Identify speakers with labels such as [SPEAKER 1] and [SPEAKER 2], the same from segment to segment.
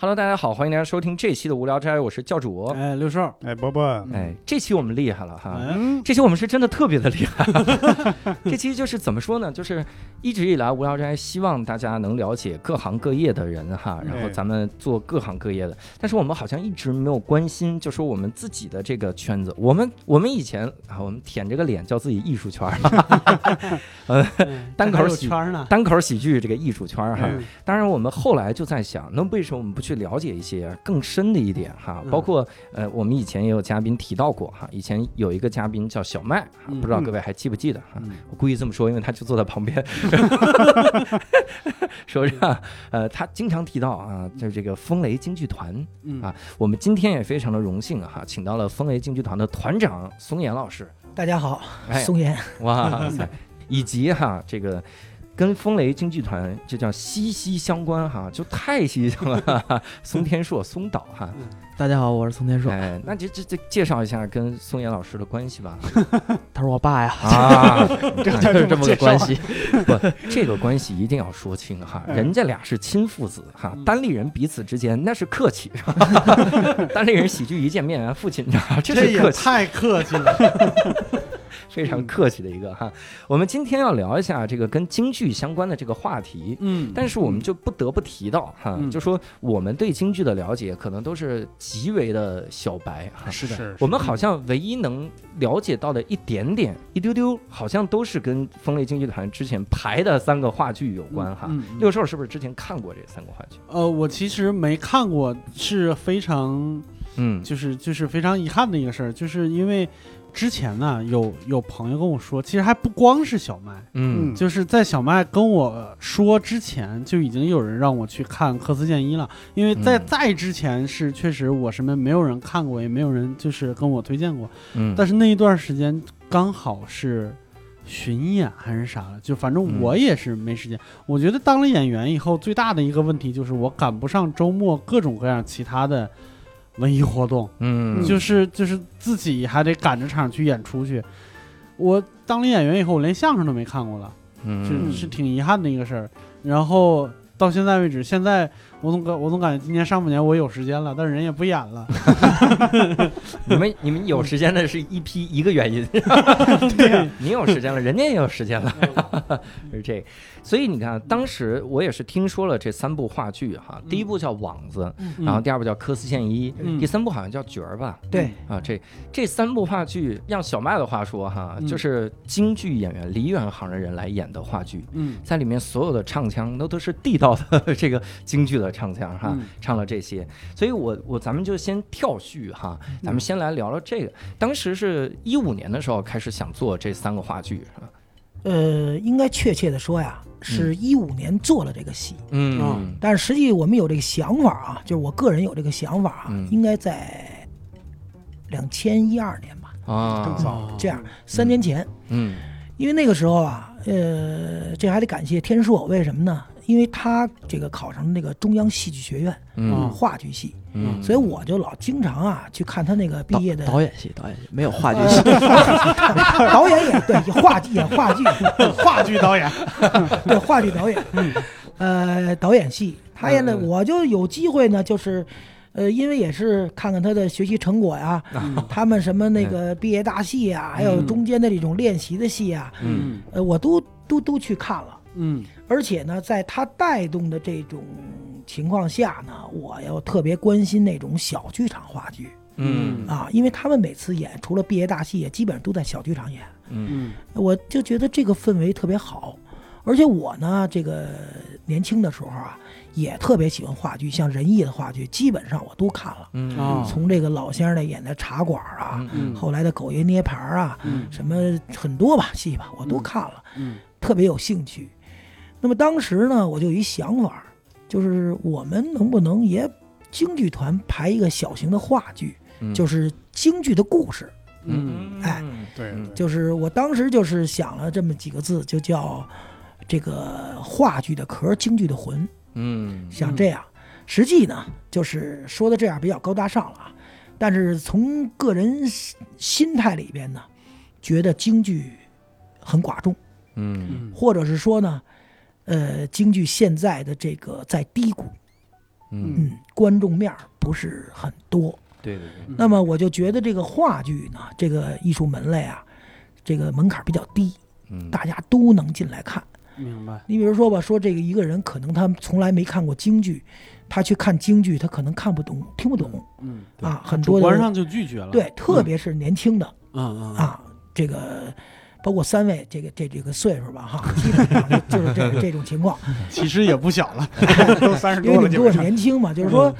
[SPEAKER 1] Hello，大家好，欢迎大家收听这期的无聊斋，我是教主。
[SPEAKER 2] 哎，六兽，
[SPEAKER 3] 哎，伯伯，
[SPEAKER 1] 哎，这期我们厉害了哈。
[SPEAKER 3] 嗯，
[SPEAKER 1] 这期我们是真的特别的厉害， 这期就是怎么说呢？就是一直以来无聊斋希望大家能了解各行各业的人哈，然后
[SPEAKER 3] 哎
[SPEAKER 1] 咱们做各行各业的，但是我们好像一直没有关心，就说我们自己的这个圈子，我们我们以前啊，我们舔着个脸叫自己艺术圈儿，呃，单口
[SPEAKER 4] 还有
[SPEAKER 1] 喜
[SPEAKER 4] 圈儿呢。
[SPEAKER 1] 单口喜剧这个艺术圈儿哈，
[SPEAKER 3] 嗯
[SPEAKER 1] 当然我们后来就在想，那为什么我们不去了解一些更深的一点哈？
[SPEAKER 4] 嗯
[SPEAKER 1] 包括呃，我们以前也有嘉宾提到过哈，以前有一个嘉宾叫小麦，哈
[SPEAKER 4] 嗯
[SPEAKER 1] 不知道各位还记不记得哈
[SPEAKER 4] 嗯？
[SPEAKER 1] 我故意这么说，因为他就坐在旁 边， 说是吧呃，他经常提到啊，就是这个风雷京剧团
[SPEAKER 4] 嗯
[SPEAKER 1] 啊，我们今天也非常的荣幸啊哈，请到了风雷京剧团的团长松岩老师。
[SPEAKER 2] 大家好，
[SPEAKER 1] 哎
[SPEAKER 2] 松岩，
[SPEAKER 1] 哇塞！以及哈，这个跟风雷京剧团就叫息息相关哈，就太息息相关了。 哈哈松天硕、松岛哈，
[SPEAKER 2] 大家好，我是松天硕，
[SPEAKER 1] 哎，那就这这介绍一下跟松岩老师的关系 吧。
[SPEAKER 5] 哎
[SPEAKER 2] 他是我爸呀，
[SPEAKER 1] 啊，
[SPEAKER 3] 这
[SPEAKER 1] 就是
[SPEAKER 3] 叫
[SPEAKER 1] 这
[SPEAKER 3] 这
[SPEAKER 1] 么
[SPEAKER 3] 么
[SPEAKER 1] 个
[SPEAKER 3] 介
[SPEAKER 1] 关
[SPEAKER 3] 绍
[SPEAKER 1] 系。
[SPEAKER 5] 啊
[SPEAKER 1] 不，这个关系一定要说清哈，
[SPEAKER 3] 嗯
[SPEAKER 1] 人家俩是亲父子哈，单立人彼此之间那是客 气。单立人喜剧一见面啊，父亲 啊，这是
[SPEAKER 4] 也
[SPEAKER 1] 客气。
[SPEAKER 4] 太客气 了，
[SPEAKER 1] 非常客气的一个哈。我们今天要聊一下这个跟京剧相关的这个话题。
[SPEAKER 4] 嗯
[SPEAKER 1] 但是我们就不得不提到哈，
[SPEAKER 4] 嗯
[SPEAKER 1] 就说我们对京剧的了解可能都是极为的小白哈。
[SPEAKER 4] 是的，
[SPEAKER 1] 我们好像唯一能了解到的一点点、一丢丢，好像都是跟风雷京剧团之前排的三个话剧有关哈。
[SPEAKER 4] 嗯嗯
[SPEAKER 1] 六兽是不是之前看过这三个话剧？
[SPEAKER 4] 呃，我其实没看过，是非常
[SPEAKER 1] 嗯
[SPEAKER 4] 就是就是非常遗憾的一个事儿，就是因为之前呢，有有朋友跟我说，其实还不光是小麦，
[SPEAKER 1] 嗯
[SPEAKER 3] 嗯
[SPEAKER 4] 就是在小麦跟我说之前，就已经有人让我去看科斯健一了，因为在
[SPEAKER 1] 嗯
[SPEAKER 4] 在之前是确实我身边没有人看过，也没有人就是跟我推荐过，
[SPEAKER 1] 嗯，
[SPEAKER 4] 但是那一段时间刚好是巡演还是啥了，就反
[SPEAKER 1] 嗯
[SPEAKER 4] 正我也是没时间。我觉得当了演员以后，最大的一个问题就是我赶不上周末各种各样其他的文艺活动，
[SPEAKER 1] 嗯
[SPEAKER 4] 就是就是自己还得赶着场去演出去。我当了演员以后，我连相声都没看过了，是
[SPEAKER 1] 嗯
[SPEAKER 4] 是挺遗憾的一个事儿。然后到现在为止，现在我总感我总感觉今年上半年我有时间了，但是人也不演了。
[SPEAKER 1] 你 们你们有时间的是一批一个原因，
[SPEAKER 4] 对，嗯
[SPEAKER 1] 你有时间了，人家也有时 间了， 是这个。所以你看，当时我也是听说了这三部话剧哈，第一部叫《网子》， 然后第二部叫《科斯县一》，
[SPEAKER 4] 嗯
[SPEAKER 1] 第三部好像叫《角儿》吧？
[SPEAKER 2] 对，
[SPEAKER 1] 啊，这这三部话剧，让小麦的话说哈，
[SPEAKER 4] 嗯
[SPEAKER 1] 就是京剧演员梨园行的人来演的话剧，
[SPEAKER 4] 嗯
[SPEAKER 1] 在里面所有的唱腔那都是地道的 这个京剧的唱腔哈，
[SPEAKER 4] 嗯
[SPEAKER 1] 唱了这些，所以我我咱们就先跳序哈，咱们先来聊聊这个。当时是一五年的时候开始想做这三个话剧，啊
[SPEAKER 5] 呃，应该确切的说呀，是一五年做了这个戏，
[SPEAKER 1] 嗯
[SPEAKER 4] 嗯
[SPEAKER 5] 但是实际我们有这个想法啊，就是我个人有这个想法啊，
[SPEAKER 1] 嗯
[SPEAKER 5] 应该在两千一二年吧，
[SPEAKER 1] 啊，
[SPEAKER 4] 哦
[SPEAKER 5] 这样三年前，
[SPEAKER 1] 嗯
[SPEAKER 5] 因为那个时候啊，呃，这还得感谢天硕，为什么呢？因为他这个考上那个中央戏剧学院
[SPEAKER 1] 嗯
[SPEAKER 4] 哦
[SPEAKER 5] 话剧系，
[SPEAKER 1] 嗯，
[SPEAKER 5] 所以我就老经常啊去看他那个毕业的
[SPEAKER 2] 导演系，导演系，没有话剧系，
[SPEAKER 5] 导演也对，也话剧演话剧，
[SPEAKER 4] 话剧导演，
[SPEAKER 5] 对话剧导演，呃，导演系，他也呢，
[SPEAKER 1] 嗯嗯嗯
[SPEAKER 5] 我就有机会呢，就是，呃，因为也是看看他的学习成果呀，
[SPEAKER 1] 嗯
[SPEAKER 5] 他们什么那 个毕业大戏呀，还有中间的这种练习的戏呀，
[SPEAKER 1] 嗯
[SPEAKER 4] 嗯
[SPEAKER 5] 呃，我都都都去看了，
[SPEAKER 4] 嗯
[SPEAKER 5] 而且呢，在他带动的这种情况下呢，我又特别关心那种小剧场话剧
[SPEAKER 1] 嗯
[SPEAKER 5] 啊，因为他们每次演除了毕业大戏，也基本上都在小剧场演。
[SPEAKER 4] 嗯
[SPEAKER 5] 我就觉得这个氛围特别好，而且我呢，这个年轻的时候啊，也特别喜欢话剧，像仁义的话剧，基本上我都看了。
[SPEAKER 1] 嗯
[SPEAKER 4] 哦
[SPEAKER 5] 从这个老先生的演的茶馆啊，
[SPEAKER 1] 嗯
[SPEAKER 5] 后来的狗爷捏盘啊，
[SPEAKER 4] 嗯
[SPEAKER 5] 什么很多吧戏吧，我都看了，
[SPEAKER 4] 嗯
[SPEAKER 5] 特别有兴趣。那么当时呢，我就有一想法，就是我们能不能也京剧团排一个小型的话剧，
[SPEAKER 1] 嗯
[SPEAKER 5] 就是京剧的故事。
[SPEAKER 4] 嗯
[SPEAKER 5] 哎
[SPEAKER 3] 对，
[SPEAKER 1] 嗯
[SPEAKER 5] 就是我当时就是想了这么几个字，就叫这个话剧的壳，京剧的魂，
[SPEAKER 1] 嗯
[SPEAKER 5] 想这样。实际呢，就是说的这样比较高大上了啊，但是从个人心心态里边呢，觉得京剧很寡众，
[SPEAKER 1] 嗯
[SPEAKER 4] 嗯
[SPEAKER 5] 或者是说呢，呃，京剧现在的这个在低谷，
[SPEAKER 1] 嗯，
[SPEAKER 5] 嗯，观众面儿不是很多。
[SPEAKER 1] 对对对，
[SPEAKER 5] 那么我就觉得这个话剧呢，这个艺术门类啊，这个门槛儿比较低，
[SPEAKER 1] 嗯，
[SPEAKER 5] 大家都能进来看。
[SPEAKER 4] 明白，
[SPEAKER 5] 你比如说吧，说这个一个人可能他从来没看过京剧，他去看京剧，他可能看不懂、听不懂
[SPEAKER 4] 嗯，
[SPEAKER 1] 对
[SPEAKER 5] 啊，很
[SPEAKER 4] 主
[SPEAKER 5] 多
[SPEAKER 4] 观
[SPEAKER 5] 的
[SPEAKER 4] 上就拒绝了，
[SPEAKER 5] 对，特别是年轻的
[SPEAKER 4] 嗯，嗯嗯
[SPEAKER 5] 啊，这个包括三位这个这这个岁数吧哈，基本上就就是这这种 情况，
[SPEAKER 4] 其实也不小了，都三十
[SPEAKER 5] 因为
[SPEAKER 4] 多
[SPEAKER 5] 你
[SPEAKER 4] 了，基
[SPEAKER 5] 们都
[SPEAKER 4] 本
[SPEAKER 5] 是
[SPEAKER 4] 上
[SPEAKER 5] 年轻嘛，就是
[SPEAKER 4] 嗯
[SPEAKER 5] 说，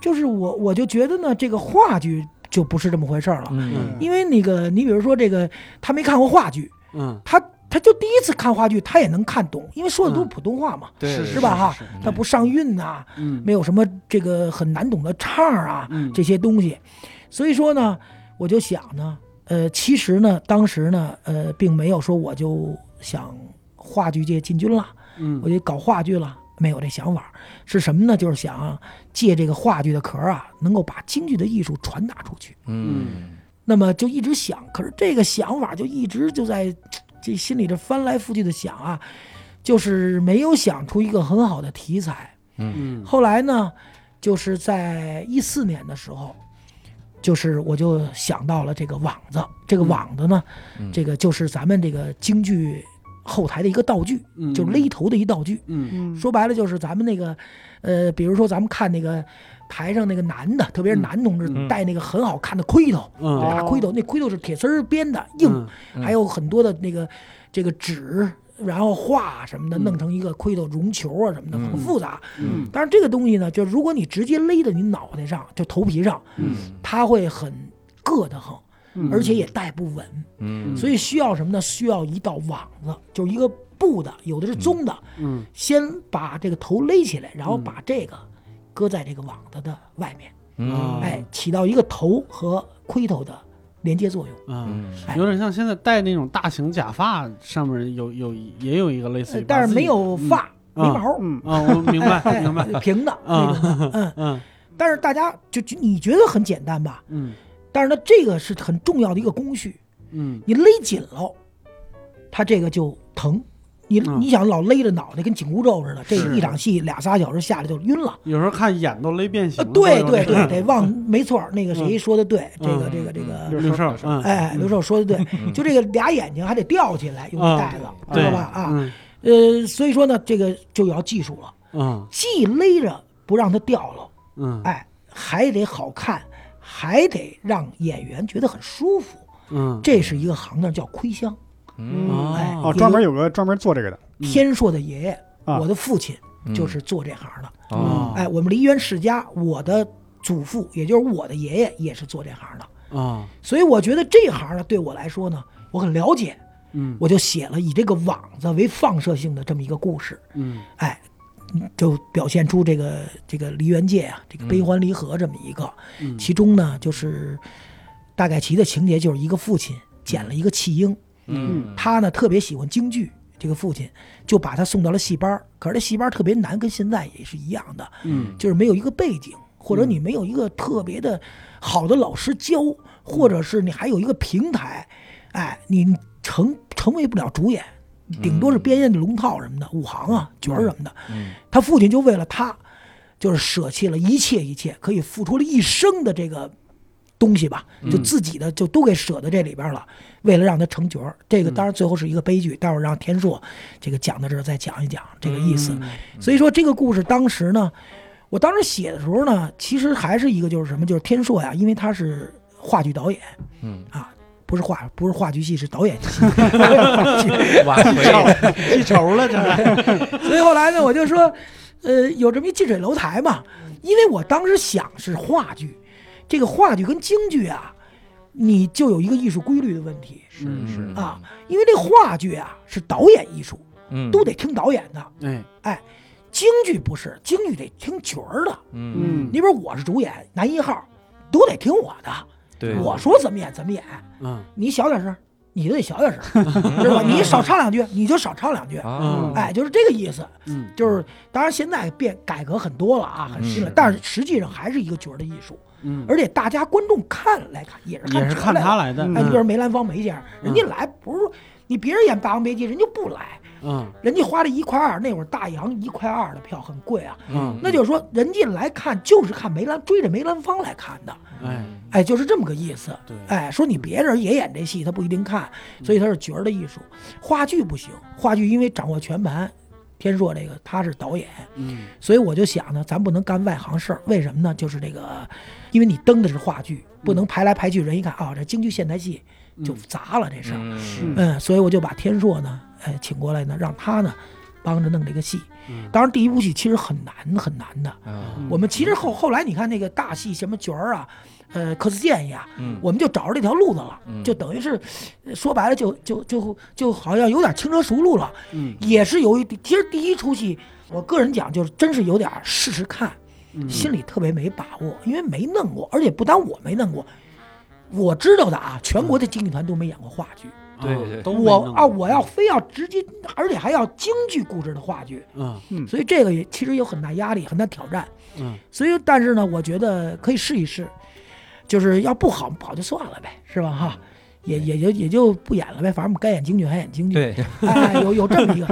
[SPEAKER 5] 就是我我就觉得呢，这个话剧就不是这么回事儿了，
[SPEAKER 1] 嗯
[SPEAKER 5] 因为那个你比如说这个他没看过话剧，
[SPEAKER 4] 嗯，
[SPEAKER 5] 他他就第一次看话剧，他也能看懂，因为说的都是普通话嘛，
[SPEAKER 1] 对
[SPEAKER 4] 嗯是
[SPEAKER 1] 对
[SPEAKER 5] 是吧哈
[SPEAKER 4] 是
[SPEAKER 5] 他不上韵呐、
[SPEAKER 4] 嗯，
[SPEAKER 5] 没有什么这个很难懂的唱儿啊，
[SPEAKER 4] 嗯
[SPEAKER 5] 这些东西。所以说呢，我就想呢，呃，其实呢，当时呢，呃，并没有说我就想话剧界进军了，
[SPEAKER 4] 嗯
[SPEAKER 5] 我就搞话剧了，没有这想法儿。是什么呢？就是想借这个话剧的壳儿啊，能够把京剧的艺术传达出去。
[SPEAKER 1] 嗯
[SPEAKER 5] 那么就一直想，可是这个想法就一直就在这心里这翻来覆去的想啊，就是没有想出一个很好的题材。
[SPEAKER 4] 嗯
[SPEAKER 5] 后来呢，就是在一四年的时候，就是我就想到了这个网子，这个网子呢，
[SPEAKER 1] 嗯
[SPEAKER 5] 这个就是咱们这个京剧后台的一个道具，
[SPEAKER 4] 嗯
[SPEAKER 5] 就勒头的一道具。
[SPEAKER 4] 嗯
[SPEAKER 3] 嗯
[SPEAKER 5] 说白了就是咱们那个，呃，比如说咱们看那个台上那个男的，特别
[SPEAKER 4] 嗯
[SPEAKER 5] 是男同志
[SPEAKER 1] 嗯
[SPEAKER 5] 戴那个很好看的盔头，
[SPEAKER 4] 嗯
[SPEAKER 5] 大盔头，那盔头是铁丝儿编的，硬
[SPEAKER 4] 嗯
[SPEAKER 1] 嗯
[SPEAKER 5] 还有很多的那个这个纸，然后画什么的，
[SPEAKER 4] 嗯
[SPEAKER 5] 弄成一个盔头绒球啊什么的，
[SPEAKER 1] 嗯
[SPEAKER 5] 很复杂。
[SPEAKER 4] 嗯
[SPEAKER 5] 当然这个东西呢，就如果你直接勒到你脑袋上，就头皮上，
[SPEAKER 1] 嗯
[SPEAKER 5] 它会很硌得慌，
[SPEAKER 4] 嗯
[SPEAKER 5] 而且也戴不稳。
[SPEAKER 1] 嗯
[SPEAKER 5] 所以需要什么呢？需要一道网子，就是一个布的，有的是棕的，
[SPEAKER 4] 嗯
[SPEAKER 5] 先把这个头勒起来，然后把这个搁在这个网子的外面，
[SPEAKER 1] 嗯
[SPEAKER 5] 哎，起到一个头和盔头的连接作用。
[SPEAKER 4] 啊。
[SPEAKER 1] 嗯
[SPEAKER 5] 哎
[SPEAKER 4] 有点像现在戴那种大型假发，上面有有也有一个类似
[SPEAKER 5] 呃
[SPEAKER 4] 于把
[SPEAKER 5] 但
[SPEAKER 4] 自
[SPEAKER 5] 是
[SPEAKER 4] 己，
[SPEAKER 5] 没有哎发，没毛儿，
[SPEAKER 3] 嗯，
[SPEAKER 4] 啊，我明 白明白，
[SPEAKER 5] 平的那
[SPEAKER 4] 啊
[SPEAKER 5] 种的，嗯。
[SPEAKER 4] 嗯
[SPEAKER 5] 但是大家就就你觉得很简单吧？
[SPEAKER 4] 嗯
[SPEAKER 5] 但是呢，这个是很重要的一个工序，
[SPEAKER 4] 嗯
[SPEAKER 5] 你勒紧了，它这个就疼。你、
[SPEAKER 4] 嗯
[SPEAKER 5] 你想老勒着脑袋跟紧箍咒似的，这
[SPEAKER 4] 是
[SPEAKER 5] 一场戏俩仨小时下来就晕了。
[SPEAKER 4] 有时候看眼都勒变形
[SPEAKER 5] 啊，
[SPEAKER 4] 了，
[SPEAKER 5] 对
[SPEAKER 4] 都有这
[SPEAKER 5] 对 对，
[SPEAKER 4] 种
[SPEAKER 5] 得忘没错儿，那个谁说的对，这个
[SPEAKER 4] 嗯
[SPEAKER 5] 这个这
[SPEAKER 1] 嗯
[SPEAKER 5] 个，
[SPEAKER 4] 六兽，嗯，
[SPEAKER 5] 哎，刘寿说的对，就这个俩眼睛还得吊起来，用
[SPEAKER 4] 啊
[SPEAKER 5] 带子，知
[SPEAKER 4] 对
[SPEAKER 5] 道吧？啊，
[SPEAKER 4] 嗯
[SPEAKER 5] 呃，所以说呢，这个就要技术了，
[SPEAKER 4] 嗯
[SPEAKER 5] 既勒着不让它掉了，
[SPEAKER 4] 嗯，
[SPEAKER 5] 哎，还得好看，还得让演员觉得很舒服。
[SPEAKER 4] 嗯，
[SPEAKER 5] 哎这是一个行当叫盔箱，
[SPEAKER 1] 嗯
[SPEAKER 5] 哎
[SPEAKER 3] 哦，专门有个专门做这个的，
[SPEAKER 4] 嗯
[SPEAKER 5] 天硕的爷爷，
[SPEAKER 3] 啊
[SPEAKER 5] 我的父亲
[SPEAKER 1] 嗯
[SPEAKER 5] 就是做这行的。
[SPEAKER 1] 哦
[SPEAKER 5] 哎，我们梨园世家，我的祖父，也就是我的爷爷，也是做这行的。
[SPEAKER 4] 啊
[SPEAKER 5] 所以我觉得这行呢，对我来说呢，我很了解，
[SPEAKER 4] 嗯
[SPEAKER 5] 我就写了以这个网子为放射性的这么一个故事，
[SPEAKER 4] 嗯
[SPEAKER 5] 哎，嗯就表现出这个这个梨园界啊，这个悲欢离合这么一个。
[SPEAKER 4] 嗯
[SPEAKER 5] 其中呢，就是大概其的情节就是一个父亲捡了一个弃婴，
[SPEAKER 1] 嗯
[SPEAKER 5] 他呢特别喜欢京剧，这个父亲就把他送到了戏班儿。可是这戏班儿特别难，跟现在也是一样的，
[SPEAKER 4] 嗯
[SPEAKER 5] 就是没有一个背景，或者你没有一个特别的好的老师教，或者是你还有一个平台，哎，你成成为不了主演，顶多是编演龙套什么的、武行啊、角儿什么的。
[SPEAKER 1] 嗯
[SPEAKER 5] 他父亲就为了他，就是舍弃了一切一切，可以付出了一生的这个东西吧，就自己的就都给舍到这里边了，为了让他成角儿。这个当然最后是一个悲剧，待会儿让天硕这个讲到这儿再讲一讲这个意
[SPEAKER 4] 嗯
[SPEAKER 5] 思。
[SPEAKER 1] 嗯
[SPEAKER 5] 所以说这个故事当时呢，我当时写的时候呢，其实还是一个就是什么，就是天硕呀，因为他是话剧导演
[SPEAKER 1] 嗯，
[SPEAKER 5] 啊。不是话，不是话剧系，是导演系。 话剧
[SPEAKER 1] 挽回，
[SPEAKER 4] 记仇了，这
[SPEAKER 5] 所以后来呢，我就说，呃，有这么一近水楼台嘛，因为我当时想是话剧，这个话剧跟京剧啊，你就有一个艺术规律的问题
[SPEAKER 1] 是是
[SPEAKER 5] 啊，，因为这话剧啊是导演艺术，
[SPEAKER 1] 嗯，
[SPEAKER 5] 都得听导演的，
[SPEAKER 4] 哎
[SPEAKER 5] 哎，京剧不是，京剧得听角儿的，
[SPEAKER 1] 嗯，
[SPEAKER 5] 你比如我是主演男一号，都得听我的，
[SPEAKER 1] 对，
[SPEAKER 5] 我说怎么演怎么演，
[SPEAKER 4] 嗯
[SPEAKER 5] 你小点声，你就得小点声，知道吧？你少唱两句，你就少唱两句，
[SPEAKER 1] 啊，
[SPEAKER 5] 哎，就是这个意思。
[SPEAKER 4] 嗯，
[SPEAKER 5] 就是当然现在变改革很多了啊，很新了，
[SPEAKER 1] 嗯
[SPEAKER 5] 但是实际上还是一个角儿的艺术，
[SPEAKER 4] 嗯，
[SPEAKER 5] 而且大家观众看来看也是看
[SPEAKER 4] 也是
[SPEAKER 5] 球
[SPEAKER 4] 看
[SPEAKER 5] 来
[SPEAKER 4] 他
[SPEAKER 5] 了。
[SPEAKER 4] 来的，
[SPEAKER 5] 哎，你比如
[SPEAKER 4] 嗯
[SPEAKER 5] 梅兰芳梅姐儿，人家来不是你别人演《霸王别姬》，人家不来，
[SPEAKER 4] 嗯
[SPEAKER 5] 人家花了一块二，那会儿大洋一块二的票很贵啊，
[SPEAKER 4] 嗯，
[SPEAKER 5] 那就是说人家来看就是看梅兰追着梅兰芳来看的，
[SPEAKER 4] 哎，
[SPEAKER 5] 哎，就是这么个意思。
[SPEAKER 4] 对，嗯
[SPEAKER 5] 哎，说你别人也演这戏，他不一定看，所以他是角儿的艺术。话剧不行，话剧因为掌握全盘，天硕这个他是导演，
[SPEAKER 4] 嗯
[SPEAKER 5] 所以我就想呢，咱不能干外行事儿。为什么呢？就是这个，因为你登的是话剧，不
[SPEAKER 4] 嗯
[SPEAKER 5] 能排来排去，人一看啊、这京剧现代戏就砸了这事儿。嗯
[SPEAKER 1] 嗯
[SPEAKER 4] 是
[SPEAKER 5] 所以我就把天硕呢，哎，请过来呢，让他呢帮着弄这个戏。
[SPEAKER 4] 嗯
[SPEAKER 5] 当然，第一部戏其实很难很难的。
[SPEAKER 1] 啊
[SPEAKER 4] 嗯
[SPEAKER 5] 我们其实后后来你看那个大戏什么角儿啊，呃，柯思建呀，
[SPEAKER 1] 嗯
[SPEAKER 5] 我们就找着这条路子了，
[SPEAKER 1] 嗯
[SPEAKER 5] 就等于是呃说白了就就就就好像有点轻车熟路了。
[SPEAKER 4] 嗯
[SPEAKER 5] 也是由于其实第一出戏，我个人讲就是真是有点试试看，
[SPEAKER 4] 嗯
[SPEAKER 5] 心里特别没把握，因为没弄过，而且不单我没弄过，我知道的啊，全国的京剧团都没演过话剧。
[SPEAKER 1] 对对
[SPEAKER 4] 嗯都没
[SPEAKER 5] 我
[SPEAKER 4] 弄
[SPEAKER 5] 啊，我要非要直接，而且还要京剧故事的话剧，
[SPEAKER 4] 嗯
[SPEAKER 5] 所以这个也其实有很大压力，很大挑战。
[SPEAKER 4] 嗯
[SPEAKER 5] 所以，但是呢，我觉得可以试一试，就是要不好不好就算了呗，是吧？哈，也也就也就不演了呗，反正我们该演京剧还演京剧。
[SPEAKER 1] 对，
[SPEAKER 5] 哎，有有这么一个。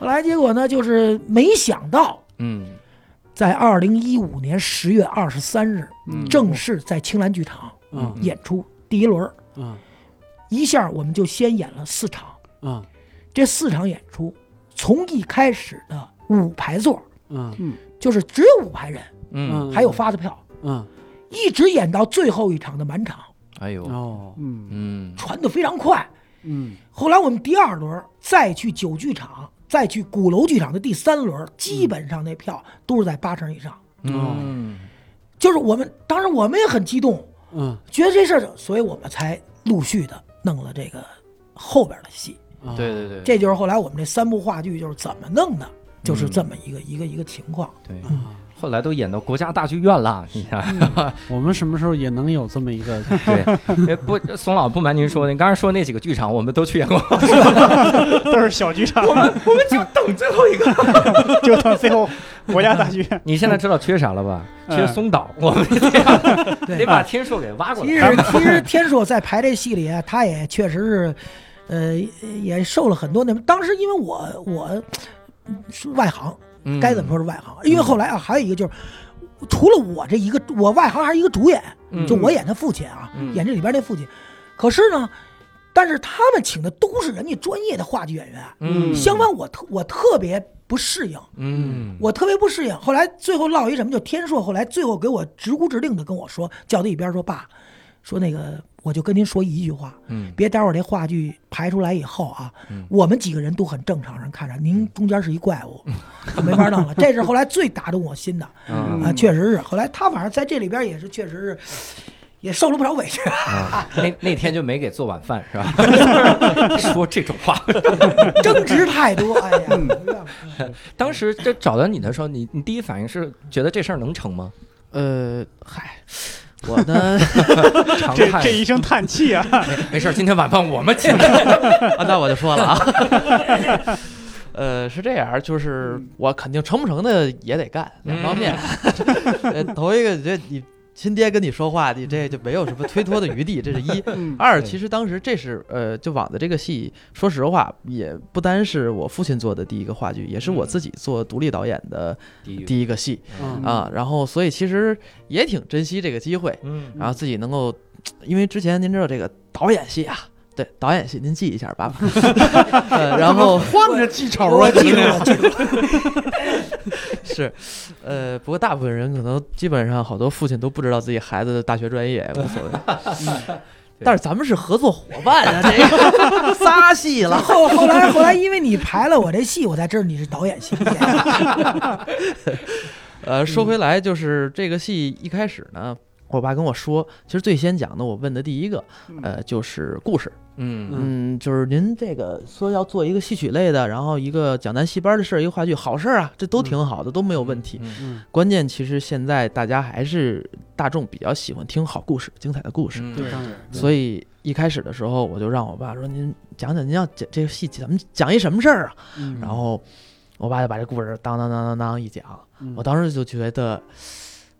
[SPEAKER 5] 后来结果呢，就是没想到，
[SPEAKER 1] 嗯
[SPEAKER 5] 在二零一五年十月二十三日，
[SPEAKER 1] 嗯
[SPEAKER 5] 正式在青兰剧场
[SPEAKER 4] 嗯
[SPEAKER 5] 演出第一轮儿，
[SPEAKER 4] 嗯
[SPEAKER 5] 一下我们就先演了四场。
[SPEAKER 4] 嗯
[SPEAKER 5] 这四场演出，从一开始的五排座，
[SPEAKER 4] 嗯
[SPEAKER 5] 就是只有五排人，
[SPEAKER 1] 嗯，
[SPEAKER 5] 还有发的票，
[SPEAKER 4] 嗯
[SPEAKER 5] 一直演到最后一场的满场，
[SPEAKER 1] 哎呦，
[SPEAKER 4] 哦
[SPEAKER 3] 嗯
[SPEAKER 1] 嗯
[SPEAKER 5] 传得非常快。
[SPEAKER 4] 嗯
[SPEAKER 5] 后来我们第二轮再去九剧场，再去鼓楼剧场的第三轮，基本上那票都是在八成以上。
[SPEAKER 1] 嗯
[SPEAKER 5] 就是我们当时我们也很激动，
[SPEAKER 4] 嗯
[SPEAKER 5] 觉得这事儿，所以我们才陆续的弄了这个后边的戏。
[SPEAKER 4] 啊
[SPEAKER 1] 对对对，
[SPEAKER 5] 这就是后来我们这三部话剧就是怎么弄的，就是这么一个一个一个情况。
[SPEAKER 1] 对，后来都演到国家大剧院了，你看，
[SPEAKER 4] 我们什么时候也能有这么一个
[SPEAKER 1] 对，哎不，宋老不瞒您说，您刚才说那几个剧场，我们都去演过，
[SPEAKER 3] 都是小剧场，
[SPEAKER 1] 我们就等最后一个。
[SPEAKER 3] 就等最后国家大剧院。
[SPEAKER 1] 你现在知道缺啥了吧？
[SPEAKER 3] 嗯
[SPEAKER 1] 缺松岛，我们得得把天硕给挖过
[SPEAKER 5] 其
[SPEAKER 1] 来。
[SPEAKER 5] 实其实天硕在排这戏里啊，他也确实是，呃，也受了很多那。当时因为我我嗯是外行，
[SPEAKER 1] 嗯
[SPEAKER 5] 该怎么说？是外行，因为后来啊，还有一个就是，除了我这一个，我外行还是一个主演，
[SPEAKER 1] 嗯
[SPEAKER 5] 就我演他父亲啊，
[SPEAKER 1] 嗯
[SPEAKER 5] 演这里边那父亲。可是呢，但是他们请的都是人家专业的话剧演员，
[SPEAKER 1] 嗯
[SPEAKER 5] 相反我特我特别不适应，
[SPEAKER 1] 嗯，
[SPEAKER 5] 我特别不适应。后来最后落一什么，就天硕后来最后给我直呼直令的跟我说，叫他一边说爸，说那个我就跟您说一句话，
[SPEAKER 1] 嗯
[SPEAKER 5] 别待会儿这话剧排出来以后啊，我们几个人都很正常人看着，您中间是一怪物，就没法弄了。这是后来最打动我心的
[SPEAKER 1] 嗯
[SPEAKER 5] 啊，确实是。后来他反正在这里边也是确实是。也受了不少委屈，
[SPEAKER 1] 啊那那天就没给做晚饭 是吧？说这种话，
[SPEAKER 5] 争执太多，哎呀，没办法
[SPEAKER 1] 当时这找到你的时候，你你第一反应是觉得这事儿能成 吗？
[SPEAKER 2] 呃， 嗨，我呢，
[SPEAKER 1] 常
[SPEAKER 3] 这
[SPEAKER 1] 态
[SPEAKER 3] 这一声叹气啊，
[SPEAKER 1] 没事儿，今天晚饭我们请。
[SPEAKER 2] 啊那我就说了啊。 呃，是这样，就是我肯定成不成的也得干，
[SPEAKER 1] 嗯
[SPEAKER 2] 两方面。呃，头一个，这你亲爹跟你说话，你这就没有什么推脱的余地，这是一。 二，
[SPEAKER 1] 对
[SPEAKER 2] 其实当时这是呃，就网的这个戏，说实话，也不单是我父亲做的第一个话剧，也是我自己做独立导演的第一个戏
[SPEAKER 4] 嗯
[SPEAKER 2] 啊。然后，所以其实也挺珍惜这个机会，
[SPEAKER 1] 嗯
[SPEAKER 2] 然后自己能够，因为之前您知道这个导演系啊，对导演系，您记一下吧。呃、然后
[SPEAKER 4] 换着记仇
[SPEAKER 5] 我
[SPEAKER 2] 啊
[SPEAKER 5] 记住了，记住了。
[SPEAKER 2] 是，呃，不过大部分人可能基本上好多父亲都不知道自己孩子的大学专业，无所谓。但是咱们是合作伙伴啊，这个仨戏了。
[SPEAKER 5] 后后来后来，因为你排了我这戏，我才知道你是导演系。
[SPEAKER 2] 呃，说回来，就是这个戏一开始呢，我爸跟我说，其实最先讲的我问的第一个，
[SPEAKER 3] 嗯
[SPEAKER 2] 呃，就是故事。
[SPEAKER 1] 嗯
[SPEAKER 2] 嗯，就是您这个说要做一个戏曲类的，然后一个讲咱戏班的事儿，一个话剧，好事儿啊，这都挺好的，都没有问题。
[SPEAKER 1] 嗯
[SPEAKER 4] 嗯
[SPEAKER 2] 关键其实现在大家还是大众比较喜欢听好故事、精彩的故事，
[SPEAKER 1] 嗯
[SPEAKER 4] 对，当然
[SPEAKER 2] 所以一开始的时候我就让我爸说：“您讲讲您要讲这个戏，咱们讲一什么事儿啊？”
[SPEAKER 4] 嗯
[SPEAKER 2] 然后我爸就把这故事当当当当当一讲，
[SPEAKER 4] 嗯
[SPEAKER 2] 我当时就觉得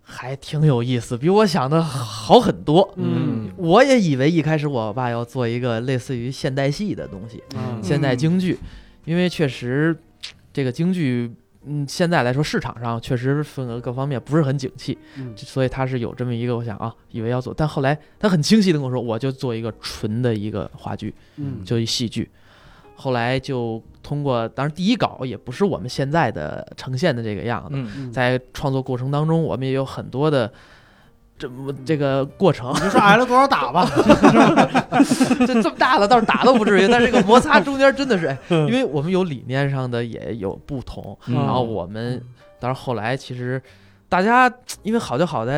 [SPEAKER 2] 还挺有意思，比我想的好很多。
[SPEAKER 1] 嗯
[SPEAKER 2] 我也以为一开始我爸要做一个类似于现代戏的东西，
[SPEAKER 4] 嗯
[SPEAKER 2] 现代京剧，因为确实这个京剧，嗯，现在来说市场上确实份额各方面不是很景气，
[SPEAKER 4] 嗯
[SPEAKER 2] 所以他是有这么一个，我想啊，以为要做，但后来他很清晰的跟我说，我就做一个纯的一个话剧，
[SPEAKER 4] 嗯
[SPEAKER 2] 就一戏剧。后来就通过，当然第一稿也不是我们现在的呈现的这个样子，
[SPEAKER 1] 嗯
[SPEAKER 4] 嗯
[SPEAKER 2] 在创作过程当中，我们也有很多的这么这个过程，
[SPEAKER 4] 你就说挨了多少打吧，
[SPEAKER 2] 这这么大了倒是打都不至于，但是这个摩擦中间真 的是，哎因为我们有理念上的也有不同，
[SPEAKER 1] 嗯
[SPEAKER 2] 然后我们当然后来其实大家因为好就好在，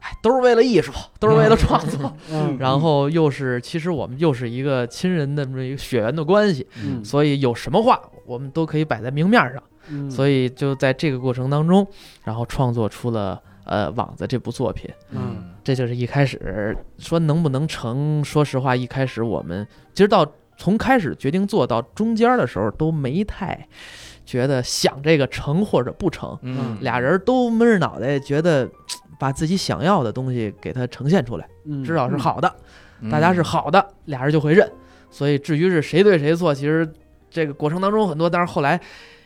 [SPEAKER 2] 哎，都是为了艺术，都是为了创作，
[SPEAKER 4] 嗯
[SPEAKER 2] 然后又是其实我们又是一个亲人的这么一个血缘的关系，
[SPEAKER 4] 嗯
[SPEAKER 2] 所以有什么话我们都可以摆在明面上。
[SPEAKER 4] 嗯
[SPEAKER 2] 所以就在这个过程当中，然后创作出了呃《网子》这部作品。
[SPEAKER 1] 嗯
[SPEAKER 2] 这就是一开始说能不能成，说实话，一开始我们其实到从开始决定做到中间的时候都没太觉得想这个成或者不成，
[SPEAKER 1] 嗯，
[SPEAKER 2] 俩人都闷着脑袋觉得。嘖嗯把自己想要的东西给它呈现出来，
[SPEAKER 4] 嗯
[SPEAKER 2] 知道是好的，
[SPEAKER 1] 嗯
[SPEAKER 2] 大家是好的，俩人就会认。所以至于是谁对谁错，其实这个过程当中很多，但是后来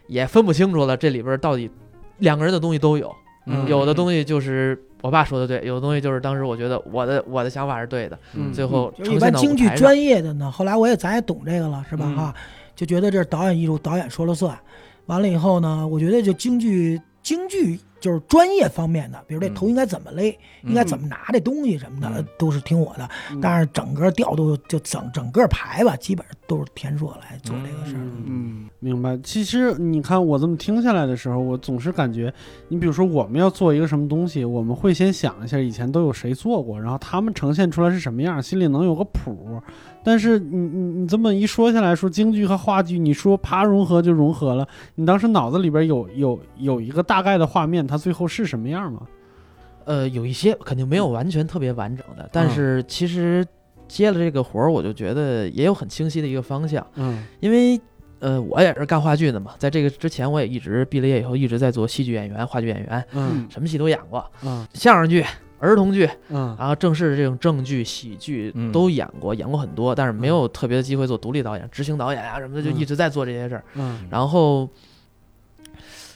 [SPEAKER 2] 也分不清楚了，这里边到底两个人的东西都有，
[SPEAKER 1] 嗯
[SPEAKER 2] 有的东西就是我爸说的对，有的东西就是当时我觉得我的我的想法是对的，
[SPEAKER 1] 嗯
[SPEAKER 2] 最后
[SPEAKER 5] 就
[SPEAKER 2] 呈
[SPEAKER 5] 是一
[SPEAKER 2] 现
[SPEAKER 5] 般
[SPEAKER 2] 到
[SPEAKER 5] 京
[SPEAKER 2] 舞
[SPEAKER 5] 剧
[SPEAKER 2] 台上。
[SPEAKER 5] 专业的呢，后来我也咱也懂这个了，是吧？
[SPEAKER 1] 嗯
[SPEAKER 5] 哈，就觉得这是导演艺术，导演说了算。完了以后呢，我觉得就京剧，京剧就是专业方面的，比如这
[SPEAKER 1] 嗯
[SPEAKER 5] 头应该怎么勒，应该
[SPEAKER 2] 嗯
[SPEAKER 5] 怎么拿这东西什么的，
[SPEAKER 1] 嗯
[SPEAKER 5] 呃都是听我的。
[SPEAKER 4] 嗯
[SPEAKER 5] 但是整个调度就整整个排吧，基本上都是田硕来做这个事儿。
[SPEAKER 1] 嗯
[SPEAKER 3] 嗯
[SPEAKER 4] 明白。其实你看我这么听下来的时候，我总是感觉，你比如说我们要做一个什么东西，我们会先想一下以前都有谁做过，然后他们呈现出来是什么样，心里能有个谱。但是你你你这么一说下来说京剧和话剧，你说啪融合就融合了，你当时脑子里边有有有一个大概的画面，它最后是什么样吗？
[SPEAKER 2] 呃，有一些肯定没有完全特别完整的，但是其实接了这个活儿，我就觉得也有很清晰的一个方向，
[SPEAKER 4] 嗯
[SPEAKER 2] 因为。呃，我也是干话剧的嘛，在这个之前，我也一直毕了业以后一直在做戏剧演员、话剧演员，
[SPEAKER 4] 嗯
[SPEAKER 2] 什么戏都演过，
[SPEAKER 4] 嗯
[SPEAKER 2] 相声剧、儿童剧，
[SPEAKER 4] 嗯
[SPEAKER 2] 然后正式的这种正剧、喜剧
[SPEAKER 1] 嗯
[SPEAKER 2] 都演过，演过很多，但是没有特别的机会做独立导演、执行导演啊什么的，就
[SPEAKER 4] 嗯
[SPEAKER 2] 一直在做这些事儿。
[SPEAKER 4] 嗯
[SPEAKER 2] 然后，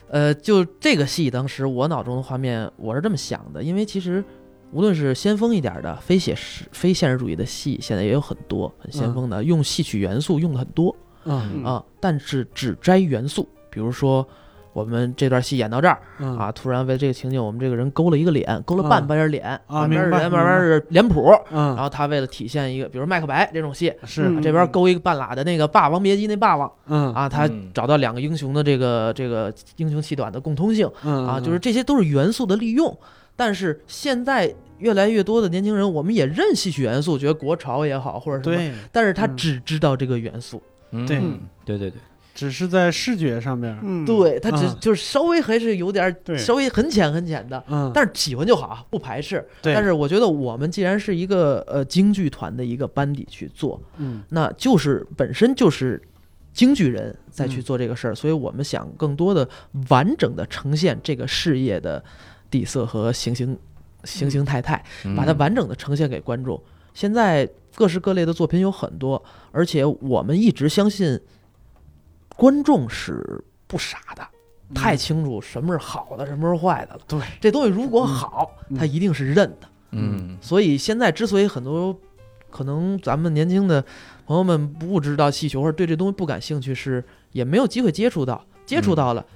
[SPEAKER 2] 呃，就这个戏，当时我脑中的画面，我是这么想的，因为其实无论是先锋一点的非写实、非现实主义的戏，现在也有很多很先锋的，用戏曲元素用的很多
[SPEAKER 4] 嗯
[SPEAKER 2] 啊，但是只摘元素，比如说。我们这段戏演到这儿
[SPEAKER 4] 嗯
[SPEAKER 2] 啊，突然为这个情景，我们这个人勾了一个脸，勾了半边脸，
[SPEAKER 4] 啊
[SPEAKER 2] 半边
[SPEAKER 4] 明白
[SPEAKER 2] 人
[SPEAKER 4] 明白
[SPEAKER 2] 慢慢是脸谱，然
[SPEAKER 4] 嗯
[SPEAKER 2] 后他为了体现一个，比如《麦克白》这种戏，啊
[SPEAKER 4] 是
[SPEAKER 3] 嗯
[SPEAKER 2] 这边勾一个半拉的那个霸王别姬那霸王
[SPEAKER 4] 嗯
[SPEAKER 2] 啊，他
[SPEAKER 1] 嗯
[SPEAKER 2] 找到两个英雄的这个这个英雄气短的共通性
[SPEAKER 4] 嗯
[SPEAKER 2] 啊，就是这些都是元素的利用。但是现在越来越多的年轻人，我们也认戏曲元素，觉得国潮也好或者什么，
[SPEAKER 4] 对，
[SPEAKER 2] 但是他
[SPEAKER 4] 嗯
[SPEAKER 2] 只知道这个元素，
[SPEAKER 1] 对嗯对对对，
[SPEAKER 4] 只是在视觉上面，
[SPEAKER 3] 嗯，
[SPEAKER 2] 对他只
[SPEAKER 4] 啊
[SPEAKER 2] 就是稍微还是有点
[SPEAKER 3] 对
[SPEAKER 2] 稍微很浅很浅的，
[SPEAKER 4] 嗯，
[SPEAKER 2] 但是喜欢就好，不排斥。
[SPEAKER 4] 对
[SPEAKER 2] 但是我觉得我们既然是一个呃京剧团的一个班底去做，
[SPEAKER 4] 嗯
[SPEAKER 2] 那就是本身就是京剧人再去做这个事
[SPEAKER 3] 嗯
[SPEAKER 2] 儿，所以我们想更多的完整的呈现这个事业的底色和形形形形态态，
[SPEAKER 3] 嗯
[SPEAKER 2] 把
[SPEAKER 1] 嗯
[SPEAKER 2] 它完整的呈现给观众。现在各式各类的作品有很多，而且我们一直相信观众是不傻的。
[SPEAKER 4] 嗯
[SPEAKER 2] 太清楚什么是好的，什么是坏的了。
[SPEAKER 4] 对，
[SPEAKER 2] 这东西如果好，
[SPEAKER 4] 嗯
[SPEAKER 2] 他一定是认的。
[SPEAKER 1] 嗯
[SPEAKER 2] 所以现在之所以很多可能咱们年轻的朋友们不知道气球或者对这东西不感兴趣，是也没有机会接触到，接触到了。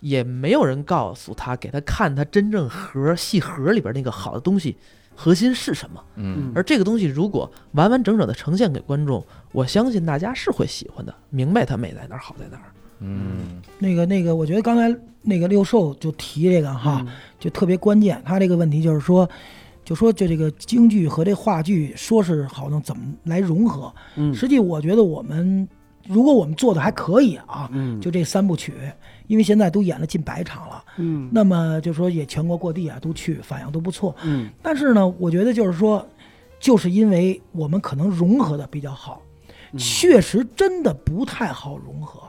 [SPEAKER 2] 也没有人告诉他，给他看他真正核戏核里边那个好的东西，核心是什么。
[SPEAKER 1] 嗯
[SPEAKER 2] 而这个东西如果完完整整的呈现给观众，我相信大家是会喜欢的，明白它美在哪儿，好在哪儿。
[SPEAKER 1] 嗯
[SPEAKER 5] 那个那个，我觉得刚
[SPEAKER 4] 嗯
[SPEAKER 5] 才那个六兽就提这个哈，就特别关键。他这个问题就是说，就说就这个京剧和这话剧，说是好像怎么来融合，
[SPEAKER 4] 嗯
[SPEAKER 5] 实际我觉得我们如果我们做的还可以啊，
[SPEAKER 4] 嗯
[SPEAKER 5] 就这三部曲，因为现在都演了近百场了，
[SPEAKER 4] 嗯
[SPEAKER 5] 那么就说也全国各地啊都去，反应都不错。
[SPEAKER 4] 嗯
[SPEAKER 5] 但是呢，我觉得就是说，就是因为我们可能融合的比较好，
[SPEAKER 4] 嗯
[SPEAKER 5] 确实真的不太好 融合，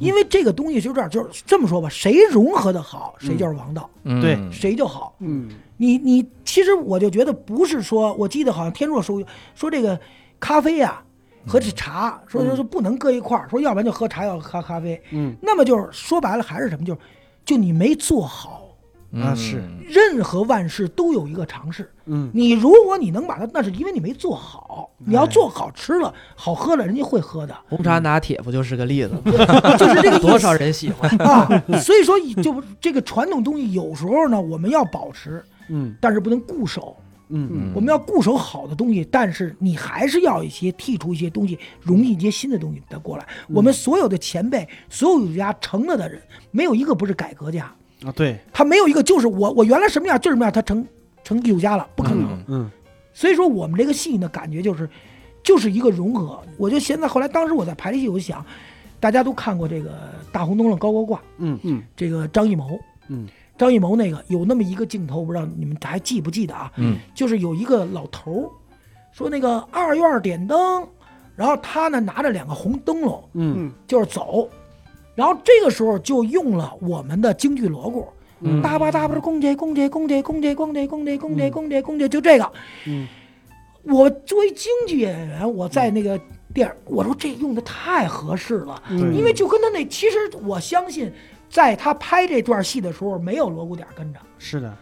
[SPEAKER 5] 因为这个东西就这样，就是这么说吧，谁融合的好，谁就是王道，
[SPEAKER 1] 嗯
[SPEAKER 4] 对
[SPEAKER 5] 谁就好。
[SPEAKER 4] 嗯
[SPEAKER 5] 你你其实我就觉得不是说，我记得好像天硕说说这个咖啡呀、和这茶，说就是不能搁一块儿，说要不然就喝茶，要喝咖啡。
[SPEAKER 4] 嗯
[SPEAKER 5] 那么就是说白了还是什么，就是就你没做好，
[SPEAKER 4] 啊是
[SPEAKER 5] 任何万事都有一个尝试。
[SPEAKER 4] 嗯
[SPEAKER 5] 你如果你能把它，那是因为你没做好。你要做好吃了、好喝了，人家会喝的
[SPEAKER 2] 红茶拿铁不就是个例子吗？
[SPEAKER 5] 就是这个意思
[SPEAKER 2] 多少人喜欢？
[SPEAKER 5] 啊。所以说，就这个传统东西，有时候呢，我们要保持，
[SPEAKER 4] 嗯
[SPEAKER 5] 但是不能固守。
[SPEAKER 4] 嗯
[SPEAKER 5] 我们要固守好的东西，但是你还是要一些剔除一些东西，融进一些新的东西再过来。我们所有的前辈、所有家成了的人，没有一个不是改革家，
[SPEAKER 4] 啊对，
[SPEAKER 5] 他没有一个就是我我原来什么样就是什么样，他成成艺术家了，不可能。
[SPEAKER 4] 嗯
[SPEAKER 5] 所以说我们这个戏呢，感觉就是就是一个融合。我就现在后来，当时我在排这戏，我就想，大家都看过这个《大红灯笼高高挂》，
[SPEAKER 4] 嗯嗯
[SPEAKER 5] 这个张艺谋，
[SPEAKER 4] 嗯，
[SPEAKER 5] 张艺谋那个有那么一个镜头，我不知道你们还记不记得啊？
[SPEAKER 1] 嗯，
[SPEAKER 5] 就是有一个老头儿说那个二院点灯，然后他呢拿着两个红灯笼，
[SPEAKER 4] 嗯
[SPEAKER 5] 就是走，然后这个时候就用了我们的京剧锣鼓，
[SPEAKER 1] 嗯
[SPEAKER 5] 哒吧哒吧，公爹公爹公爹公爹公爹公爹公爹公爹公爹，就这个。
[SPEAKER 4] 嗯，
[SPEAKER 5] 我作为京剧演员，我在那个电影，我说这用的太合适了，
[SPEAKER 4] 嗯
[SPEAKER 5] 因为就跟他那，其实我相信，在他拍这段戏的时候，没有锣鼓点跟着。
[SPEAKER 4] 嗯是的，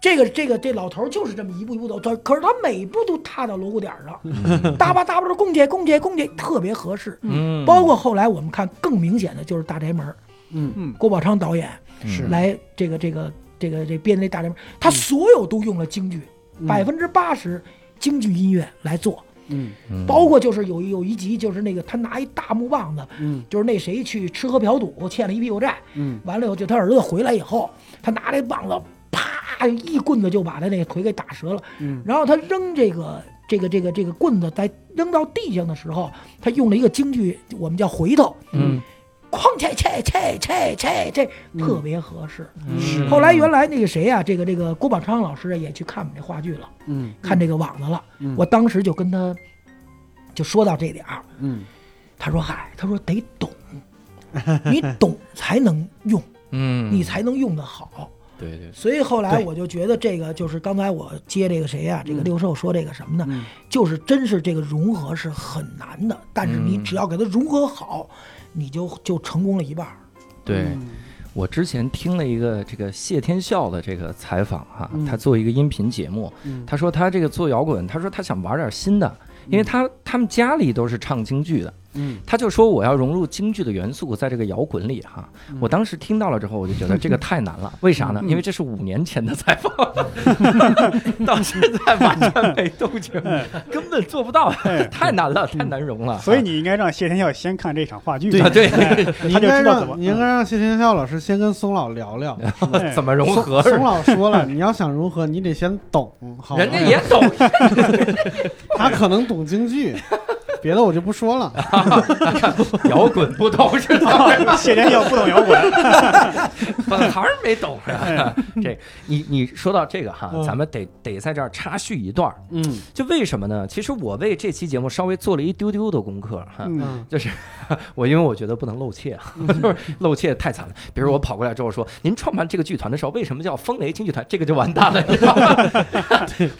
[SPEAKER 5] 这个这个这老头就是这么一步一步走，他可是他每一步都踏到锣鼓点上，哒吧哒吧，公爹公爹公爹，特别合适。
[SPEAKER 1] 嗯
[SPEAKER 5] 包括后来我们看更明显的就是《大宅门》，
[SPEAKER 4] 嗯
[SPEAKER 3] 嗯，
[SPEAKER 5] 郭宝昌导演
[SPEAKER 1] 嗯
[SPEAKER 4] 是
[SPEAKER 5] 来这个这个这个这编的《大宅门》，他所有都用了京剧，百分之八十京剧音乐来做，
[SPEAKER 4] 嗯
[SPEAKER 5] 包括就是有一有一集就是那个他拿一大木棒子，
[SPEAKER 4] 嗯
[SPEAKER 5] 就是那谁去吃喝嫖赌欠了一屁股债，
[SPEAKER 4] 嗯
[SPEAKER 5] 完了以后就他儿子回来以后，他拿这棒子啪一棍子就把他那个腿给打折了，
[SPEAKER 4] 嗯
[SPEAKER 5] 然后他扔这个这个这个这个棍子在扔到地上的时候，他用了一个京剧我们叫回头，
[SPEAKER 1] 嗯
[SPEAKER 5] 哐切切切切切切，
[SPEAKER 4] 嗯
[SPEAKER 5] 特别合适。
[SPEAKER 4] 是
[SPEAKER 5] 后来原来那个谁呀、这个这个郭宝昌老师啊也去看我们这话剧了，
[SPEAKER 4] 嗯
[SPEAKER 5] 看这个网子了。
[SPEAKER 4] 嗯
[SPEAKER 5] 我当时就跟他就说到这点儿，
[SPEAKER 4] 嗯
[SPEAKER 5] 他说：“嗨，他说得懂，你懂才能用，
[SPEAKER 1] 嗯
[SPEAKER 5] 你才能用得好。”
[SPEAKER 1] 对对
[SPEAKER 5] 所以后来
[SPEAKER 4] 对
[SPEAKER 5] 我就觉得这个就是刚才我接这个谁啊呀、这个六兽说这个什么呢？
[SPEAKER 4] 嗯
[SPEAKER 5] 就是真是这个融合是很难的，但是你
[SPEAKER 1] 嗯
[SPEAKER 5] 只要给它融合好，你就就成功了一半儿。
[SPEAKER 1] 对，我之前听了一个这个谢天笑的这个采访哈
[SPEAKER 4] 嗯，
[SPEAKER 1] 他做一个音频节目，
[SPEAKER 4] 嗯
[SPEAKER 1] 他说他这个做摇滚，他说他想玩点新的，因为他他们家里都是唱京剧的，
[SPEAKER 4] 嗯
[SPEAKER 1] 他就说我要融入京剧的元素在这个摇滚里哈。我当时听到了之后，我就觉得这个太难了，为啥呢？因为这是五年前的采访， 到现在完全没动静，根本做不到，太难了，太难融了。
[SPEAKER 3] 嗯所以你应该让谢天笑先看这场话剧，哎
[SPEAKER 4] 对
[SPEAKER 1] 啊，对，
[SPEAKER 4] 你
[SPEAKER 3] 他
[SPEAKER 4] 应
[SPEAKER 3] 就
[SPEAKER 4] 该
[SPEAKER 3] 知道怎么
[SPEAKER 4] 让你应该让谢天笑老师先跟松老聊聊，
[SPEAKER 3] 哎
[SPEAKER 1] 啊 怎么融
[SPEAKER 4] 松
[SPEAKER 1] 合？
[SPEAKER 4] 松老说了，你要想融合，你得先懂，好吗
[SPEAKER 1] 人家也懂，
[SPEAKER 4] 他可能懂京剧，别的我就不说了。
[SPEAKER 1] 摇滚不懂是吧？
[SPEAKER 3] 谢天笑不懂摇滚，
[SPEAKER 1] 本行没懂是吧？ 这你你说到这个哈
[SPEAKER 4] 嗯，
[SPEAKER 1] 咱们得得在这儿插叙一段儿，
[SPEAKER 4] 嗯
[SPEAKER 1] 就为什么呢？其实我为这期节目稍微做了一丢丢的功课哈，
[SPEAKER 4] 嗯
[SPEAKER 1] 就是我，因为我觉得不能露怯， 啊，就是露怯太惨了。比
[SPEAKER 4] 嗯
[SPEAKER 1] 如我跑过来之后说：“您创办这个剧团的时候，为什么叫风雷京 剧团？”这个就完蛋了，你知道吗？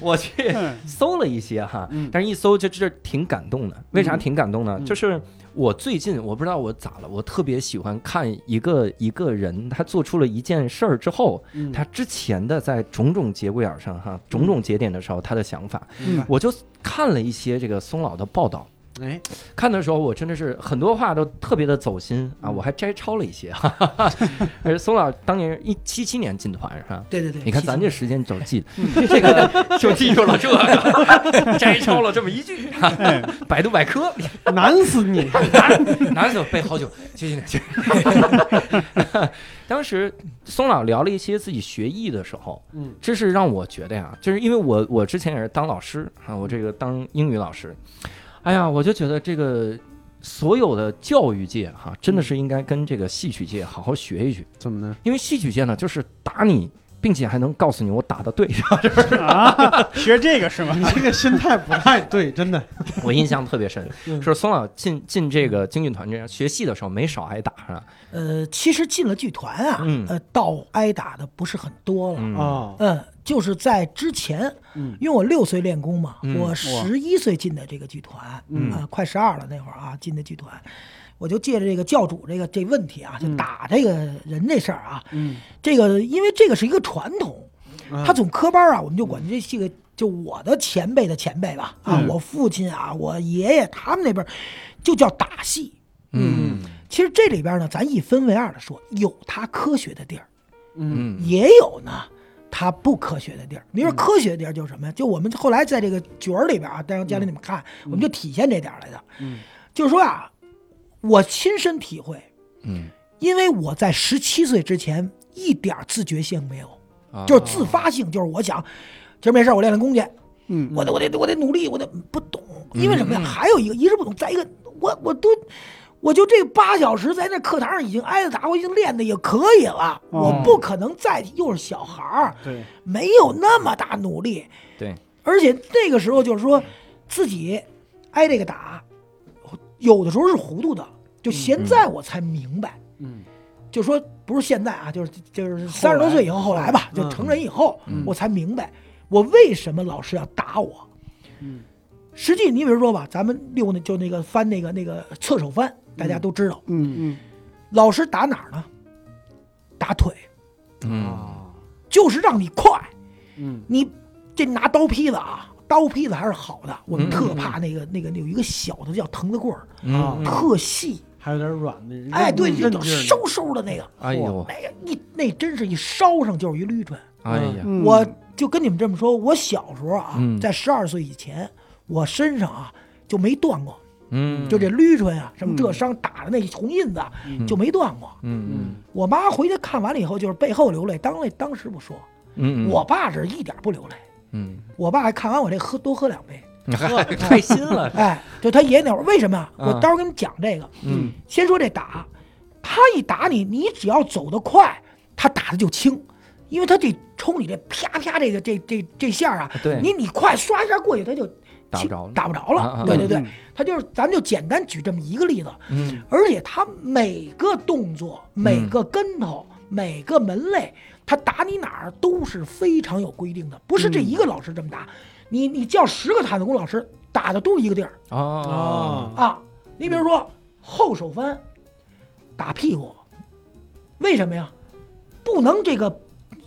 [SPEAKER 1] 我去搜了一些哈
[SPEAKER 4] 嗯，
[SPEAKER 1] 但是一搜就这挺感动的。为啥挺感动呢
[SPEAKER 4] 嗯？
[SPEAKER 1] 就是我最近我不知道我咋了，我特别喜欢看一个一个人他做出了一件事儿之后，
[SPEAKER 4] 嗯
[SPEAKER 1] 他之前的在种种节骨眼
[SPEAKER 4] 嗯
[SPEAKER 1] 儿上哈，种种节点的时候他的想法，
[SPEAKER 4] 明白
[SPEAKER 1] 我就看了一些这个松老的报道。
[SPEAKER 4] 哎，
[SPEAKER 1] 看的时候，我真的是很多话都特别的走心啊，
[SPEAKER 4] 嗯
[SPEAKER 1] 我还摘抄了一些。 哈哈哈而松老当年一七七年进团是吧？
[SPEAKER 5] 对对对，
[SPEAKER 1] 你看
[SPEAKER 5] 七嗯
[SPEAKER 1] 咱
[SPEAKER 5] 七
[SPEAKER 1] 这时间轴记，这个 就记住了这个， 摘抄了这么一句，哈哈
[SPEAKER 5] 嗯
[SPEAKER 1] 百度百科
[SPEAKER 4] 难死你！
[SPEAKER 1] 拿手背好久，谢谢你。 谢谢你当时松老聊了一些自己学艺的时候，
[SPEAKER 4] 嗯，
[SPEAKER 1] 这是让我觉得呀，就是因为我我之前也是当老师啊，我这个当英语老师，哎呀，我就觉得这个所有的教育界哈、真的是应该跟这个戏曲界好好学一学，
[SPEAKER 4] 怎么呢？
[SPEAKER 1] 因为戏曲界呢，就是打你。并且还能告诉你我打的对，
[SPEAKER 3] 啊，学这个是吗？
[SPEAKER 4] 你这个心态不太对，真的。
[SPEAKER 1] 我印象特别深。
[SPEAKER 4] 嗯
[SPEAKER 1] 说松老进进这个京剧团这样学戏的时候没少挨打，是吧？
[SPEAKER 5] 呃，其实进了剧团啊，
[SPEAKER 1] 嗯
[SPEAKER 5] 呃，到挨打的不是很多了。
[SPEAKER 1] 嗯，
[SPEAKER 4] 哦，
[SPEAKER 5] 嗯，就是在之前，
[SPEAKER 4] 嗯
[SPEAKER 5] 因为我六岁练功嘛，
[SPEAKER 1] 嗯
[SPEAKER 5] 我十一岁进的这个剧团，啊、
[SPEAKER 1] 嗯
[SPEAKER 5] 快十二了那会儿啊，进的剧团，我就借着这个教主这个这问题啊，就打这个人这事儿啊，
[SPEAKER 4] 嗯，
[SPEAKER 5] 这个因为这个是一个传统，
[SPEAKER 4] 啊
[SPEAKER 5] 他总科班啊，我们就管这这个就我的前辈的前辈吧，啊，
[SPEAKER 4] 嗯
[SPEAKER 5] 我父亲啊，我爷爷他们那边儿就叫打戏，
[SPEAKER 1] 嗯
[SPEAKER 5] 其实这里边呢，咱一分为二的说，有它科学的地儿，
[SPEAKER 4] 嗯
[SPEAKER 1] 嗯
[SPEAKER 5] 也有呢它不科学的地儿。你说科学的地儿就是什
[SPEAKER 4] 嗯
[SPEAKER 5] 么呀？就我们后来在这个角儿里边啊，当然家里你们看，我们就体现这点儿来的。
[SPEAKER 4] 嗯，
[SPEAKER 5] 就是说啊，我亲身体会，
[SPEAKER 1] 嗯，
[SPEAKER 5] 因为我在十七岁之前一点儿自觉性没有，
[SPEAKER 1] 啊
[SPEAKER 5] 就是自发性，就是我想。今儿没事儿，我练练功去。
[SPEAKER 4] 嗯，
[SPEAKER 5] 我得，我得，我得努力，我得不懂，因为什么呀？还有一个，一是不懂，再一个，我我都，我就这八小时在那课堂上已经挨着打，我已经练的也可以了，我
[SPEAKER 4] 哦
[SPEAKER 5] 不可能再又是小孩儿，
[SPEAKER 4] 对，
[SPEAKER 5] 没有那么大努力，
[SPEAKER 1] 对，
[SPEAKER 5] 而且那个时候就是说，自己挨这个打，有的时候是糊涂的，就现在我才明白，
[SPEAKER 4] 嗯
[SPEAKER 5] 就说不是现在啊，就是就是三十多岁以后，后来吧，
[SPEAKER 4] 嗯
[SPEAKER 5] 就成人以后，我才明白我为什么老师要打我。
[SPEAKER 4] 嗯
[SPEAKER 5] 实际你比如说吧，咱们溜那就那个翻那个那个侧手翻，大家都知道，
[SPEAKER 4] 嗯
[SPEAKER 5] 老师打哪儿呢？打腿，
[SPEAKER 4] 嗯
[SPEAKER 1] 嗯
[SPEAKER 4] 啊，
[SPEAKER 5] 就是让你快，
[SPEAKER 4] 嗯
[SPEAKER 5] 你这拿刀劈子啊，刀劈子还是好的，我们特怕那个那个有一个小的叫藤子棍儿，
[SPEAKER 1] 嗯
[SPEAKER 5] 特细，
[SPEAKER 4] 还有点软的，
[SPEAKER 5] 哎，对，
[SPEAKER 4] 韧
[SPEAKER 5] 就
[SPEAKER 4] 劲儿
[SPEAKER 5] 收收的那个，
[SPEAKER 1] 哎呦，
[SPEAKER 5] 那个一那真是一烧上就是一捋准。
[SPEAKER 1] 哎呀，
[SPEAKER 4] 嗯
[SPEAKER 5] 我就跟你们这么说，我小时候啊，
[SPEAKER 1] 嗯
[SPEAKER 5] 在十二岁以前，我身上啊就没断过，
[SPEAKER 1] 嗯，
[SPEAKER 5] 就这捋唇啊，什么这
[SPEAKER 4] 嗯
[SPEAKER 5] 伤打的那红印子啊就没断过。
[SPEAKER 1] 嗯，
[SPEAKER 4] 嗯
[SPEAKER 5] 我妈回去看完了以后，就是背后流泪，当那当时不说，
[SPEAKER 1] 嗯嗯，
[SPEAKER 5] 我爸这一点不流泪，
[SPEAKER 1] 嗯，
[SPEAKER 5] 我爸还看完我这喝多喝两杯，
[SPEAKER 1] 还开心了，
[SPEAKER 5] 哎，就他爷爷那会儿为什么呀？
[SPEAKER 1] 嗯
[SPEAKER 5] 我待会儿跟你讲这个，
[SPEAKER 1] 嗯，
[SPEAKER 5] 先说这打，他一打你，你只要走得快，他打的就轻。因为他这冲你这啪啪这个这这这下啊，
[SPEAKER 1] 对
[SPEAKER 5] 你你快刷一下过去，他就
[SPEAKER 1] 打不着了
[SPEAKER 5] 打不着了。
[SPEAKER 1] 啊啊
[SPEAKER 5] 对对对，
[SPEAKER 4] 嗯
[SPEAKER 5] 他就是咱们就简单举这么一个例子，
[SPEAKER 1] 嗯
[SPEAKER 5] 而且他每个动作、每个跟头、
[SPEAKER 1] 嗯
[SPEAKER 5] 每个门类，他打你哪儿都是非常有规定的，不是这
[SPEAKER 1] 嗯
[SPEAKER 5] 一个老师这么打，你你叫十个探子功老师打的都是一个地儿
[SPEAKER 1] 哦，
[SPEAKER 4] 啊，
[SPEAKER 5] 啊。你比如说后手翻，打屁股，为什么呀？不能这个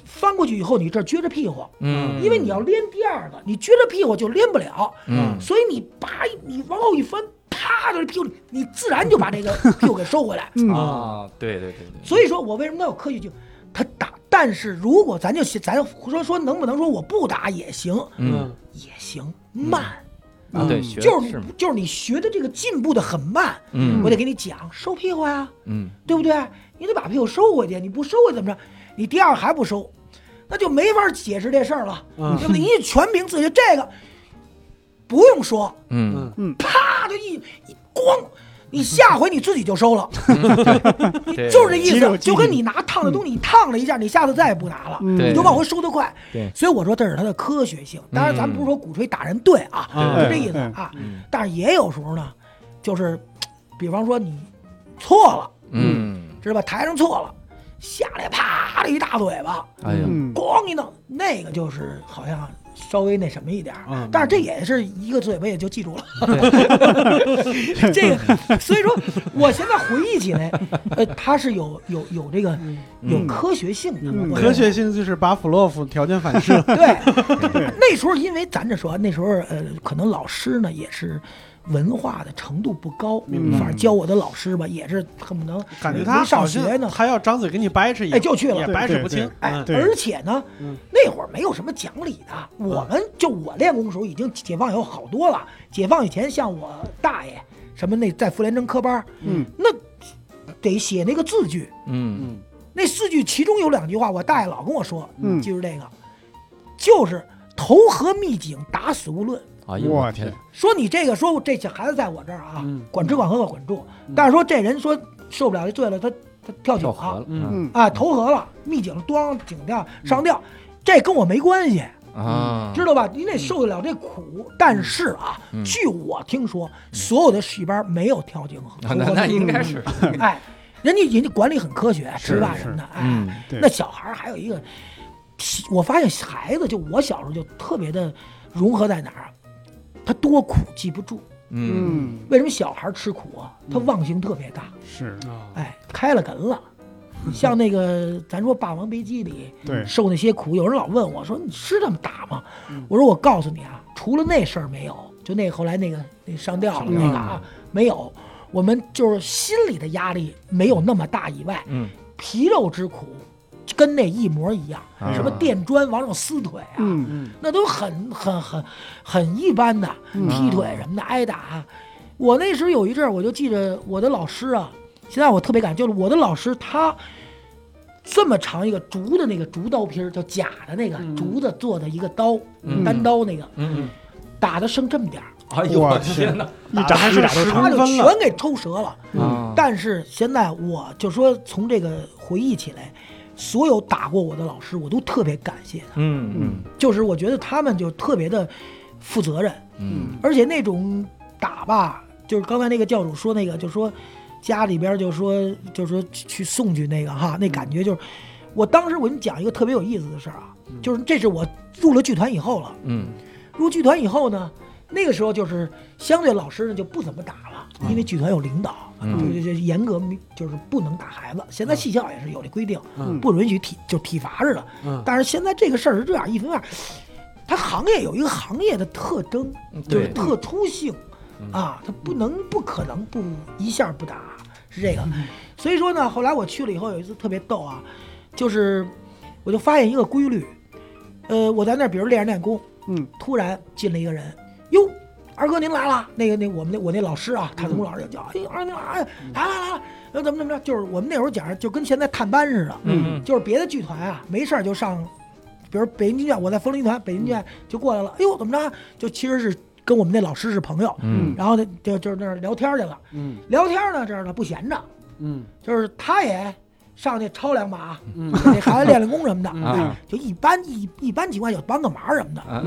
[SPEAKER 5] 翻过去以后你这儿撅着屁股，
[SPEAKER 1] 嗯，
[SPEAKER 5] 因为你要连第二个，你撅着屁股就连不了，
[SPEAKER 1] 嗯
[SPEAKER 5] 所以你拔一你往后一翻，啪就是屁股，你自然就把这个屁股给收回来。
[SPEAKER 1] 啊，对对对对，
[SPEAKER 5] 所以说我为什么要有科学性？他打，但是如果咱就咱说说能不能说我不打也行，
[SPEAKER 1] 嗯，
[SPEAKER 5] 也行，慢，
[SPEAKER 1] 啊对，学
[SPEAKER 5] 就是
[SPEAKER 1] 是，
[SPEAKER 5] 你就是你学的这个进步的很慢，
[SPEAKER 1] 嗯
[SPEAKER 5] 我得给你讲收屁股呀，
[SPEAKER 1] 嗯
[SPEAKER 5] 对不对？你得把屁股收回去，你不收回去怎么着？你第二还不收，那就没法解释这事儿了，
[SPEAKER 4] 嗯
[SPEAKER 5] 对不对？你全凭自觉，这个不用说，
[SPEAKER 1] 嗯
[SPEAKER 4] 嗯，
[SPEAKER 5] 啪就一一咣，你下回你自己就收了，
[SPEAKER 1] 对，
[SPEAKER 5] 就是这意
[SPEAKER 3] 肌肉
[SPEAKER 5] 思，
[SPEAKER 3] 记忆
[SPEAKER 5] 就跟你拿烫的东西你烫了一下，你下次再也不拿了，
[SPEAKER 1] 对
[SPEAKER 5] 你就往回收得快。
[SPEAKER 1] 对
[SPEAKER 5] 所以我说这是它的科学性。当然，咱不是说鼓吹打人对啊，
[SPEAKER 4] 嗯
[SPEAKER 5] 就这意思啊。
[SPEAKER 1] 嗯
[SPEAKER 5] 但是也有时候呢，就是，比方说你错了，
[SPEAKER 1] 嗯，
[SPEAKER 5] 知道吧？台上错了，下来啪的一大嘴巴，
[SPEAKER 1] 哎呀，
[SPEAKER 4] 嗯
[SPEAKER 5] 咣一弄，那个就是好像稍微那什么一点儿
[SPEAKER 4] 嗯，
[SPEAKER 5] 但是这也是一个嘴巴也就记住了。这个， 所以说我现在回忆起来，呃，它是有有有这个有科学性的，
[SPEAKER 4] 嗯
[SPEAKER 5] 我
[SPEAKER 4] 科学性就是巴甫洛夫条件反 射，
[SPEAKER 5] 对。那时候因为咱这说，那时候呃，可能老师呢也是文化的程度不高，
[SPEAKER 4] 明白
[SPEAKER 5] 反正教我的老师吧，也是恨不能
[SPEAKER 4] 感觉他
[SPEAKER 5] 没上
[SPEAKER 4] 好像
[SPEAKER 5] 学呢，
[SPEAKER 4] 他要张嘴跟你掰扯一样，
[SPEAKER 5] 哎就去
[SPEAKER 4] 也
[SPEAKER 5] 了。
[SPEAKER 4] 掰扯不清。
[SPEAKER 5] 哎
[SPEAKER 4] 嗯，
[SPEAKER 3] 对
[SPEAKER 5] 而且呢
[SPEAKER 4] 嗯，
[SPEAKER 5] 那会儿没有什么讲理的。我们就我练功时候，已经解放以后好多了。解放以前，像我大爷什么那在妇联政科班，
[SPEAKER 4] 嗯，
[SPEAKER 5] 那得写那个字据，
[SPEAKER 1] 嗯
[SPEAKER 4] 嗯
[SPEAKER 5] 那四句其中有两句话，我大爷老跟我说，
[SPEAKER 3] 嗯
[SPEAKER 5] 记住这个，就是投河秘井，打死勿论。
[SPEAKER 1] 哎呦
[SPEAKER 3] 我
[SPEAKER 1] 我天
[SPEAKER 3] 天，
[SPEAKER 5] 说你这个，说这小孩子在我这儿啊，
[SPEAKER 4] 嗯
[SPEAKER 5] 管吃管喝管住，但是说这人说受不了这罪了，他他跳井
[SPEAKER 1] 跳
[SPEAKER 5] 了，
[SPEAKER 1] 嗯河了，
[SPEAKER 4] 嗯
[SPEAKER 5] 啊，投河了，秘井咣井掉上吊，这跟我没关系，
[SPEAKER 1] 嗯啊，
[SPEAKER 5] 知道吧？你得受得了这苦。但是啊，
[SPEAKER 1] 嗯
[SPEAKER 5] 据我听说，所有的戏班没有跳井河，
[SPEAKER 1] 啊那那应该是，
[SPEAKER 5] 哎，人家人家管理很科学，
[SPEAKER 3] 是
[SPEAKER 5] 吃饭
[SPEAKER 3] 是
[SPEAKER 5] 什么的，哎。
[SPEAKER 1] 嗯
[SPEAKER 3] 对
[SPEAKER 5] 那小孩儿还有一个，我发现孩子就我小时候就特别的融合在哪儿啊，他多苦记不住。
[SPEAKER 1] 嗯
[SPEAKER 3] 嗯，
[SPEAKER 5] 为什么小孩儿吃苦啊？他忘性特别大，
[SPEAKER 3] 是
[SPEAKER 4] 啊，
[SPEAKER 5] 哎，开了哏了。像那个咱说《霸王别姬》里
[SPEAKER 3] 对，
[SPEAKER 5] 受那些苦，有人老问我说：“你是这么打吗
[SPEAKER 4] 嗯？”
[SPEAKER 5] 我说：“我告诉你啊，除了那事儿没有，就那后来那个那上吊了那个啊，没有。我们就是心理的压力没有那么大以外，
[SPEAKER 1] 嗯，
[SPEAKER 5] 皮肉之苦，跟那一模一样。
[SPEAKER 1] 啊
[SPEAKER 5] 什么垫砖往上撕腿啊，
[SPEAKER 3] 嗯，
[SPEAKER 4] 嗯
[SPEAKER 5] 那都很很很很一般的，劈腿什么的挨打啊。我那时候有一阵儿，我就记着我的老师啊，现在我特别感，就是我的老师他。这么长一个竹的那个竹刀皮儿，叫假的那个
[SPEAKER 4] 嗯
[SPEAKER 5] 竹子做的一个刀，
[SPEAKER 1] 嗯
[SPEAKER 5] 单刀那个，
[SPEAKER 1] 嗯，
[SPEAKER 5] 打的剩这么点儿，
[SPEAKER 1] 哎呦我
[SPEAKER 3] 我
[SPEAKER 1] 天哪，
[SPEAKER 3] 一扎是
[SPEAKER 4] 是
[SPEAKER 3] 一扎都
[SPEAKER 4] 十
[SPEAKER 3] 疼
[SPEAKER 5] 他
[SPEAKER 4] 公
[SPEAKER 5] 就
[SPEAKER 4] 分了，嗯
[SPEAKER 5] 全给抽折了。
[SPEAKER 1] 啊
[SPEAKER 5] 但是现在我就说，从这个回忆起来，所有打过我的老师，我都特别感谢他。
[SPEAKER 1] 嗯
[SPEAKER 5] 就是我觉得他们就特别的负责任，
[SPEAKER 1] 嗯嗯
[SPEAKER 5] 而且那种打吧，就是刚才那个教主说那个，就说家里边就说就说去去送去那个哈，那感觉就是，我当时我跟你讲一个特别有意思的事儿啊，就是这是我入了剧团以后了，
[SPEAKER 1] 嗯
[SPEAKER 5] 入剧团以后呢，那个时候就是相对老师呢就不怎么打了，因为剧团有领导，啊
[SPEAKER 1] 嗯
[SPEAKER 5] 就就就严格就是不能打孩子。现在戏校也是有这规定，
[SPEAKER 4] 嗯
[SPEAKER 5] 不允许体就体罚似的。
[SPEAKER 4] 嗯
[SPEAKER 5] 但是现在这个事儿是这样，一分二，它行业有一个行业的特征，就
[SPEAKER 1] 对
[SPEAKER 5] 是特殊性啊，它不能不可能不一下不打，是这个。所以说呢，后来我去了以后有一次特别逗啊，就是我就发现一个规律，呃，我在那儿比如练着练功，
[SPEAKER 3] 嗯，
[SPEAKER 5] 突然进了一个人，哟。二哥您来了，那个那我们那我那老师啊，谭松老师就叫，哎，二哥您来了，来来来，呃怎么怎么着，就是我们那会儿讲，就跟现在探班似的，
[SPEAKER 1] 嗯
[SPEAKER 5] 就是别的剧团啊，没事儿就上，比如北京剧院，我在风铃剧团，北京剧院就过来了，哎呦，怎么着？就其实是跟我们那老师是朋友，
[SPEAKER 1] 嗯
[SPEAKER 5] 然后呢，就就是那儿聊天去了，
[SPEAKER 4] 嗯
[SPEAKER 5] 聊天呢，这儿呢不闲着，
[SPEAKER 4] 嗯
[SPEAKER 5] 就是他也上去抄两把，
[SPEAKER 4] 嗯
[SPEAKER 5] 给那孩子练练功什么的，
[SPEAKER 4] 嗯
[SPEAKER 5] 哎就一般一一般情况下就帮个忙什么的。
[SPEAKER 1] 啊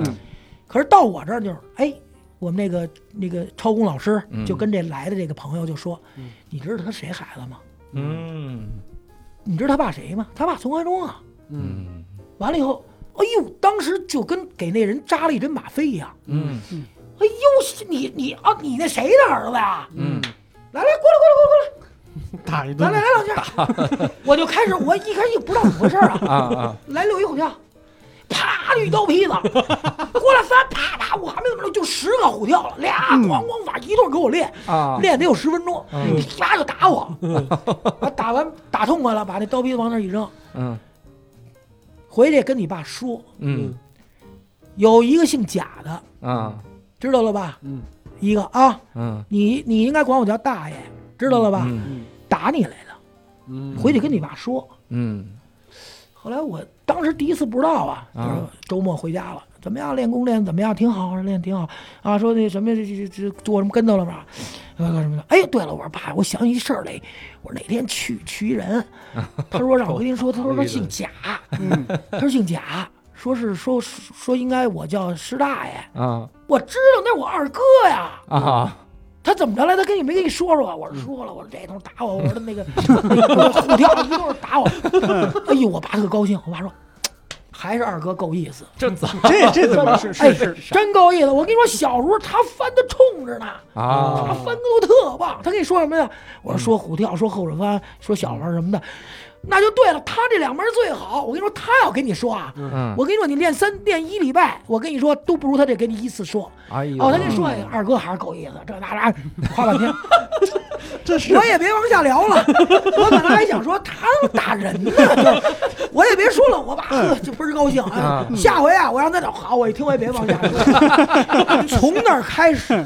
[SPEAKER 5] 可是到我这儿就是，哎，我们那个那个超工老师
[SPEAKER 1] 嗯
[SPEAKER 5] 就跟这来的这个朋友就说，
[SPEAKER 4] 嗯
[SPEAKER 5] 你知道他谁孩子吗？
[SPEAKER 1] 嗯
[SPEAKER 5] 你知道他爸谁吗？他爸宋怀忠啊。
[SPEAKER 4] 嗯
[SPEAKER 1] 嗯
[SPEAKER 5] 完了以后，哎呦，当时就跟给那人扎了一针吗啡一样。
[SPEAKER 1] 嗯
[SPEAKER 5] 哎呦，你你啊，你那谁的儿子呀？
[SPEAKER 1] 嗯
[SPEAKER 5] 来来，过来过来过来。
[SPEAKER 4] 打一
[SPEAKER 5] 来
[SPEAKER 4] 顿
[SPEAKER 5] 来，来老家， 我就开始，我一开始也不知道怎么回事儿啊，
[SPEAKER 1] 啊啊
[SPEAKER 5] 来六一虎跳，啪绿刀坯子，过来三啪啪，我还没怎么着，就十个虎跳了，俩
[SPEAKER 4] 嗯
[SPEAKER 5] 咣咣法一顿给我练，
[SPEAKER 1] 啊，
[SPEAKER 5] 练得有十分钟，
[SPEAKER 1] 嗯
[SPEAKER 5] 啪就打我，
[SPEAKER 4] 嗯
[SPEAKER 5] 把 打完打痛快了，把那刀坯子往那儿一扔，
[SPEAKER 1] 嗯
[SPEAKER 5] 回去跟你爸说，
[SPEAKER 1] 嗯
[SPEAKER 5] 有一个姓贾的，
[SPEAKER 1] 啊
[SPEAKER 5] 知道了吧？
[SPEAKER 4] 嗯
[SPEAKER 5] 一个啊，
[SPEAKER 1] 嗯，
[SPEAKER 5] 你你应该管我叫大爷，知道了吧？
[SPEAKER 4] 嗯
[SPEAKER 5] 打你来了，
[SPEAKER 4] 嗯
[SPEAKER 5] 回去跟你爸说。
[SPEAKER 1] 嗯
[SPEAKER 5] 后来我当时第一次不知道啊，就
[SPEAKER 1] 啊
[SPEAKER 5] 是周末回家了，怎么样练功练得怎么样？挺好，练得挺好啊。说那什么这这这做什么跟头了吧？呃干什么的？哎，对了，我说爸，我想起一事儿来，我说哪天去去一人，他说让我跟您说，他说他姓贾，
[SPEAKER 3] 嗯
[SPEAKER 5] 他说姓贾，说是说说应该我叫师大爷，
[SPEAKER 1] 啊
[SPEAKER 5] 我知道那我二哥呀。
[SPEAKER 1] 啊
[SPEAKER 5] 他怎么着来？他跟你没跟你说
[SPEAKER 1] 嗯
[SPEAKER 5] 说啊？我说说了，我说这头打我，我说那个我虎跳一通打我，哎呦，我爸特高兴，我爸说。还是二哥够意思，
[SPEAKER 1] 这咋
[SPEAKER 3] 这这怎 么是
[SPEAKER 5] 哎
[SPEAKER 3] 是是，
[SPEAKER 5] 真够意思！我跟你说，小时候他翻的冲着呢，他
[SPEAKER 1] 啊
[SPEAKER 5] 翻的都特棒。他跟你说什么呀？我说说虎跳，说后手翻，说小玩什么的。那就对了，他这两门儿最好。我跟你说，他要跟你说啊，
[SPEAKER 1] 嗯，
[SPEAKER 5] 我跟你说，你练三练一礼拜，我跟你说都不如他这给你依次说。
[SPEAKER 1] 哎呦，
[SPEAKER 5] 哦，他跟你说，哎二哥还是够意思，这那那夸半天，
[SPEAKER 4] 这
[SPEAKER 5] 我也别往下聊了。我本来还想说他怎么打人呢，就我也别说了，我吧呵就倍儿高兴啊。下回啊，我让他找好，我一听我也别往下说。从那儿开始，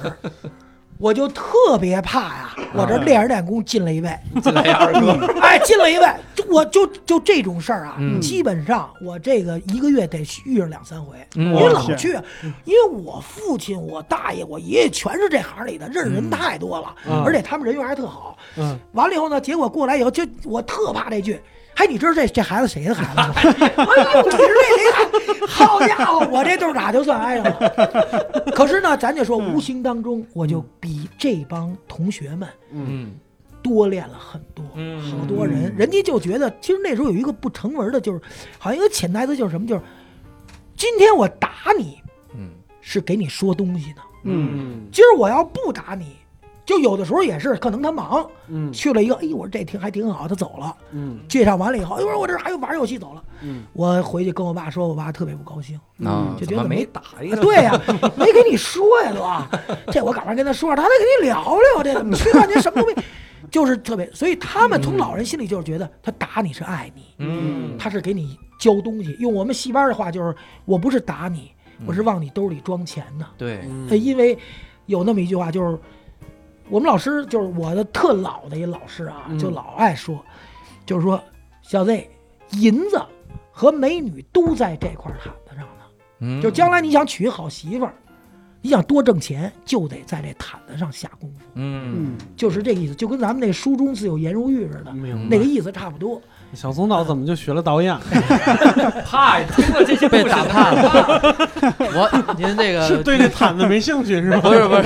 [SPEAKER 5] 我就特别怕呀，我这练着练功进了一位，
[SPEAKER 1] 啊进来二哥，
[SPEAKER 5] 哎，进了一位，就我就就这种事儿啊，
[SPEAKER 1] 嗯
[SPEAKER 5] 基本上我这个一个月得遇上两三回，
[SPEAKER 1] 嗯
[SPEAKER 5] 因为
[SPEAKER 1] 我
[SPEAKER 5] 老
[SPEAKER 3] 天
[SPEAKER 5] 去，啊因为我父亲、我大爷、我爷爷全是这行
[SPEAKER 1] 嗯
[SPEAKER 5] 里的，认识人太多了，
[SPEAKER 4] 嗯
[SPEAKER 5] 而且他们人缘还特好。
[SPEAKER 4] 嗯，
[SPEAKER 5] 完了以后呢，结果过来以后，就我特怕这句。哎，你知道这这孩子谁的孩子吗？ 哎呦，你是这谁的？好家伙，我这豆打就算挨上了。 可是呢，咱就说，无形当中我就比这帮同学们
[SPEAKER 1] 嗯
[SPEAKER 5] 多练了很多。
[SPEAKER 1] 嗯
[SPEAKER 5] 好多人，人家就觉得，其实那时候有一个不成文的，就是好像一个潜台词，就是什么，就是今天我打你
[SPEAKER 1] 嗯
[SPEAKER 5] 是给你说东西呢，
[SPEAKER 4] 嗯
[SPEAKER 5] 今儿我要不打你，就有的时候也是，可能他忙
[SPEAKER 4] 嗯
[SPEAKER 5] 去了一个，哎，我说这挺还挺好，他走了，
[SPEAKER 4] 嗯
[SPEAKER 5] 介绍完了以后，哎，我说我这还有玩游戏走了，
[SPEAKER 4] 嗯
[SPEAKER 5] 我回去跟我爸说，我爸特别不高兴，
[SPEAKER 1] 啊，
[SPEAKER 5] 就
[SPEAKER 1] 怎
[SPEAKER 5] 觉
[SPEAKER 1] 么
[SPEAKER 5] 得
[SPEAKER 1] 没
[SPEAKER 5] 没
[SPEAKER 1] 打
[SPEAKER 5] 啊
[SPEAKER 1] 一个？
[SPEAKER 5] 对呀、没跟你说呀都，啊这我赶快跟他说，他得跟你聊聊这怎么去半天什么都没，就是特别，所以他们从老人心里就是觉得他打你是爱你。
[SPEAKER 1] 嗯，
[SPEAKER 5] 他是给你教东西。用我们戏班儿的话就是，我不是打你，我是往你兜里装钱的。
[SPEAKER 1] 对，
[SPEAKER 5] 呃因为有那么一句话，就是我们老师，就是我的特老的一老师啊，就老爱说，就是说小子，银子和美女都在这块毯子上呢。
[SPEAKER 1] 嗯
[SPEAKER 5] 就将来你想娶一好媳妇儿，你想多挣钱，就得在这毯子上下功夫，
[SPEAKER 1] 嗯
[SPEAKER 4] 嗯，
[SPEAKER 5] 就是这个意思，就跟咱们那书中自有颜如玉似
[SPEAKER 1] 嗯
[SPEAKER 5] 的，
[SPEAKER 4] 明白。
[SPEAKER 5] 那个意思差不多。
[SPEAKER 4] 小松岛怎么就学了导演？
[SPEAKER 1] 怕呀，听了这些
[SPEAKER 2] 被
[SPEAKER 1] 故事
[SPEAKER 2] 打怕了。我您这个
[SPEAKER 4] 是对这毯子没兴趣是吗？
[SPEAKER 2] 不是不是，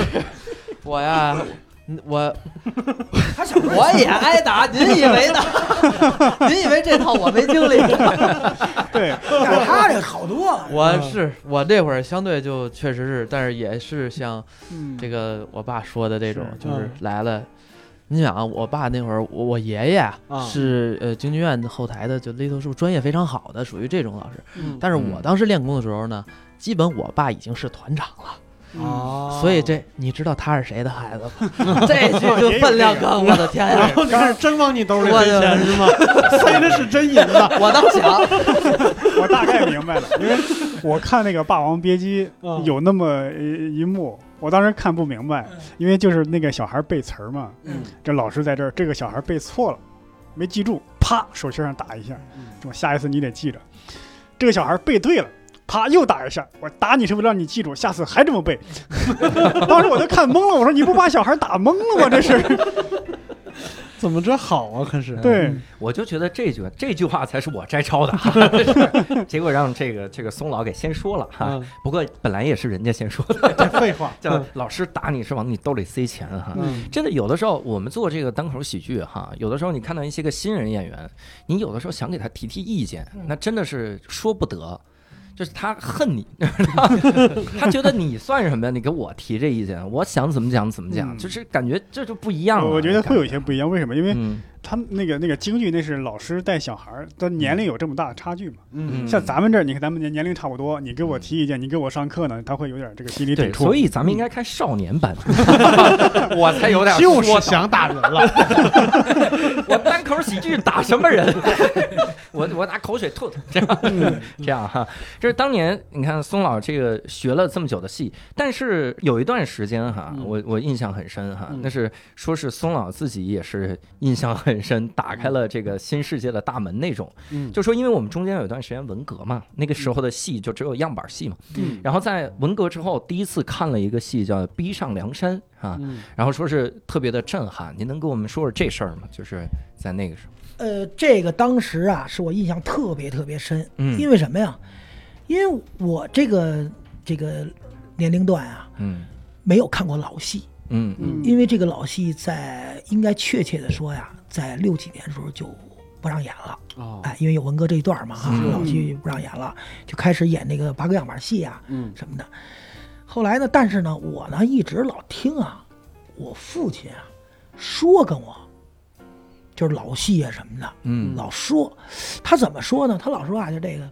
[SPEAKER 2] 我呀，嗯我
[SPEAKER 5] 他小时候
[SPEAKER 2] 我也挨打，您以为呢？ 您以为这套我没经历过？
[SPEAKER 3] 对，
[SPEAKER 5] 但他这好多了。
[SPEAKER 2] 我是我那会儿相对就确实是，但是也是像
[SPEAKER 3] 嗯
[SPEAKER 2] 这个我爸说的这种，
[SPEAKER 3] 是
[SPEAKER 2] 就是
[SPEAKER 4] 嗯
[SPEAKER 2] 来了。你想啊，我爸那会儿，我我爷爷啊
[SPEAKER 4] 啊
[SPEAKER 2] 是呃京剧院后台的，就里头是专业非常好的，属于这种老师。
[SPEAKER 4] 嗯
[SPEAKER 2] 但是我当时练功的时候呢，基本我爸已经是团长了。
[SPEAKER 4] 哦
[SPEAKER 2] 所以这你知道他是谁的孩子吗？这句就分量高，我的天啊 呀
[SPEAKER 4] 然！后你是真往你兜里
[SPEAKER 2] 我
[SPEAKER 4] 塞钱是吗？塞的是真银子。
[SPEAKER 2] 我倒想，
[SPEAKER 3] 我大概明白了，因为我看那个《霸王别姬
[SPEAKER 4] 啊》
[SPEAKER 3] 有那么一一幕，我当时看不明白，因为就是那个小孩背词儿嘛，
[SPEAKER 4] 嗯
[SPEAKER 3] 这老师在这儿，这个小孩背错了，没记住，啪手心上打一下，我下一次你得记着。这个小孩背对了。啪！又打一下，我打你是为了让你记住，下次还这么背。 当时我都看懵了，我说你不把小孩打懵了吗？这是
[SPEAKER 4] 怎么这好啊？可是
[SPEAKER 3] 对，
[SPEAKER 1] 我就觉得这句这句话才是我摘抄的哈，结果让这个这个松老给先说了哈。
[SPEAKER 4] 嗯
[SPEAKER 1] 不过本来也是人家先说的，
[SPEAKER 4] 这废话。
[SPEAKER 1] 叫老师打你是往你兜里塞钱哈。
[SPEAKER 4] 嗯
[SPEAKER 1] 真的，有的时候我们做这个单口喜剧哈，有的时候你看到一些个新人演员，你有的时候想给他提提意见，那真的是说不得，就是他恨 你，他觉得你算什么呀？你给我提这意见，我想怎么讲怎么讲，
[SPEAKER 3] 嗯
[SPEAKER 1] 就是感觉这就不一样了。
[SPEAKER 3] 我觉得会有一些不一样。为什么？因为
[SPEAKER 1] 嗯
[SPEAKER 3] 他们那个那个京剧那是老师带小孩儿，但年龄有这么大的差距嘛？
[SPEAKER 1] 嗯
[SPEAKER 3] 像咱们这儿，你看咱们年年龄差不多，你给我提意见，你给我上课呢，他会有点这个心理抵
[SPEAKER 1] 对，
[SPEAKER 3] 触。
[SPEAKER 1] 所以咱们应该开少年版， 我才有点
[SPEAKER 4] 就
[SPEAKER 1] 说
[SPEAKER 4] 嗯是想打人了，
[SPEAKER 1] 我单口喜剧打什么人？ 我我拿口水吐吐， 这样这样哈。这是当年你看松老这个学了这么久的戏，但是有一段时间哈，
[SPEAKER 4] 嗯
[SPEAKER 1] 我我印象很深哈
[SPEAKER 4] 嗯，
[SPEAKER 1] 那是说是松老自己也是印象很深，打开了这个新世界的大门那种。
[SPEAKER 4] 嗯
[SPEAKER 1] 就说因为我们中间有一段时间文革嘛，那个时候的戏就只有样板戏嘛，
[SPEAKER 4] 嗯
[SPEAKER 1] 然后在文革之后第一次看了一个戏叫《逼上梁山》啊，
[SPEAKER 4] 嗯
[SPEAKER 1] 然后说是特别的震撼，您能给我们说说这事儿吗？就是在那个时候，
[SPEAKER 5] 呃，这个当时啊，是我印象特别特别深，
[SPEAKER 1] 嗯
[SPEAKER 5] 因为什么呀？因为我这个这个年龄段啊，
[SPEAKER 1] 嗯
[SPEAKER 5] 没有看过老戏，
[SPEAKER 1] 嗯嗯
[SPEAKER 3] 嗯
[SPEAKER 5] 因为这个老戏在应该确切的说呀，在六几年的时候就不让演了，
[SPEAKER 4] 哦
[SPEAKER 5] 哎，因为有文革这一段嘛，啊，老戏不让演了，就开始演那个八哥样板戏啊
[SPEAKER 4] 嗯。
[SPEAKER 5] 什么的。后来呢，但是呢，我呢一直老听啊，我父亲啊说跟我，就是老戏啊什么的，
[SPEAKER 1] 嗯
[SPEAKER 5] 老说。他怎么说呢？他老说啊，就这个，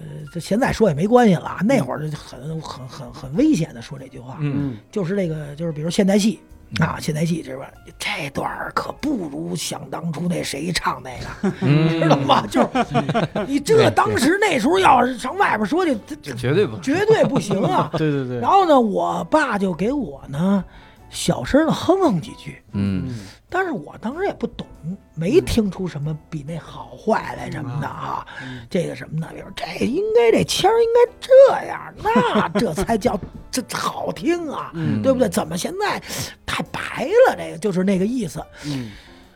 [SPEAKER 5] 呃，这现在说也没关系了啊，那会儿就很很很很危险的说这句话。
[SPEAKER 1] 嗯
[SPEAKER 5] 就是这个，就是比如现代戏啊，现代戏这边这段儿可不如想当初那谁唱那个，
[SPEAKER 1] 嗯，
[SPEAKER 5] 知道吗？就是你这当时那时候要是上外边说去，这
[SPEAKER 1] 这绝对不
[SPEAKER 5] 绝对不行啊
[SPEAKER 4] 对对对，
[SPEAKER 5] 然后呢，我爸就给我呢小声的哼哼几句，
[SPEAKER 1] 嗯
[SPEAKER 5] 但是我当时也不懂，没听出什么比那好坏来什么的啊，这个什么的，比如这应该这腔儿应该这样，那这才叫这好听啊，
[SPEAKER 1] 嗯
[SPEAKER 5] 对不对？怎么现在太白了？这个就是那个意思。
[SPEAKER 4] 嗯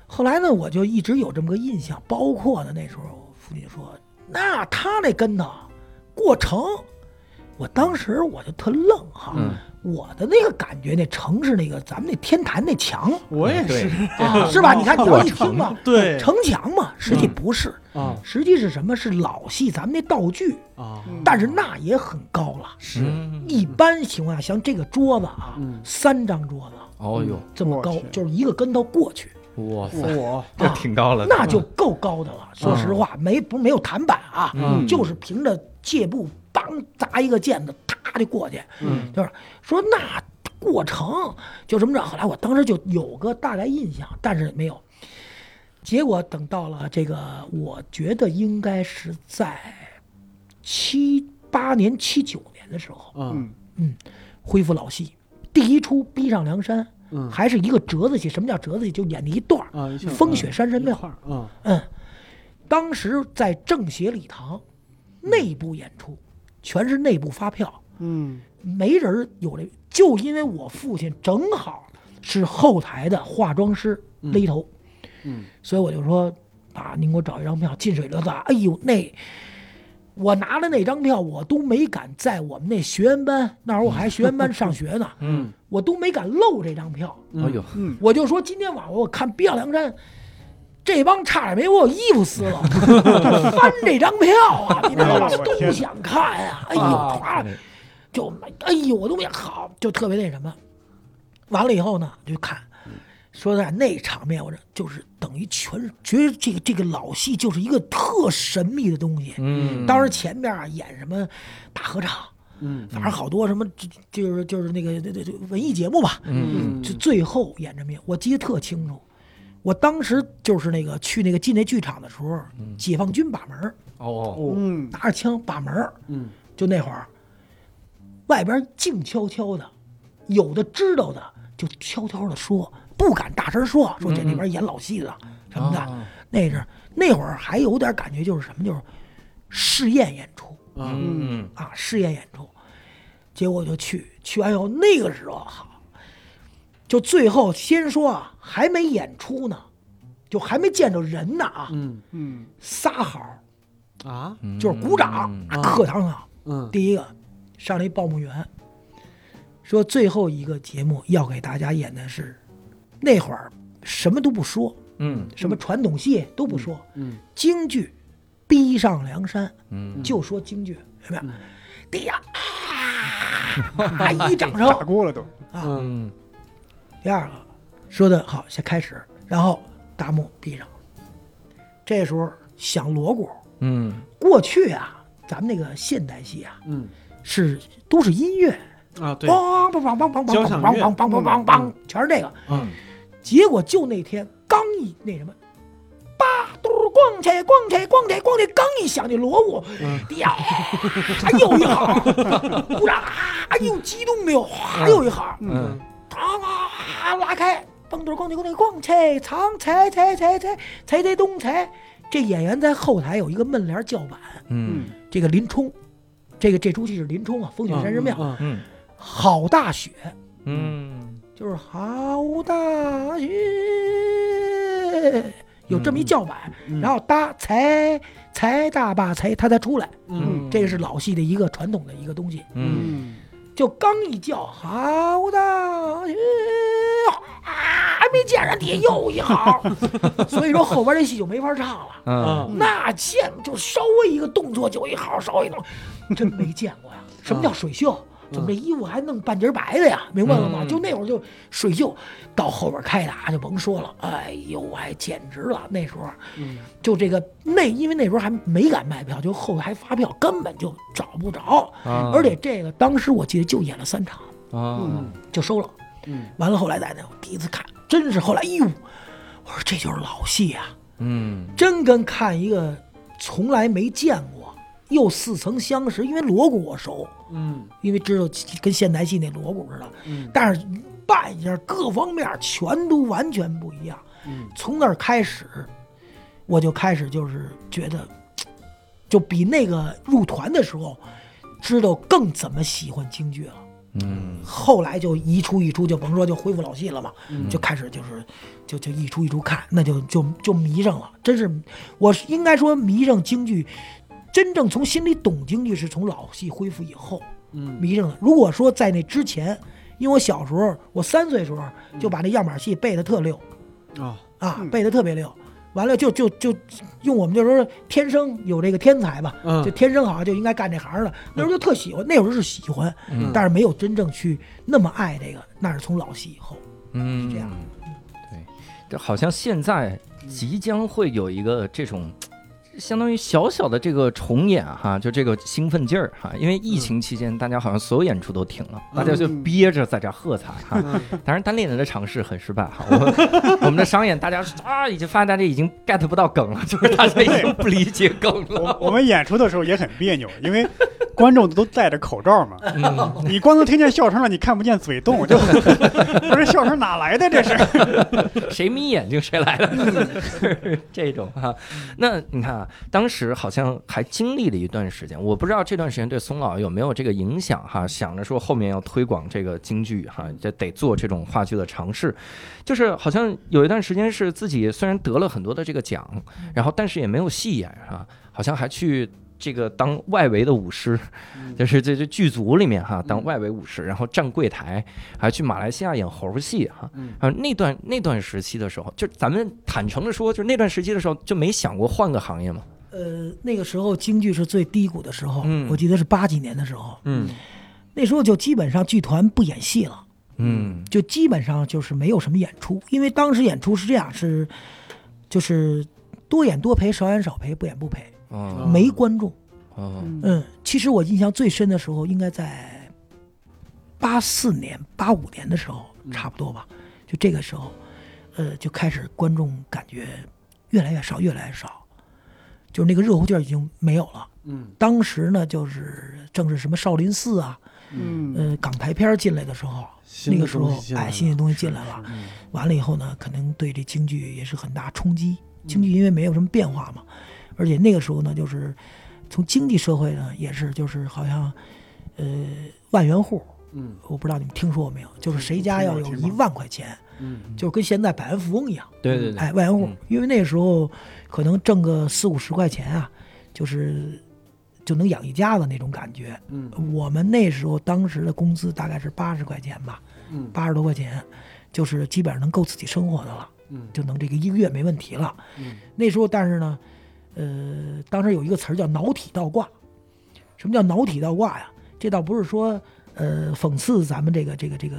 [SPEAKER 5] 后来呢，我就一直有这么个印象，包括呢那时候我父亲说，那他那跟头过程，我当时我就特愣哈，
[SPEAKER 1] 嗯
[SPEAKER 5] 我的那个感觉，那城是那个咱们那天坛那墙。
[SPEAKER 4] 我也是
[SPEAKER 5] 啊，是吧？你看，你要一听嘛，
[SPEAKER 4] 对
[SPEAKER 5] 城墙嘛，实际不是，
[SPEAKER 4] 啊
[SPEAKER 5] 实际是什么？是老戏咱们那道具，
[SPEAKER 4] 啊
[SPEAKER 5] 但是那也很高了。
[SPEAKER 4] 是
[SPEAKER 1] 嗯
[SPEAKER 5] 一般情况下，像这个桌子啊
[SPEAKER 4] 嗯，
[SPEAKER 5] 三张桌子
[SPEAKER 1] 哦呦，
[SPEAKER 5] 这么高
[SPEAKER 3] 我去，
[SPEAKER 5] 就是一个跟头过去，
[SPEAKER 1] 嗯哇塞，
[SPEAKER 4] 我
[SPEAKER 1] 这
[SPEAKER 5] 啊
[SPEAKER 1] 挺高了，
[SPEAKER 5] 那就够高的了。说实话，没不是没有弹板啊，
[SPEAKER 4] 嗯
[SPEAKER 5] 就是凭着借步，梆砸一个毽子，啪就过去。
[SPEAKER 4] 嗯
[SPEAKER 5] 就是说那过程就这么着。后来我当时就有个大概印象，但是没有。结果等到了这个，我觉得应该是在七八年、七九年的时候，
[SPEAKER 4] 嗯
[SPEAKER 3] 嗯
[SPEAKER 5] 恢复老戏。第一出《逼上梁山》
[SPEAKER 4] 嗯
[SPEAKER 5] 还是一个折子戏，什么叫折子戏？就演的一段儿
[SPEAKER 4] 啊一下
[SPEAKER 5] 风雪山神庙
[SPEAKER 4] 一块儿啊
[SPEAKER 5] 嗯，当时在政协礼堂内部演出，全是内部发票。
[SPEAKER 4] 嗯
[SPEAKER 5] 没人儿有这，就因为我父亲正好是后台的化妆师勒头，
[SPEAKER 4] 嗯
[SPEAKER 5] 所以我就说啊，您给我找一张票，近水楼台。哎呦，那我拿了那张票，我都没敢在我们那学员班，那会儿我还学员班上学呢，
[SPEAKER 1] 嗯，
[SPEAKER 5] 我都没敢露这张票。
[SPEAKER 1] 哎呦，
[SPEAKER 3] 嗯，
[SPEAKER 5] 我就说今天晚上我看《碧梁山》，这帮差点没给我衣服撕 了，翻这张票啊，你知道吗
[SPEAKER 3] 哎呦我？天
[SPEAKER 5] 都想看啊，哎呦，哗，
[SPEAKER 1] 嗯
[SPEAKER 5] 就哎呦，我都没好，就特别那什么。完了以后呢，就看，说在那场面，我这就是等于全是觉得这个这个老戏就是一个特神秘的东西。
[SPEAKER 1] 嗯，
[SPEAKER 5] 当时前面啊演什么大合唱，
[SPEAKER 4] 嗯
[SPEAKER 5] 反正好多什么就就是就是那个对对对文艺节目吧，
[SPEAKER 1] 嗯
[SPEAKER 5] 就最后演这么一，我记得特清楚。我当时就是那个去那个进那剧场的时候，
[SPEAKER 1] 嗯
[SPEAKER 5] 解放军把门儿
[SPEAKER 1] 哦，
[SPEAKER 3] 嗯
[SPEAKER 5] 拿着枪把门儿
[SPEAKER 4] 嗯
[SPEAKER 5] 就那会儿，外边静悄悄的，有的知道的就悄悄的说，不敢大声说，说
[SPEAKER 4] 嗯
[SPEAKER 5] 这里边演老戏的什么的。
[SPEAKER 1] 啊
[SPEAKER 5] 那阵儿那会儿还有点感觉，就是什么，就是试验演出
[SPEAKER 1] 嗯
[SPEAKER 5] 啊，试验演出。结果我就去，去完以后，那个时候好，就最后先说啊，还没演出呢，就还没见着人呢啊，
[SPEAKER 4] 嗯
[SPEAKER 3] 嗯
[SPEAKER 5] 仨好
[SPEAKER 4] 啊
[SPEAKER 1] 嗯
[SPEAKER 5] 就是鼓掌，啊课堂上。
[SPEAKER 4] 嗯
[SPEAKER 5] 第一个上了一报幕员，说最后一个节目要给大家演的是，那会儿什么都不说，
[SPEAKER 1] 嗯
[SPEAKER 5] 什么传统戏都不说，
[SPEAKER 4] 嗯
[SPEAKER 5] 京剧《逼上梁山》
[SPEAKER 1] 嗯，
[SPEAKER 5] 就说京剧，有没有？第一个啊，一掌声
[SPEAKER 3] 炸， 锅了都，
[SPEAKER 4] 嗯
[SPEAKER 1] 嗯
[SPEAKER 5] 第二个说的好，先开始，然后大幕闭上，这时候响锣鼓。
[SPEAKER 1] 嗯
[SPEAKER 5] 过去啊，咱们那个现代戏啊，
[SPEAKER 4] 嗯
[SPEAKER 5] 是都是音乐，
[SPEAKER 4] 啊对
[SPEAKER 5] 梆梆梆梆梆梆
[SPEAKER 4] 交响乐
[SPEAKER 5] 梆梆梆梆梆梆，全是这个。
[SPEAKER 1] 嗯
[SPEAKER 5] 结果就那天刚一那什么，叭嘟儿咣起咣起咣起咣起，刚一响这锣鼓，呀，又一号，鼓掌啊，哎呦激动的哟，哗又一号，
[SPEAKER 1] 嗯
[SPEAKER 5] 堂啊拉开，蹦墩儿咣起咣起咣起，藏财财财财财财东财。这演员在后台有一个门帘儿叫板，
[SPEAKER 1] 嗯
[SPEAKER 5] 这个林冲，这个这出戏是林冲啊，风雪山神庙，
[SPEAKER 4] 啊
[SPEAKER 1] 嗯
[SPEAKER 5] 好大雪。
[SPEAKER 1] 嗯
[SPEAKER 5] 就是好大雪，有这么一叫板，然后搭财财大把财，他才出来。
[SPEAKER 4] 嗯
[SPEAKER 5] 这个是老戏的一个传统的一个东西。
[SPEAKER 1] 嗯
[SPEAKER 5] 就刚一叫好大雪，啊，还没见着底下又一嚎， 所以说后边这戏就没法唱了。
[SPEAKER 1] 嗯
[SPEAKER 4] 啊
[SPEAKER 5] 那
[SPEAKER 1] 嗯
[SPEAKER 5] 见就稍微一个动作就一嚎，稍微一动，真没见过呀！什么叫水袖？怎么这衣服还弄半截儿白的呀？明白了吗？
[SPEAKER 1] 嗯
[SPEAKER 5] 就那会儿就水袖，到后边开打就甭说了，哎呦，哎，简直了！那时候
[SPEAKER 4] 嗯，
[SPEAKER 5] 就这个那，因为那时候还没敢卖票，就后台发票根本就找不着，
[SPEAKER 1] 啊
[SPEAKER 5] 而且这个当时我记得就演了三场
[SPEAKER 1] 啊，
[SPEAKER 5] 就收了，
[SPEAKER 4] 嗯，
[SPEAKER 5] 完了后来在那我第一次看，真是后来，哎呦，我说这就是老戏啊，
[SPEAKER 1] 嗯
[SPEAKER 5] 真跟看一个从来没见过又似曾相识，因为锣鼓我熟，
[SPEAKER 4] 嗯
[SPEAKER 5] 因为知道跟现代戏那锣鼓似的，
[SPEAKER 4] 嗯
[SPEAKER 5] 但是扮相各方面全都完全不一样。
[SPEAKER 4] 嗯
[SPEAKER 5] 从那儿开始，我就开始就是觉得，就比那个入团的时候，知道更怎么喜欢京剧了。
[SPEAKER 1] 嗯
[SPEAKER 5] 后来就一出一出，就甭说就恢复老戏了嘛，
[SPEAKER 4] 嗯
[SPEAKER 5] 就开始就是就就一出一出看，那就就就迷上了。真是，我是应该说迷上京剧，真正从心里懂京剧是从老戏恢复以后
[SPEAKER 4] 嗯
[SPEAKER 5] 迷上了。如果说在那之前，因为我小时候，我三岁时候就把那样板戏背得特溜
[SPEAKER 4] 啊，
[SPEAKER 5] 啊
[SPEAKER 3] 嗯，
[SPEAKER 5] 背得特别溜。完了就就就用我们就说天生有这个天才吧，
[SPEAKER 4] 嗯
[SPEAKER 5] 就天生好像就应该干这行了。那时候就特喜欢，那会儿是喜欢，
[SPEAKER 1] 嗯
[SPEAKER 5] 但是没有真正去那么爱这个，那是从老戏以后。
[SPEAKER 1] 嗯，
[SPEAKER 5] 是这样
[SPEAKER 1] 对，这好像现在即将会有一个这种。相当于小小的这个重演哈，就这个兴奋劲儿哈，因为疫情期间大家好像所有演出都停了，大家就
[SPEAKER 3] 嗯
[SPEAKER 1] 憋着在这儿喝彩哈。当然单立人的尝试很失败哈，我们我们的 商演大家啊已经发现大家已经 get 不到梗了，就是大家已经不理解梗 了。
[SPEAKER 3] 嗯我我们演出的时候也很别扭，因为观众都戴着口罩 嘛，
[SPEAKER 1] 嗯
[SPEAKER 3] 你光能听见笑声了，你看不见嘴动，我就 我说笑声哪来 的？这是
[SPEAKER 1] 谁眯眼睛谁来了， 这种啊。那你看啊，当时好像还经历了一段时间，我不知道这段时间对松老有没有这个影响哈。想着说后面要推广这个京剧哈，这得做这种话剧的尝试，就是好像有一段时间是自己虽然得了很多的这个奖，然后但是也没有戏演哈，好像还去。这个当外围的舞狮，就是这这剧组里面哈，当外围舞狮，然后站柜台，还去马来西亚演猴戏哈，啊，那段那段时期的时候，就咱们坦诚的说，就是那段时期的时候，就没想过换个行业嘛。
[SPEAKER 5] 呃，那个时候京剧是最低谷的时候，
[SPEAKER 1] 嗯
[SPEAKER 5] 我记得是八几年的时候，
[SPEAKER 1] 嗯
[SPEAKER 5] 那时候就基本上剧团不演戏了，
[SPEAKER 1] 嗯
[SPEAKER 5] 就基本上就是没有什么演出，因为当时演出是这样，是就是多演多赔，少演少赔，不演不赔，
[SPEAKER 1] 哦
[SPEAKER 4] 嗯
[SPEAKER 5] 没观众。
[SPEAKER 1] 哦
[SPEAKER 5] 嗯，其实我印象最深的时候应该在八四年、八五年的时候，
[SPEAKER 4] 嗯
[SPEAKER 5] 差不多吧，就这个时候，呃，就开始观众感觉越来越少，越来越少，就是那个热乎劲儿已经没有了。
[SPEAKER 4] 嗯
[SPEAKER 5] 当时呢，就是正是什么少林寺啊，
[SPEAKER 3] 嗯，
[SPEAKER 5] 呃，港台片儿进来的时候，
[SPEAKER 4] 新
[SPEAKER 5] 那
[SPEAKER 4] 的
[SPEAKER 5] 个时候
[SPEAKER 4] 东西进，来
[SPEAKER 5] 哎，
[SPEAKER 4] 了
[SPEAKER 5] 新的东西进来了，完了以后呢，可能对这京剧也是很大冲击。京剧因为没有什么变化嘛，而且那个时候呢，就是从经济社会呢，也是就是好像，呃，万元户，
[SPEAKER 4] 嗯
[SPEAKER 5] 我不知道你们听说过没有，就是谁家要有
[SPEAKER 3] 听过
[SPEAKER 5] 一万块钱，
[SPEAKER 4] 嗯
[SPEAKER 5] 就是跟现在百万富翁一样，
[SPEAKER 1] 对对对，
[SPEAKER 5] 哎，万元户
[SPEAKER 1] 嗯，
[SPEAKER 5] 因为那时候可能挣个四五十块钱啊，就是就能养一家子那种感觉。
[SPEAKER 4] 嗯
[SPEAKER 5] 我们那时候当时的工资大概是八十块钱吧，
[SPEAKER 4] 嗯
[SPEAKER 5] 八十多块钱，就是基本上能够自己生活的了，
[SPEAKER 4] 嗯
[SPEAKER 5] 就能这个一个月没问题了。
[SPEAKER 4] 嗯
[SPEAKER 5] 那时候，但是呢，呃，当时有一个词儿叫“挠体倒挂”。什么叫“挠体倒挂”呀？这倒不是说呃讽刺咱们这个这个这个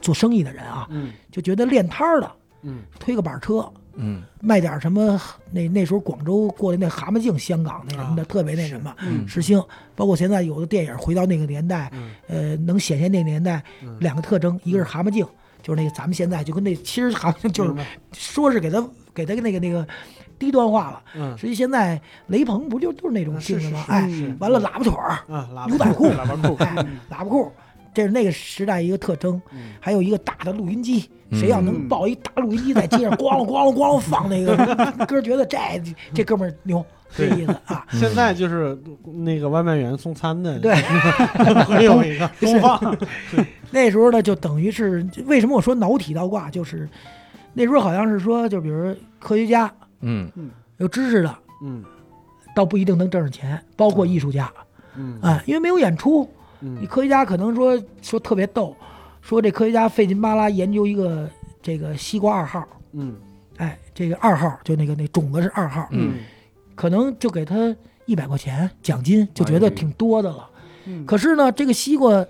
[SPEAKER 5] 做生意的人啊，
[SPEAKER 4] 嗯
[SPEAKER 5] 就觉得练摊儿的
[SPEAKER 4] 嗯
[SPEAKER 5] 推个板车。
[SPEAKER 1] 嗯
[SPEAKER 5] 卖点什么？那那时候广州过来那蛤蟆镜、香港那什么的，特别那什么，
[SPEAKER 4] 啊嗯
[SPEAKER 5] 时兴，包括现在有的电影回到那个年代，
[SPEAKER 4] 嗯
[SPEAKER 5] 呃，能显现那个年代、
[SPEAKER 4] 嗯
[SPEAKER 5] 两个特征，一个是蛤蟆镜，就是那个咱们现在就跟那其实蛤蟆镜就是
[SPEAKER 4] 明白
[SPEAKER 5] 说是给它给它那个那个低端化了，
[SPEAKER 4] 嗯
[SPEAKER 5] 实际现在雷朋不就就是那种
[SPEAKER 4] 啊
[SPEAKER 5] 镜
[SPEAKER 4] 是
[SPEAKER 5] 子
[SPEAKER 4] 是
[SPEAKER 5] 吗？
[SPEAKER 4] 是
[SPEAKER 5] 哎
[SPEAKER 4] 是，
[SPEAKER 5] 完了喇叭腿儿、
[SPEAKER 4] 啊，喇叭
[SPEAKER 5] 牛仔裤、
[SPEAKER 4] 喇叭裤，
[SPEAKER 5] 哎喇叭裤，这是那个时代一个特征。
[SPEAKER 4] 嗯
[SPEAKER 5] 还有一个大的录音机，
[SPEAKER 1] 嗯
[SPEAKER 5] 谁要能抱一大录音机在街上咣啷咣啷咣啷放那个歌，觉得这这哥们儿牛，这意思啊。
[SPEAKER 4] 现在就是那个外卖员送餐的，
[SPEAKER 5] 对，
[SPEAKER 4] 会有一个
[SPEAKER 3] 东方，
[SPEAKER 5] 那时候呢，就等于是为什么我说脑体倒挂，就是那时候好像是说，就比如科学家
[SPEAKER 1] 嗯
[SPEAKER 5] 有知识的，
[SPEAKER 4] 嗯
[SPEAKER 5] 倒不一定能挣着钱，包括艺术家
[SPEAKER 4] 嗯
[SPEAKER 5] 啊，因为没有演出，你
[SPEAKER 4] 嗯
[SPEAKER 5] 科学家可能说说特别逗，说这科学家费劲巴拉研究一个这个西瓜二号，
[SPEAKER 4] 嗯
[SPEAKER 5] 哎，这个二号就那个那种子是二号，
[SPEAKER 1] 嗯
[SPEAKER 4] 嗯
[SPEAKER 5] 可能就给他一百块钱奖金，就觉得挺多的了。
[SPEAKER 3] 嗯
[SPEAKER 5] 可是呢，这个西瓜，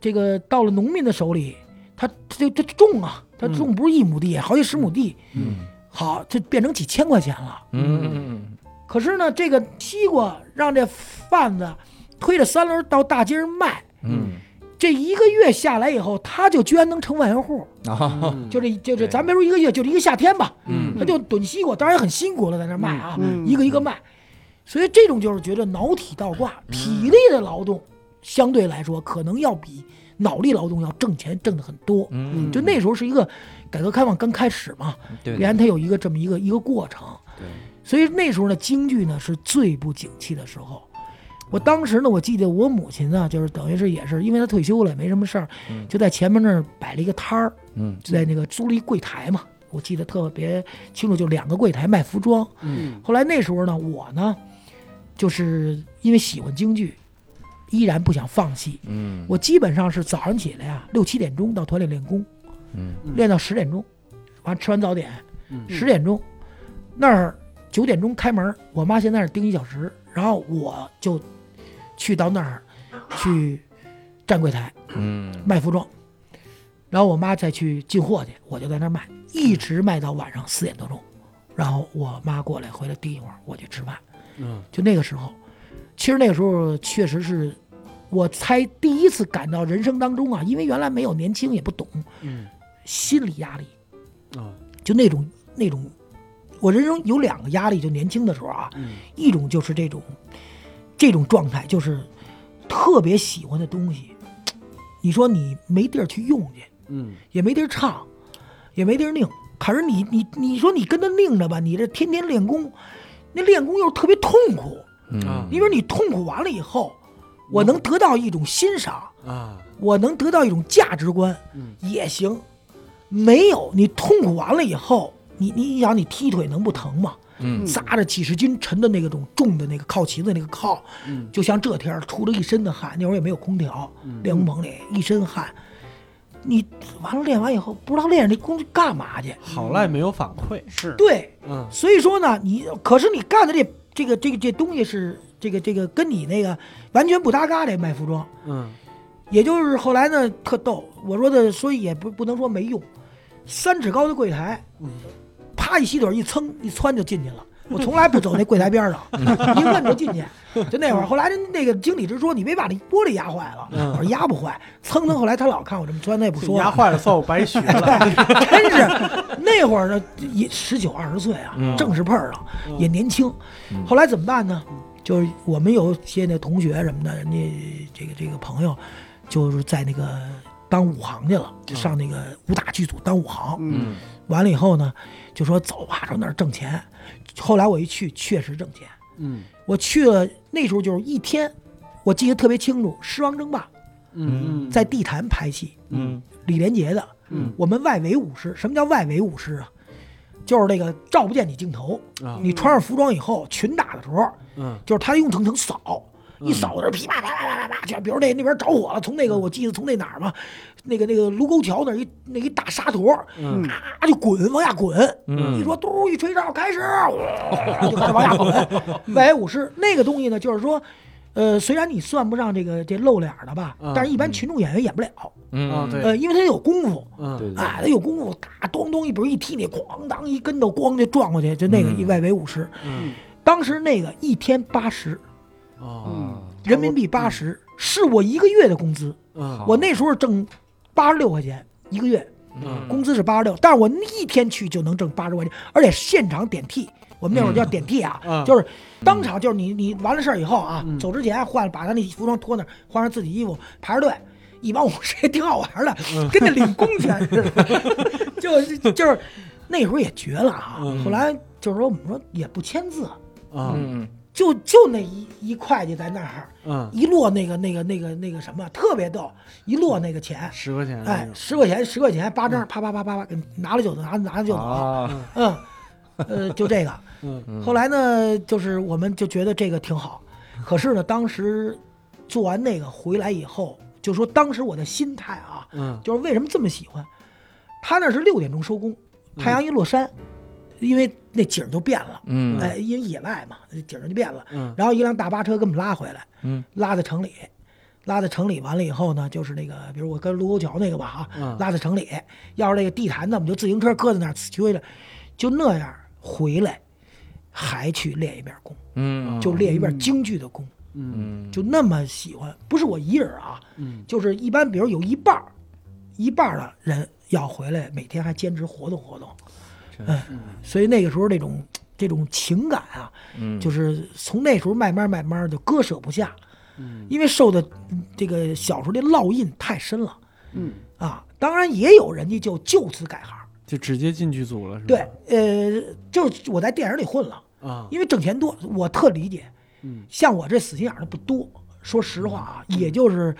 [SPEAKER 5] 这个到了农民的手里，他这这种啊，他种不是一亩地，好几十亩地，
[SPEAKER 1] 嗯
[SPEAKER 5] 好，这变成几千块钱了。
[SPEAKER 1] 嗯
[SPEAKER 5] 可是呢，这个西瓜让这贩子推着三轮到大街上卖，
[SPEAKER 1] 嗯
[SPEAKER 5] 这一个月下来以后，他就居然能成万元户。
[SPEAKER 1] 嗯啊，
[SPEAKER 5] 哦就这就这，
[SPEAKER 1] 对
[SPEAKER 5] 咱别说一个月，就这一个夏天吧，
[SPEAKER 1] 嗯
[SPEAKER 5] 他就囤西瓜，当然很辛苦了，在那卖啊，
[SPEAKER 3] 嗯嗯
[SPEAKER 5] 一个一个卖。所以这种就是觉得脑体倒挂，
[SPEAKER 1] 嗯
[SPEAKER 5] 体力的劳动相对来说可能要比脑力劳动要挣钱挣得很多。
[SPEAKER 1] 嗯，
[SPEAKER 5] 就那时候是一个改革开放刚开始嘛，
[SPEAKER 1] 对
[SPEAKER 5] 然它有一个这么一个一个过程。
[SPEAKER 1] 对，
[SPEAKER 5] 所以那时候呢，京剧呢是最不景气的时候。我当时呢，我记得我母亲呢，就是等于是也是因为她退休了，也没什么事儿
[SPEAKER 1] 嗯，
[SPEAKER 5] 就在前面那儿摆了一个摊儿，
[SPEAKER 1] 嗯
[SPEAKER 5] 就在那个租了一柜台嘛。我记得特别清楚，就两个柜台卖服装。
[SPEAKER 3] 嗯
[SPEAKER 5] 后来那时候呢，我呢，就是因为喜欢京剧，依然不想放弃。
[SPEAKER 1] 嗯
[SPEAKER 5] 我基本上是早上起来呀、六七点钟到团里练功，
[SPEAKER 1] 嗯
[SPEAKER 5] 练到十点钟，完吃完早点，
[SPEAKER 4] 嗯
[SPEAKER 5] 十点钟那儿九点钟开门，我妈先在那儿盯一小时，然后我就去到那儿去站柜台
[SPEAKER 1] 嗯
[SPEAKER 5] 卖服装，然后我妈再去进货去，我就在那儿卖，一直卖到晚上四点多钟，然后我妈过来回来盯一会儿，我去吃饭。
[SPEAKER 4] 嗯
[SPEAKER 5] 就那个时候，其实那个时候确实是我才第一次感到人生当中啊，因为原来没有年轻也不懂，
[SPEAKER 4] 嗯
[SPEAKER 5] 心理压力
[SPEAKER 4] 啊
[SPEAKER 5] 就那种那种，我人生有两个压力，就年轻的时候啊，
[SPEAKER 4] 嗯
[SPEAKER 5] 一种就是这种这种状态，就是特别喜欢的东西，你说你没地儿去用去，
[SPEAKER 4] 嗯
[SPEAKER 5] 也没地儿唱，也没地儿拧。可是你你你说你跟他拧着吧，你这天天练功，那练功又特别痛苦，
[SPEAKER 1] 嗯，
[SPEAKER 5] 因为你痛苦完了以后，我能得到一种欣赏，
[SPEAKER 4] 啊
[SPEAKER 5] 我能得到一种价值观
[SPEAKER 4] 嗯，
[SPEAKER 5] 也行。没有你痛苦完了以后，你你想你踢腿能不疼吗？
[SPEAKER 1] 嗯
[SPEAKER 5] 扎着几十斤沉的那个种重的那个靠旗子那个靠，
[SPEAKER 4] 嗯
[SPEAKER 5] 就像这天儿出了一身的汗，那会儿也没有空调，练功棚里一身汗，你完了练完以后不知道练这功夫干嘛去？
[SPEAKER 4] 好赖没有反馈，
[SPEAKER 3] 是
[SPEAKER 5] 对，
[SPEAKER 4] 嗯
[SPEAKER 5] 所以说呢，你可是你干的这这个这个这东西是这个这个跟你那个完全不搭嘎的卖服装，
[SPEAKER 4] 嗯
[SPEAKER 5] 也就是后来呢特逗，我说的所以也不不能说没用，三尺高的柜台，啪一吸腿一蹭一窜就进去了。我从来不走那柜台边上，一摁就进去。就那会儿，后来人那个经理直说：“你别把那玻璃压坏了。”我说：“压不坏。”蹭蹭，后来他老看我这么窜，他也不说
[SPEAKER 4] 牙
[SPEAKER 5] 了。
[SPEAKER 4] 坏了算我白学了，
[SPEAKER 5] 真是那会儿呢，也十九二十岁啊，正是辈儿了，也年轻。后来怎么办呢？就是我们有些那同学什么的，人家这个这个朋友，就是在那个当武行去了，就上那个武打剧组当武行。
[SPEAKER 3] 嗯
[SPEAKER 5] 完了以后呢，就说走吧，说那儿挣钱。后来我一去，确实挣钱。
[SPEAKER 4] 嗯
[SPEAKER 5] 我去了那时候就是一天，我记得特别清楚，《狮王争霸》
[SPEAKER 4] 嗯
[SPEAKER 5] 在地坛拍戏，
[SPEAKER 4] 嗯
[SPEAKER 5] 李连杰的，
[SPEAKER 4] 嗯，
[SPEAKER 5] 我们外围舞狮，什么叫外围舞狮啊？就是那个照不见你镜头，
[SPEAKER 4] 啊
[SPEAKER 5] 你穿上服装以后，群打的时候，
[SPEAKER 4] 嗯
[SPEAKER 5] 就是他用腾腾扫，一扫这噼啪啪啪啪啪啪，就比如那那边着火了，从
[SPEAKER 4] 嗯
[SPEAKER 5] 那个我记得从那哪儿嘛，那个那个卢沟桥那儿一那一大沙坨，
[SPEAKER 4] 嗯
[SPEAKER 5] 啊就滚往下滚，
[SPEAKER 1] 嗯
[SPEAKER 5] 一说嘟一吹哨开始，就开始往下 滚，外围舞狮那个东西呢，就是说。呃，虽然你算不上这个这露脸儿的吧，
[SPEAKER 4] 嗯
[SPEAKER 5] 但是一般群众演员演不了，
[SPEAKER 1] 嗯
[SPEAKER 4] 啊对
[SPEAKER 5] 呃，因为他有功夫，
[SPEAKER 4] 嗯
[SPEAKER 1] 对
[SPEAKER 5] 啊，他有功夫，嘎咚咚一，比如一踢你，哐当一跟头，咣就撞过去，就那个
[SPEAKER 1] 嗯
[SPEAKER 5] 一外围五十。
[SPEAKER 4] 嗯
[SPEAKER 5] 当时那个一天八十
[SPEAKER 4] 哦
[SPEAKER 3] 嗯
[SPEAKER 5] 人民币八十，是我一个月的工资。
[SPEAKER 4] 嗯
[SPEAKER 5] 我那时候挣八十六块钱一个月，
[SPEAKER 4] 嗯
[SPEAKER 5] 工资是八十六，但是我一天去就能挣八十块钱，而且现场点替。我们那会儿叫点替啊，
[SPEAKER 4] 嗯
[SPEAKER 5] 就是当场就是你你完了事儿以后啊，
[SPEAKER 4] 嗯
[SPEAKER 5] 走之前换把他那服装脱那儿，换上自己衣服排着队。一帮武士也挺好玩的，
[SPEAKER 4] 嗯
[SPEAKER 5] 跟那领工钱似的， 就是就是那时候也绝了啊。
[SPEAKER 4] 嗯
[SPEAKER 5] 后来就是说我们说也不签字，
[SPEAKER 4] 嗯
[SPEAKER 1] 嗯
[SPEAKER 5] 就就那一一会计在那儿
[SPEAKER 4] 嗯
[SPEAKER 5] 一摞那个那个那个那个什么特别逗，一摞那个钱，
[SPEAKER 4] 十块钱
[SPEAKER 5] 哎，十块钱，十块钱，八
[SPEAKER 4] 嗯
[SPEAKER 5] 张，啪啪啪啪啪，给拿了就走，拿拿了就走，
[SPEAKER 1] 啊
[SPEAKER 5] 嗯，呃，就这个。
[SPEAKER 4] 嗯
[SPEAKER 5] 后来呢，就是我们就觉得这个挺好，可是呢，当时做完那个回来以后，就说当时我的心态啊，
[SPEAKER 4] 嗯
[SPEAKER 5] 就是为什么这么喜欢？他那是六点钟收工，太阳一落山，因为那景儿就变了，
[SPEAKER 1] 嗯
[SPEAKER 5] 哎，因为野外嘛，景儿就变了。
[SPEAKER 4] 嗯
[SPEAKER 5] 然后一辆大巴车给我们拉回来，
[SPEAKER 1] 嗯
[SPEAKER 5] 拉到城里，拉到城里，完了以后呢，就是那个，比如我跟卢沟桥那个吧啊，
[SPEAKER 4] 嗯
[SPEAKER 5] 拉到城里，要是那个地坛呢，我们就自行车搁在那儿，呲去了，就那样回来，还去练一遍功，
[SPEAKER 1] 嗯，
[SPEAKER 5] 就练一遍京剧的功，
[SPEAKER 1] 嗯，
[SPEAKER 5] 就那么喜欢，不是我一人啊，
[SPEAKER 4] 嗯
[SPEAKER 5] 就是一般，比如有一半儿，一半儿的人要回来，每天还兼职活动活动，嗯，所以那个时候那种这种情感啊，
[SPEAKER 1] 嗯
[SPEAKER 5] 就是从那时候慢慢慢慢就割舍不下，
[SPEAKER 4] 嗯
[SPEAKER 5] 因为受的嗯这个小时候的烙印太深了
[SPEAKER 4] 嗯，
[SPEAKER 5] 啊。当然也有人家就就此改行，
[SPEAKER 4] 就直接进剧组了是吧？
[SPEAKER 5] 对，
[SPEAKER 1] 嗯
[SPEAKER 5] 呃，就是我在电影里混了，
[SPEAKER 4] 啊，
[SPEAKER 5] 因为挣钱多，我特理解。
[SPEAKER 4] 嗯，
[SPEAKER 5] 像我这死心眼儿的不多，说实话啊，也就是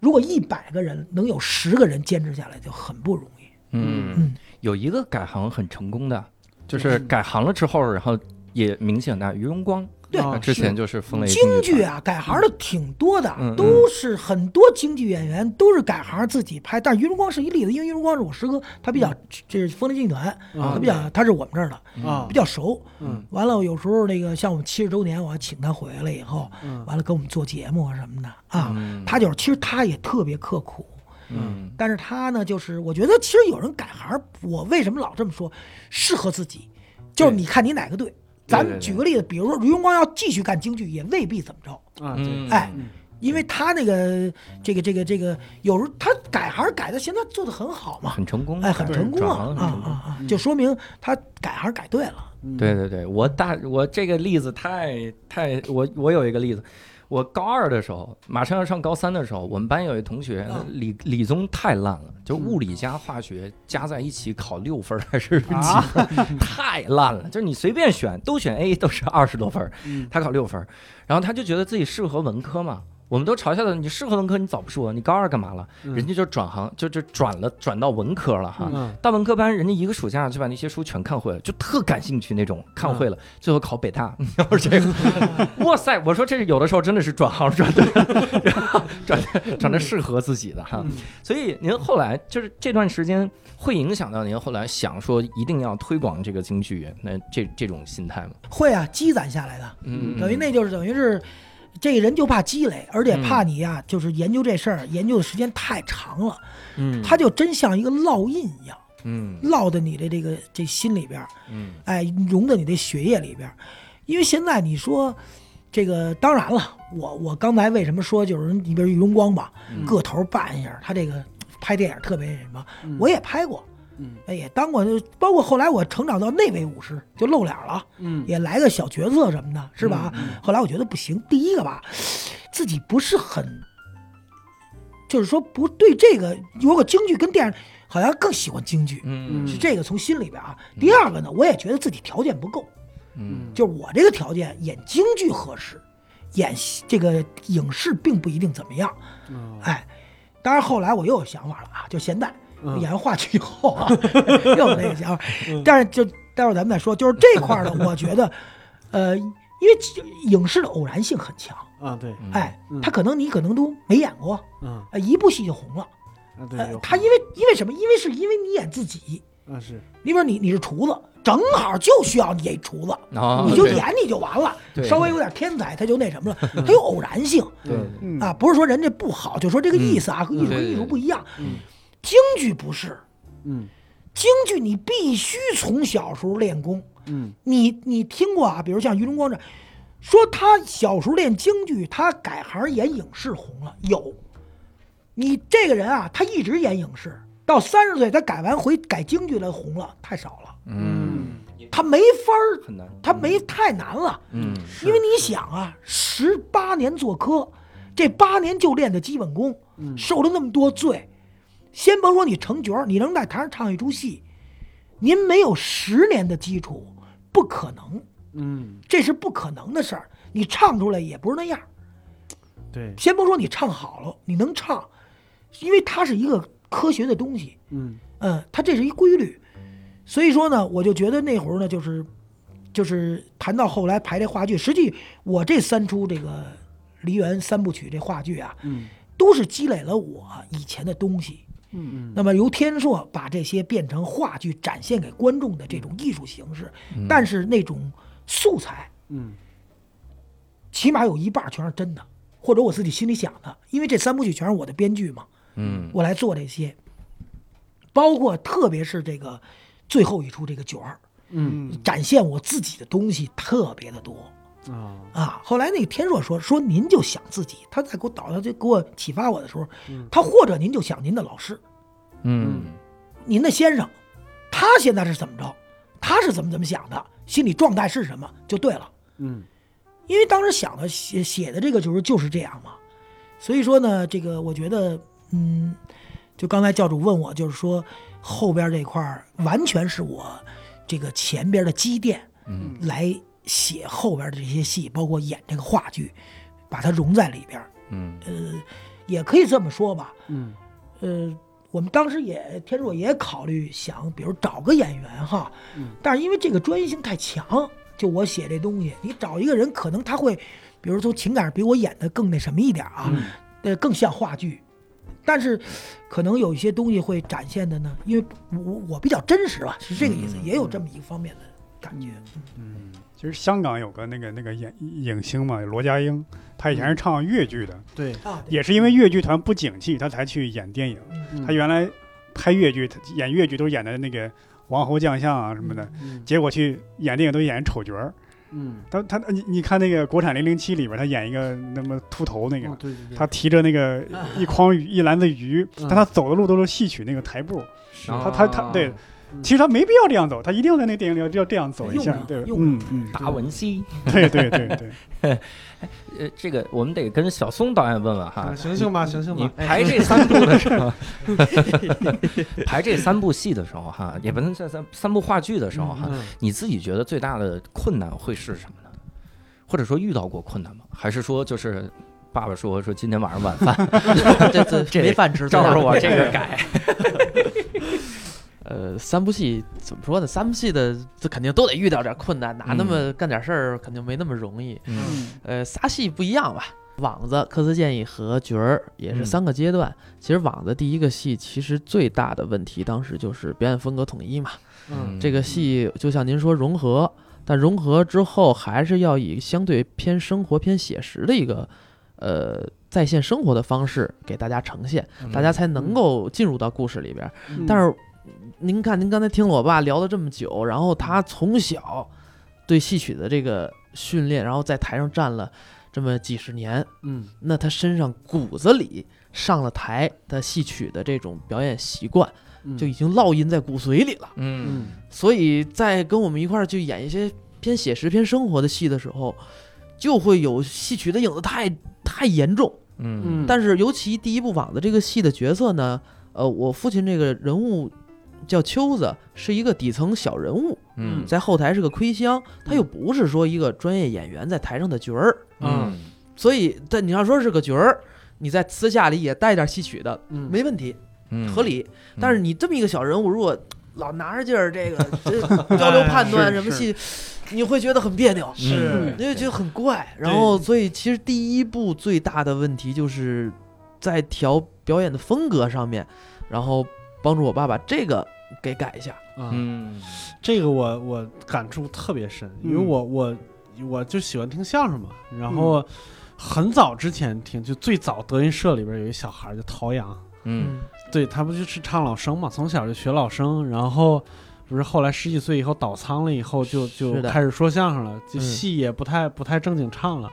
[SPEAKER 5] 如果一百个人能有十个人坚持下来，就很不容易。
[SPEAKER 1] 嗯
[SPEAKER 5] 嗯，
[SPEAKER 1] 有一个改行很成功的，就是改行了之后，然后也名气很大。于荣光
[SPEAKER 5] 对
[SPEAKER 1] 啊
[SPEAKER 4] 哦
[SPEAKER 1] 之前就是封了一
[SPEAKER 5] 京剧
[SPEAKER 1] 剧团，
[SPEAKER 5] 啊，改行的挺多的，
[SPEAKER 1] 嗯嗯
[SPEAKER 5] 都是很多京剧演员都是改行自己拍。但是于荣光是一例子，因为于荣光是我师哥，他比较
[SPEAKER 1] 嗯
[SPEAKER 5] 这是风雷京剧团，
[SPEAKER 4] 啊
[SPEAKER 5] 他比较他是我们这儿的，
[SPEAKER 4] 啊
[SPEAKER 5] 比，较熟。
[SPEAKER 4] 嗯
[SPEAKER 5] 完了，有时候那个像我们七十周年，我还请他回来以后，
[SPEAKER 4] 嗯
[SPEAKER 5] 完了跟我们做节目啊什么的啊。
[SPEAKER 1] 嗯
[SPEAKER 5] 他就是其实他也特别刻苦，
[SPEAKER 1] 嗯
[SPEAKER 5] 但是他呢，就是我觉得其实有人改行，我为什么老这么说？适合自己，就是你看你哪个队。咱
[SPEAKER 1] 对对
[SPEAKER 5] 们举个例子，比如说于荣光要继续干京剧，也未必怎么着，
[SPEAKER 4] 啊，对，
[SPEAKER 1] 嗯，
[SPEAKER 5] 哎因为他那个这个这个这个，有时候他改行改的，现在做的很好嘛，
[SPEAKER 1] 很成功，
[SPEAKER 5] 哎，很成
[SPEAKER 1] 嗯
[SPEAKER 5] 功
[SPEAKER 1] 转
[SPEAKER 5] 啊
[SPEAKER 1] 行嗯
[SPEAKER 5] 啊
[SPEAKER 1] 很成功。
[SPEAKER 5] 啊啊，就说明他改行改对了。
[SPEAKER 4] 嗯
[SPEAKER 1] 对对对，我大我这个例子太太，我我有一个例子，我高二的时候，马上要上高三的时候，我们班有一同学
[SPEAKER 4] 嗯
[SPEAKER 5] 啊
[SPEAKER 1] 理理综太烂了，就物理加化学加在一起考六分儿还是
[SPEAKER 4] 啊
[SPEAKER 1] 几分儿， 太烂了，就是你随便选都选 A 都是二十多分儿
[SPEAKER 4] 嗯，
[SPEAKER 1] 他考六分儿，然后他就觉得自己适合文科嘛。我们都嘲笑他，你适合文科，你早不说，你高二干嘛了？
[SPEAKER 4] 嗯
[SPEAKER 1] 人家就转行，就就转了，转到文科了哈。
[SPEAKER 4] 嗯
[SPEAKER 1] 大文科班，人家一个暑假就把那些书全看会了，就特感兴趣那种，看会了，
[SPEAKER 3] 嗯
[SPEAKER 1] 最后考北大， 你要是这个，哇塞！我说这有的时候真的是转行转对，转转的适合自己的
[SPEAKER 3] 嗯
[SPEAKER 1] 哈。所以您后来就是这段时间会影响到您后来想说一定要推广这个京剧，那这这种心态吗？
[SPEAKER 5] 会啊，积攒下来的，
[SPEAKER 1] 嗯，
[SPEAKER 5] 等于那就是等于是，这个人就怕积累，而且怕你呀、就是研究这事儿研究的时间太长了，
[SPEAKER 1] 嗯
[SPEAKER 5] 他就真像一个烙印一样，
[SPEAKER 1] 嗯
[SPEAKER 5] 烙在你的这个这心里边儿，
[SPEAKER 1] 嗯
[SPEAKER 5] 哎，融在你的血液里边儿。因为现在你说这个，当然了，我我刚才为什么说就是你比如于荣光吧，
[SPEAKER 1] 嗯
[SPEAKER 5] 个头半一下，他这个拍电影特别什么，我也拍过。
[SPEAKER 4] 嗯
[SPEAKER 5] 哎，也当过，包括后来我成长到内围武师，就露脸了，
[SPEAKER 4] 嗯
[SPEAKER 5] 也来个小角色什么的，是吧？后来我觉得不行，第一个吧，自己不是很，就是说不对这个，如果京剧跟电影好像更喜欢京剧，
[SPEAKER 1] 嗯
[SPEAKER 5] 是这个从心里边啊。第二个呢，我也觉得自己条件不够，
[SPEAKER 1] 嗯
[SPEAKER 5] 就是我这个条件演京剧合适，演戏这个影视并不一定怎么样。
[SPEAKER 4] 嗯
[SPEAKER 5] 哎，当然后来我又有想法了啊，就现在
[SPEAKER 4] 嗯
[SPEAKER 5] 演完话剧以 后啊，又有那个想法。但是就待会儿咱们再说，就是这块儿呢，我觉得，呃，因为影视的偶然性很强，
[SPEAKER 4] 啊，对，
[SPEAKER 5] 哎
[SPEAKER 4] 嗯，
[SPEAKER 5] 他可能你可能都没演过，
[SPEAKER 4] 嗯
[SPEAKER 5] 呃，一部戏就红了。
[SPEAKER 4] 啊，
[SPEAKER 5] 呃
[SPEAKER 4] 对，，
[SPEAKER 5] 他因为因为什么？因为是因为你演自己，
[SPEAKER 4] 啊是，
[SPEAKER 5] 你比如你你是厨子，正好就需要你演厨子，
[SPEAKER 1] 啊，
[SPEAKER 5] 你就演你就完了
[SPEAKER 1] 对，
[SPEAKER 5] 稍微有点天才他就那什么了， 他有偶然性
[SPEAKER 1] 对
[SPEAKER 3] 嗯
[SPEAKER 5] 啊，不是说人家不好，就说这个意思啊，艺术
[SPEAKER 1] 对
[SPEAKER 5] 跟
[SPEAKER 1] 对
[SPEAKER 5] 艺术不一样
[SPEAKER 4] 嗯。
[SPEAKER 5] 京剧不是，
[SPEAKER 4] 嗯
[SPEAKER 5] 京剧你必须从小时候练功。
[SPEAKER 4] 嗯
[SPEAKER 5] 你你听过啊？比如像于荣光这，说他小时候练京剧，他改行演影视红了。有，你这个人啊，他一直演影视，到三十岁他改完回改京剧了，红了太少了，
[SPEAKER 1] 嗯
[SPEAKER 4] 嗯
[SPEAKER 5] 他没法儿，
[SPEAKER 1] 很难，
[SPEAKER 5] 他没太难了。
[SPEAKER 1] 嗯
[SPEAKER 5] 因为你想啊，十八年做科，这八年就练的基本功，受了那么多罪，先甭说你成角儿，你能在台上唱一出戏，您没有十年的基础，不可能，
[SPEAKER 4] 嗯，
[SPEAKER 5] 这是不可能的事儿。你唱出来也不是那样儿，
[SPEAKER 4] 对，
[SPEAKER 5] 先甭说你唱好了，你能唱，因为它是一个科学的东西，
[SPEAKER 4] 嗯
[SPEAKER 5] 嗯，它这是一规律。所以说呢，我就觉得那会儿呢，就是就是谈到后来排这话剧，实际我这三出这个梨园三部曲这话剧啊，
[SPEAKER 4] 嗯
[SPEAKER 5] 都是积累了我以前的东西。
[SPEAKER 4] 嗯
[SPEAKER 5] 那么由天硕把这些变成话剧展现给观众的这种艺术形式，但是那种素材
[SPEAKER 4] 嗯
[SPEAKER 5] 起码有一半儿全是真的。
[SPEAKER 4] 嗯
[SPEAKER 5] 或者我自己心里想的，因为这三部曲全是我的编剧嘛，
[SPEAKER 1] 嗯
[SPEAKER 5] 我来做这些，包括特别是这个最后一出这个角儿，
[SPEAKER 4] 嗯
[SPEAKER 5] 展现我自己的东西特别的多。
[SPEAKER 4] 啊，
[SPEAKER 5] 啊，后来那个天硕说说您就想自己，他在给我导到就给我启发我的时候，他或者您就想您的老师，
[SPEAKER 1] 嗯
[SPEAKER 5] 您的先生，他现在是怎么着，他是怎么怎么想的，心理状态是什么就对了。
[SPEAKER 4] 嗯
[SPEAKER 5] 因为当时想的写写的这个就是就是这样嘛，所以说呢，这个我觉得，嗯，就刚才教主问我，就是说后边这块儿完全是我这个前边的积淀，
[SPEAKER 1] 嗯，
[SPEAKER 5] 来写后边的这些戏，包括演这个话剧，把它融在里边儿，
[SPEAKER 1] 嗯
[SPEAKER 5] 呃，也可以这么说吧，
[SPEAKER 4] 嗯
[SPEAKER 5] 呃，我们当时也天硕也考虑想，比如找个演员哈，但是因为这个专业性太强，就我写这东西，你找一个人可能他会，比如说情感上比我演的更那什么一点啊，呃，更像话剧，但是可能有一些东西会展现的呢，因为我我比较真实吧，是这个意思，也有这么一个方面的感觉。
[SPEAKER 1] 嗯
[SPEAKER 3] 其实香港有个那个那个影影星嘛，罗家英，他
[SPEAKER 1] 嗯
[SPEAKER 3] 以前是唱粤剧的，
[SPEAKER 4] 对，
[SPEAKER 5] 啊，对
[SPEAKER 3] 也是因为粤剧团不景气，他才去演电影。
[SPEAKER 4] 嗯
[SPEAKER 3] 他原来拍粤剧，他演粤剧都是演的那个王侯将相啊什么的，
[SPEAKER 4] 嗯
[SPEAKER 3] 结果去演电影都演丑角儿。
[SPEAKER 4] 嗯，
[SPEAKER 3] 他他你你看那个国产零零七里边，他演一个那么秃头那个
[SPEAKER 4] 哦，对对对，
[SPEAKER 3] 他提着那个一筐鱼一篮子鱼，但
[SPEAKER 4] 嗯
[SPEAKER 3] 他走的路都是戏曲那个台步，
[SPEAKER 4] 是
[SPEAKER 1] 然
[SPEAKER 3] 他
[SPEAKER 1] 后
[SPEAKER 3] 他他
[SPEAKER 1] 哦
[SPEAKER 3] 对
[SPEAKER 4] 嗯，
[SPEAKER 3] 其实他没必要这样走，他一定要在那个电影里要这样走一下
[SPEAKER 5] 用，
[SPEAKER 3] 对，
[SPEAKER 5] 用
[SPEAKER 3] 嗯嗯，
[SPEAKER 1] 达文西，
[SPEAKER 3] 对对对对，
[SPEAKER 1] 呃，这个我们得跟小松导演问问哈
[SPEAKER 3] 嗯
[SPEAKER 4] 啊，，醒醒吧，醒醒
[SPEAKER 1] 你
[SPEAKER 4] 吧，哎
[SPEAKER 1] 排这三部的时候，排这三部戏的时候哈，也不能这三三部话剧的时候哈，
[SPEAKER 4] 嗯
[SPEAKER 1] 你自己觉得最大的困难会是什么呢？或者说遇到过困难吗？还是说就是爸爸说说今天晚上晚饭
[SPEAKER 2] 这这
[SPEAKER 1] 这
[SPEAKER 2] 没饭吃，
[SPEAKER 1] 照着我这
[SPEAKER 2] 个。
[SPEAKER 1] 个改？
[SPEAKER 2] 呃，三部戏怎么说呢？三部戏的这肯定都得遇到点困难，哪那么干点事儿肯定没那么容易。
[SPEAKER 1] 嗯
[SPEAKER 3] 嗯
[SPEAKER 2] 呃，仨戏不一样吧？网子、科斯建议和角儿也是三个阶段。其实网子第一个戏其实最大的问题，当时就是表演风格统一嘛。
[SPEAKER 4] 嗯
[SPEAKER 2] 这个戏就像您说融合，但融合之后还是要以相对偏生活、偏写实的一个呃在线生活的方式给大家呈现，
[SPEAKER 1] 嗯
[SPEAKER 2] 大家才能够进入到故事里边。
[SPEAKER 4] 嗯
[SPEAKER 2] 但是您看，您刚才听了我爸聊了这么久，然后他从小对戏曲的这个训练，然后在台上站了这么几十年，
[SPEAKER 4] 嗯
[SPEAKER 2] 那他身上骨子里上了台的戏曲的这种表演习惯，
[SPEAKER 4] 嗯
[SPEAKER 2] 就已经烙印在骨髓里了。
[SPEAKER 1] 嗯
[SPEAKER 4] 嗯
[SPEAKER 2] 所以在跟我们一块儿去演一些偏写实、偏生活的戏的时候，就会有戏曲的影子太太严重。
[SPEAKER 1] 嗯
[SPEAKER 2] 但是尤其第一部网的这个戏的角色呢，呃，我父亲这个人物叫秋子，是一个底层小人物，
[SPEAKER 1] 嗯
[SPEAKER 2] 在后台是个窥箱，他又不是说一个专业演员在台上的角儿，
[SPEAKER 1] 嗯
[SPEAKER 2] 所以但你要说是个角儿，你在私下里也带点戏曲的，
[SPEAKER 4] 嗯
[SPEAKER 2] 没问题，
[SPEAKER 1] 嗯
[SPEAKER 2] 合理。但是你这么一个小人物，如果老拿着劲 儿，这个这交
[SPEAKER 1] 哎
[SPEAKER 2] 流判断
[SPEAKER 3] 是
[SPEAKER 2] 什么戏，你会觉得很别
[SPEAKER 3] 嗯
[SPEAKER 2] 扭。
[SPEAKER 1] 是
[SPEAKER 2] 因为觉得很怪。然后，所以其实第一部最大的问题就是在调表演的风格上面，然后帮助我爸把这个给改一下。
[SPEAKER 4] 啊
[SPEAKER 1] 嗯
[SPEAKER 4] 这个我我感触特别深，因为
[SPEAKER 3] 嗯
[SPEAKER 4] 我我我就喜欢听相声嘛，然后很早之前听，就最早德云社里边有一小孩儿叫陶阳，
[SPEAKER 1] 嗯
[SPEAKER 4] 对他不就是唱老生嘛，从小就学老生，然后不是后来十几岁以后倒仓了以后就，就是
[SPEAKER 2] 的
[SPEAKER 4] 开始说相声了，就
[SPEAKER 2] 嗯
[SPEAKER 4] 戏也不太、不太正经唱 了。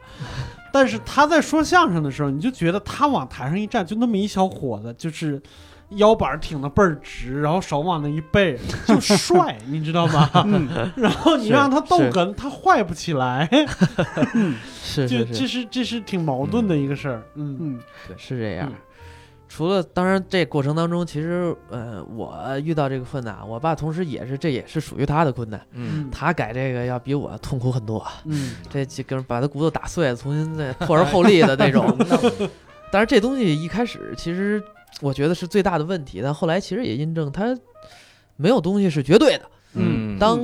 [SPEAKER 4] 但是他在说相声的时候，你就觉得他往台上一站，就那么一小伙子，就是腰板挺得倍儿直，然后手往那一背，就帅， 你知道吗？
[SPEAKER 3] 嗯
[SPEAKER 4] 然后你
[SPEAKER 2] 是
[SPEAKER 4] 让他逗
[SPEAKER 2] 是
[SPEAKER 4] 哏，他坏不起来，
[SPEAKER 2] 是
[SPEAKER 4] 就是这
[SPEAKER 2] 是
[SPEAKER 4] 是这是挺矛盾的一个事儿。嗯
[SPEAKER 3] 嗯
[SPEAKER 2] 是这样
[SPEAKER 4] 嗯。
[SPEAKER 2] 除了当然这过程当中，其实呃我遇到这个困难，我爸同时也是这也是属于他的困难，
[SPEAKER 1] 嗯
[SPEAKER 2] 他改这个要比我痛苦很多，
[SPEAKER 4] 嗯
[SPEAKER 2] 这就跟把他骨头打碎，重新再破而后立 的那种。但是这东西一开始其实我觉得是最大的问题，但后来其实也印证它没有东西是绝对的。
[SPEAKER 1] 嗯
[SPEAKER 2] 当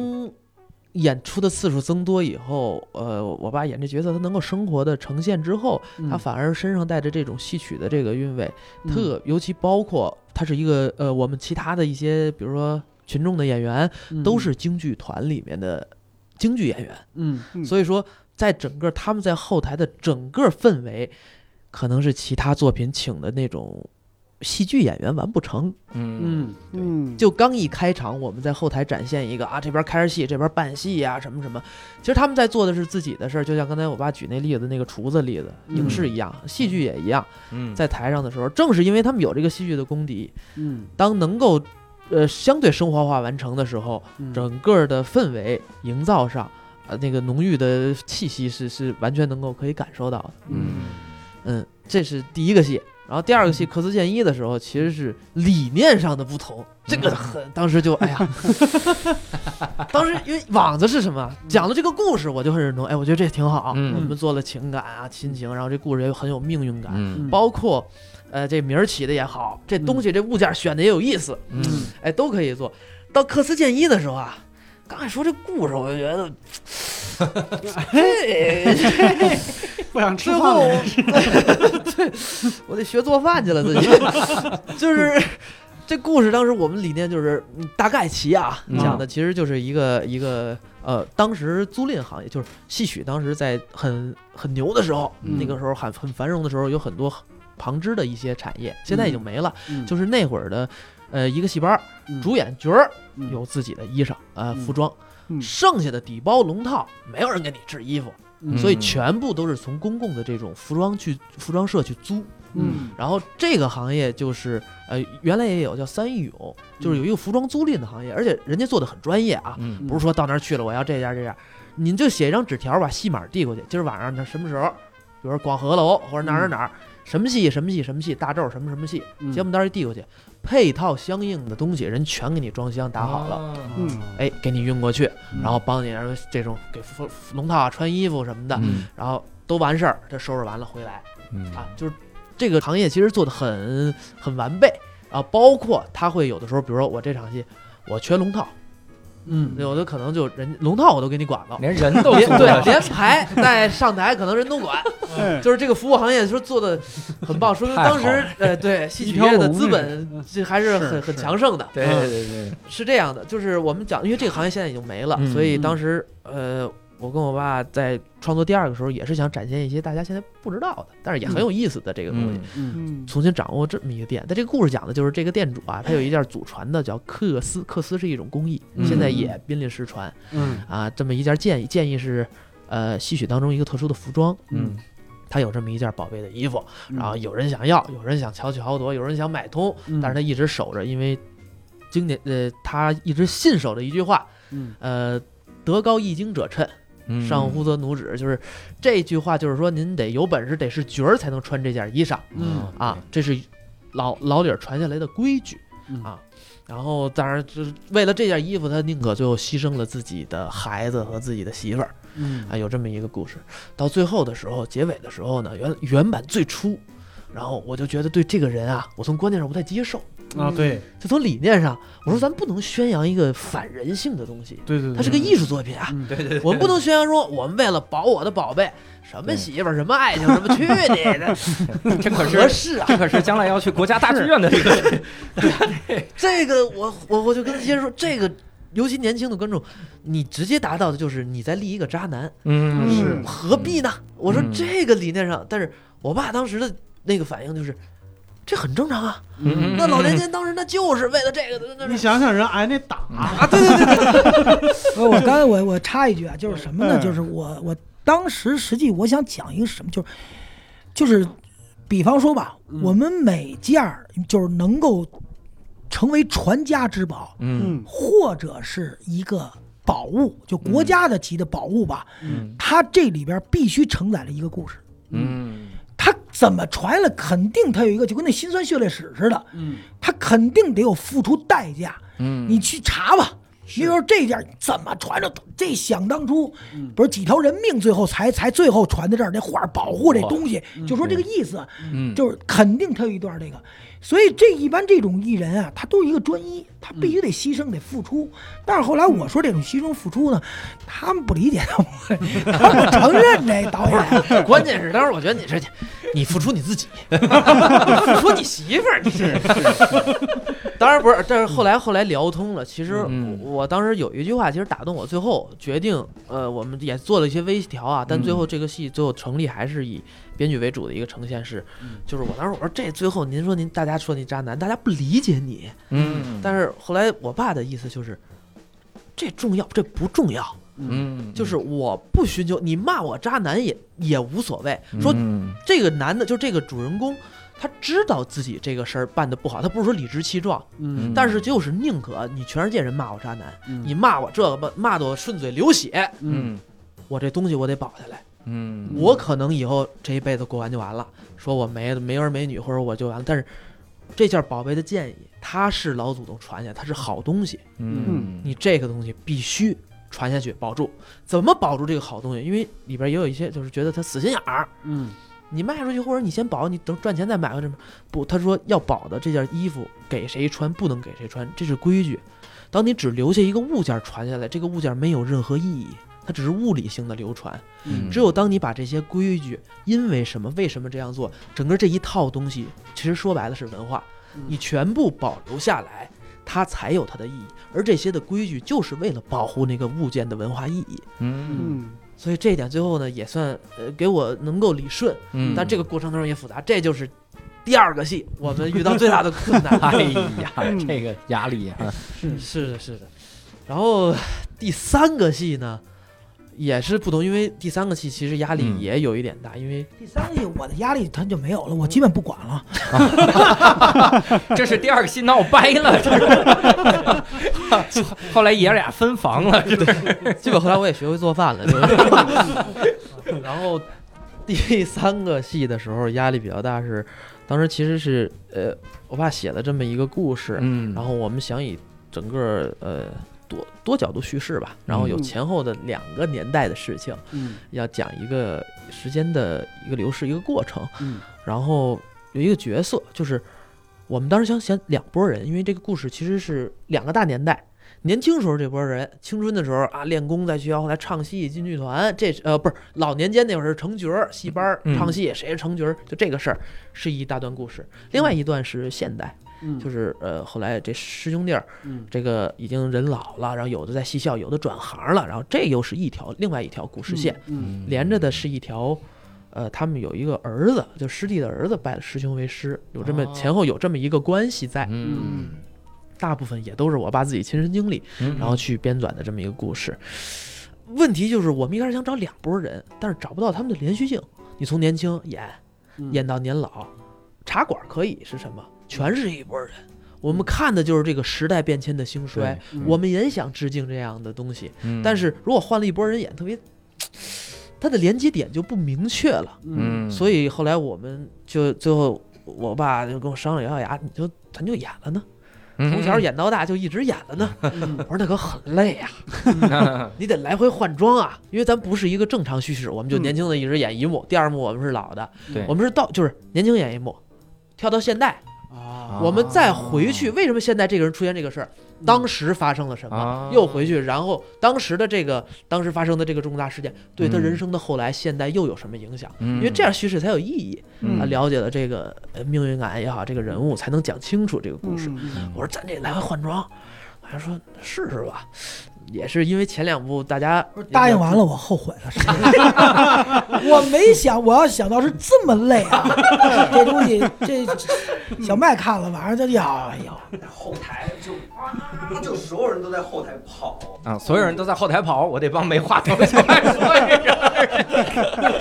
[SPEAKER 2] 演出的次数增多以后，呃，我爸演这角色他能够生活的呈现之后，
[SPEAKER 4] 嗯
[SPEAKER 2] 他反而身上带着这种戏曲的这个韵味，
[SPEAKER 4] 嗯
[SPEAKER 2] 特尤其包括他是一个呃，我们其他的一些比如说群众的演员
[SPEAKER 4] 嗯
[SPEAKER 2] 都是京剧团里面的京剧演员。
[SPEAKER 4] 嗯
[SPEAKER 3] 嗯
[SPEAKER 2] 所以说，在整个他们在后台的整个氛围，可能是其他作品请的那种戏剧演员完不成。
[SPEAKER 1] 嗯
[SPEAKER 4] 嗯
[SPEAKER 3] 嗯，
[SPEAKER 2] 就刚一开场，我们在后台展现一个啊，这边开着戏，这边办戏呀、什么什么。其实他们在做的是自己的事儿，就像刚才我爸举那例子，那个厨子例子，
[SPEAKER 4] 嗯
[SPEAKER 2] 影视一样，戏剧也一样。
[SPEAKER 1] 嗯，
[SPEAKER 2] 在台上的时候，正是因为他们有这个戏剧的功底，
[SPEAKER 4] 嗯
[SPEAKER 2] 当能够呃相对生活化完成的时候，
[SPEAKER 4] 嗯
[SPEAKER 2] 整个的氛围营造上，呃，那个浓郁的气息是是完全能够可以感受到的。
[SPEAKER 1] 嗯
[SPEAKER 2] 嗯，这是第一个戏。然后第二个戏科斯建一的时候，其实是理念上的不同，这
[SPEAKER 1] 嗯
[SPEAKER 2] 个很当时就哎呀， 当时因为网子是什么讲的这个故事，我就很认同，哎，我觉得这挺好，
[SPEAKER 1] 嗯
[SPEAKER 2] 我们做了情感啊、亲情，然后这故事也很有命运感，
[SPEAKER 1] 嗯
[SPEAKER 2] 包括呃这名儿起的也好，这东西这物件选的也有意思，
[SPEAKER 1] 嗯
[SPEAKER 2] 哎，都可以做。到克斯建一的时候啊，刚才说这故事，我就 觉得，哎这
[SPEAKER 4] 不想吃
[SPEAKER 2] 最
[SPEAKER 4] 饭
[SPEAKER 2] 后
[SPEAKER 4] 了，
[SPEAKER 2] 我得学做饭去了， 自己就是。这故事当时我们理念就是嗯大概齐啊，
[SPEAKER 1] 嗯
[SPEAKER 2] 讲的其实就是一个一个呃，当时租赁行业就是戏曲，当时在很很牛的时候，
[SPEAKER 4] 嗯
[SPEAKER 2] 那个时候很很繁荣的时候，有很多旁支的一些产业，现在已经没了。
[SPEAKER 4] 嗯
[SPEAKER 2] 就是那会儿的，呃，一个戏班儿
[SPEAKER 4] 嗯
[SPEAKER 2] 主演角儿
[SPEAKER 4] 嗯
[SPEAKER 2] 有自己的衣裳呃
[SPEAKER 4] 嗯
[SPEAKER 2] 服装，
[SPEAKER 3] 嗯
[SPEAKER 2] 剩下的底包龙套没有人给你制衣服，
[SPEAKER 4] 嗯
[SPEAKER 2] 所以全部都是从公共的这种服装去服装社去租。
[SPEAKER 4] 嗯
[SPEAKER 2] 然后这个行业就是呃原来也有叫三义勇，
[SPEAKER 4] 嗯
[SPEAKER 2] 就是有一个服装租赁的行业，而且人家做的很专业啊，
[SPEAKER 1] 嗯
[SPEAKER 2] 不是说到那儿去了我要这家这家，您就写一张纸条把戏码递过去，今儿晚上那什么时候，比如说广和楼或者哪儿哪儿哪儿。什么戏？什么戏？什么戏？大咒什么什么戏？
[SPEAKER 4] 嗯
[SPEAKER 2] 节目单一递过去，配套相应的东西，人全给你装箱打好了，
[SPEAKER 1] 了
[SPEAKER 3] 嗯
[SPEAKER 2] 哎，给你运过去，
[SPEAKER 4] 嗯
[SPEAKER 2] 然后帮你然后这种给服服龙套啊穿衣服什么的，
[SPEAKER 1] 嗯
[SPEAKER 2] 然后都完事儿，这收拾完了回来
[SPEAKER 1] 嗯
[SPEAKER 2] 啊，就是这个行业其实做的很很完备啊，包括他会有的时候，比如说我这场戏我缺龙套，
[SPEAKER 4] 嗯
[SPEAKER 2] 有的可能就人龙套我都给你管 了。
[SPEAKER 1] 连人都
[SPEAKER 2] 连
[SPEAKER 1] 做
[SPEAKER 2] 对啊
[SPEAKER 1] 了
[SPEAKER 2] 连排带上台可能人都管，
[SPEAKER 3] 哎
[SPEAKER 2] 就是这个服务行业说做的很棒，说明
[SPEAKER 1] 太好
[SPEAKER 2] 当时呃对戏
[SPEAKER 4] 一
[SPEAKER 2] 曲
[SPEAKER 4] 条
[SPEAKER 2] 业的
[SPEAKER 4] 龙
[SPEAKER 2] 资
[SPEAKER 4] 是
[SPEAKER 2] 本这还是
[SPEAKER 3] 是
[SPEAKER 2] 很很
[SPEAKER 3] 是
[SPEAKER 2] 强盛的，
[SPEAKER 1] 对对对对，
[SPEAKER 2] 是这样的，就是我们讲，因为这个行业现在已经没了，
[SPEAKER 1] 嗯
[SPEAKER 2] 所以当时呃，我跟我爸在创作第二个时候，也是想展现一些大家现在不知道的，但是也很有意思的这个东西。
[SPEAKER 1] 嗯
[SPEAKER 4] 嗯
[SPEAKER 3] 嗯
[SPEAKER 2] 重新掌握这么一个店，但这个故事讲的就是这个店主啊，他有一件祖传的叫缂丝，缂丝是一种工艺，
[SPEAKER 1] 嗯
[SPEAKER 2] 现在也濒临失传
[SPEAKER 4] 嗯
[SPEAKER 2] 啊。这么一件建议，建议是，呃，戏曲当中一个特殊的服装，
[SPEAKER 1] 嗯
[SPEAKER 2] 他有这么一件宝贝的衣服，
[SPEAKER 4] 嗯
[SPEAKER 2] 然后有人想要，有人想巧取豪夺，有人想买通，但是他一直守着，因为经典呃，他一直信守着一句话，
[SPEAKER 4] 嗯
[SPEAKER 2] 呃，德高一经者称，
[SPEAKER 1] 嗯
[SPEAKER 2] 上乎则奴指，就是这句话，就是说您得有本事，得是角儿才能穿这件衣裳
[SPEAKER 4] 嗯
[SPEAKER 2] 啊，这是老老底儿传下来的规矩
[SPEAKER 4] 嗯
[SPEAKER 2] 啊。然后，当然就是为了这件衣服，他宁可最后牺牲了自己的孩子和自己的媳妇儿
[SPEAKER 4] 嗯
[SPEAKER 2] 啊，有这么一个故事。到最后的时候，结尾的时候呢，原原版最初，然后我就觉得对这个人啊，我从观念上不太接受。
[SPEAKER 4] 啊对
[SPEAKER 2] 就从理念上，我说咱不能宣扬一个反人性的东西，
[SPEAKER 4] 对对，
[SPEAKER 2] 它是个艺术作品啊。
[SPEAKER 4] 嗯
[SPEAKER 1] 对对对，
[SPEAKER 2] 我们不能宣扬说我们为了保我的宝贝，什么媳妇儿、什么爱情、什么去你 的，
[SPEAKER 1] 这
[SPEAKER 2] 不
[SPEAKER 1] 可 是
[SPEAKER 2] 合适啊！
[SPEAKER 1] 这可是将来要去国家大剧院的这 个
[SPEAKER 2] 这个我我我就跟这些人说，这个尤其年轻的观众，你直接达到的就是你在立一个渣男，
[SPEAKER 1] 嗯
[SPEAKER 3] 是
[SPEAKER 2] 何必呢？我说
[SPEAKER 1] 嗯
[SPEAKER 2] 这个理念上，但是我爸当时的那个反应就是，这很正常啊。
[SPEAKER 1] 嗯
[SPEAKER 2] 那老年间当时那就是为了这个，那
[SPEAKER 4] 你
[SPEAKER 2] 那
[SPEAKER 4] 想想人挨那打
[SPEAKER 2] 啊，对对对对，
[SPEAKER 5] 呃我刚才我我插一句啊，就是什么呢？
[SPEAKER 3] 嗯
[SPEAKER 5] 就是我我当时实际我想讲一个什么，就是就是，比方说吧，
[SPEAKER 2] 嗯
[SPEAKER 5] 我们每件儿就是能够成为传家之宝，
[SPEAKER 1] 嗯
[SPEAKER 3] 嗯
[SPEAKER 5] 或者是一个宝物，就
[SPEAKER 2] 嗯
[SPEAKER 5] 国家的级的宝物吧，
[SPEAKER 1] 嗯
[SPEAKER 5] 它这里边必须承载了一个故事。
[SPEAKER 1] 嗯
[SPEAKER 5] 它怎么传了？肯定它有一个，就跟那辛酸血泪史似的，
[SPEAKER 4] 嗯
[SPEAKER 5] 它肯定得有付出代价。
[SPEAKER 1] 嗯，
[SPEAKER 5] 你去查吧。你说这件怎么传着？这想当初，
[SPEAKER 1] 嗯
[SPEAKER 5] 不是几条人命，最后才才最后传到这儿，那画保护这东西，就说这个意思，
[SPEAKER 1] 嗯
[SPEAKER 5] 就是肯定他有一段这个。所以这一般这种艺人啊，他都是一个专一，他必须得牺牲得付出。
[SPEAKER 1] 嗯
[SPEAKER 5] 但是后来我说这种牺牲付出呢，他们不理解我，他们不承认这导 演。
[SPEAKER 2] 关键是当时我觉得你这，你付出你自己，你付出你媳妇儿，你这。当然不是，但是后来后来聊通了。其实
[SPEAKER 1] 嗯
[SPEAKER 2] 我我当时有一句话，其实打动我，最后决定，呃，我们也做了一些微调啊，但
[SPEAKER 1] 嗯
[SPEAKER 2] 最后这个戏最后成立还是以编剧为主的一个呈现是，就是我当时我说这最后您说您大家说你渣男，大家不理解你，
[SPEAKER 1] 嗯，
[SPEAKER 2] 但是后来我爸的意思就是，这重要这不重要，
[SPEAKER 1] 嗯，
[SPEAKER 2] 就是我不寻求你骂我渣男也也无所谓，说
[SPEAKER 1] 嗯
[SPEAKER 2] 这个男的就这个主人公。他知道自己这个事儿办得不好，他不是说理直气壮，
[SPEAKER 4] 嗯
[SPEAKER 2] 但是就是宁可你全世界人骂我渣男，
[SPEAKER 4] 嗯
[SPEAKER 2] 你骂我这个吧骂得我顺嘴流血，
[SPEAKER 4] 嗯
[SPEAKER 1] 嗯
[SPEAKER 2] 我这东西我得保下来。
[SPEAKER 1] 嗯，
[SPEAKER 2] 我可能以后这一辈子过完就完了，说我没没儿没女或者我就完了。但是这件宝贝的建议，它是老祖宗传下，它是好东西，
[SPEAKER 1] 嗯
[SPEAKER 2] 你这个东西必须传下去，保住。怎么保住这个好东西？因为里边也有一些就是觉得他死心眼儿，
[SPEAKER 4] 嗯
[SPEAKER 2] 你卖出去或者你先保，你等赚钱再买回来嘛。不，他说要保的这件衣服给谁穿，不能给谁穿，这是规矩。当你只留下一个物件传下来，这个物件没有任何意义，它只是物理性的流传。
[SPEAKER 1] 嗯
[SPEAKER 2] 只有当你把这些规矩，因为什么，为什么这样做，整个这一套东西，其实说白了是文化，你全部保留下来，它才有它的意义。而这些的规矩，就是为了保护那个物件的文化意义。
[SPEAKER 1] 嗯
[SPEAKER 4] 嗯
[SPEAKER 2] 所以这一点最后呢，也算呃给我能够理顺，
[SPEAKER 1] 嗯，
[SPEAKER 2] 但这个过程当中也复杂，这就是第二个戏我们遇到最大的困 难。
[SPEAKER 1] 哎呀，
[SPEAKER 2] 嗯
[SPEAKER 1] 这个压力 啊，
[SPEAKER 2] 是的，是的。然后第三个戏呢，也是不同，因为第三个戏其实压力
[SPEAKER 1] 嗯
[SPEAKER 2] 也有一点大，因为
[SPEAKER 5] 第三个戏我的压力它就没有了，我基本不管了。
[SPEAKER 1] 这是第二个戏闹掰了，这是。 后来爷俩分房了，这是
[SPEAKER 2] 基本后来我也学会做饭了，就是。 然后第三个戏的时候压力比较大是，当时其实是呃，我爸写了这么一个故事，
[SPEAKER 1] 嗯
[SPEAKER 2] 然后我们想以整个呃多多角度叙事吧，然后有
[SPEAKER 4] 嗯
[SPEAKER 2] 前后的两个年代的事情，
[SPEAKER 4] 嗯
[SPEAKER 2] 要讲一个时间的一个流逝一个过程，
[SPEAKER 4] 嗯
[SPEAKER 2] 然后有一个角色就是。我们当时想选两拨人，因为这个故事其实是两个大年代，年轻时候这波人，青春的时候啊，练功在学校，后来唱戏进剧团，这呃不是老年间那会儿是成角儿戏班儿
[SPEAKER 1] 嗯
[SPEAKER 2] 唱戏，谁是成角儿，就这个事儿是一大段故事。另外一段是现代，
[SPEAKER 4] 嗯
[SPEAKER 2] 就是呃后来这师兄弟儿
[SPEAKER 4] 嗯
[SPEAKER 2] 这个已经人老了，然后有的在戏校，有的转行了，然后这又是一条另外一条故事线，
[SPEAKER 4] 嗯
[SPEAKER 2] 连着的是一条。呃，他们有一个儿子，就师弟的儿子拜了师兄为师，有这么、
[SPEAKER 1] 哦
[SPEAKER 2] 前后有这么一个关系在，
[SPEAKER 1] 嗯，
[SPEAKER 2] 大部分也都是我爸自己亲身经历。
[SPEAKER 1] 嗯
[SPEAKER 2] 然后去编纂的这么一个故事。问题就是，我们一开始想找两拨人，但是找不到他们的连续性。你从年轻演
[SPEAKER 4] 嗯
[SPEAKER 2] 演到年老，茶馆可以是什么？全是这一拨人。我
[SPEAKER 1] 嗯
[SPEAKER 2] 们看的就是这个时代变迁的兴衰，
[SPEAKER 4] 嗯
[SPEAKER 2] 我们也想致敬这样的东西，
[SPEAKER 1] 嗯
[SPEAKER 2] 哎但是如果换了一拨人演，特别，它的连接点就不明确了。
[SPEAKER 1] 嗯，
[SPEAKER 2] 所以后来我们就最后，我爸就跟我商量咬咬牙，你就咱就演了呢，
[SPEAKER 1] 嗯
[SPEAKER 2] 从小演到大就一直演了呢。
[SPEAKER 4] 嗯
[SPEAKER 2] 我说那可很累呀、
[SPEAKER 1] 嗯
[SPEAKER 2] 你得来回换装啊，因为咱不是一个正常叙事，我们就年轻的一直演一幕，第二幕我们是老的，
[SPEAKER 1] 嗯对
[SPEAKER 2] 我们是到就是年轻演一幕，跳到现代，
[SPEAKER 4] 啊
[SPEAKER 1] 嗯
[SPEAKER 2] 我们再回去，为什么现在这个人出现这个事儿？当时发生了什么？
[SPEAKER 1] 啊
[SPEAKER 2] 又回去，然后当时的这个当时发生的这个重大事件，对他
[SPEAKER 1] 嗯
[SPEAKER 2] 人生的后来现代又有什么影响？
[SPEAKER 1] 嗯
[SPEAKER 2] 因为这样叙事才有意义，
[SPEAKER 1] 嗯
[SPEAKER 2] 啊，了解了这个呃命运感也好，这个人物才能讲清楚这个故事。
[SPEAKER 1] 嗯
[SPEAKER 2] 我说咱这来回换装，我还说试试吧，也是因为前两部大家
[SPEAKER 5] 答应完了，我后悔了，是我没想，我要想到是这么累啊！这东西，这小麦看了，晚上就要，哎呦，
[SPEAKER 6] 后台就啊，就所有人都在后台跑。
[SPEAKER 1] 啊，所有人都在后台跑，我得帮没话筒的小孩说一声。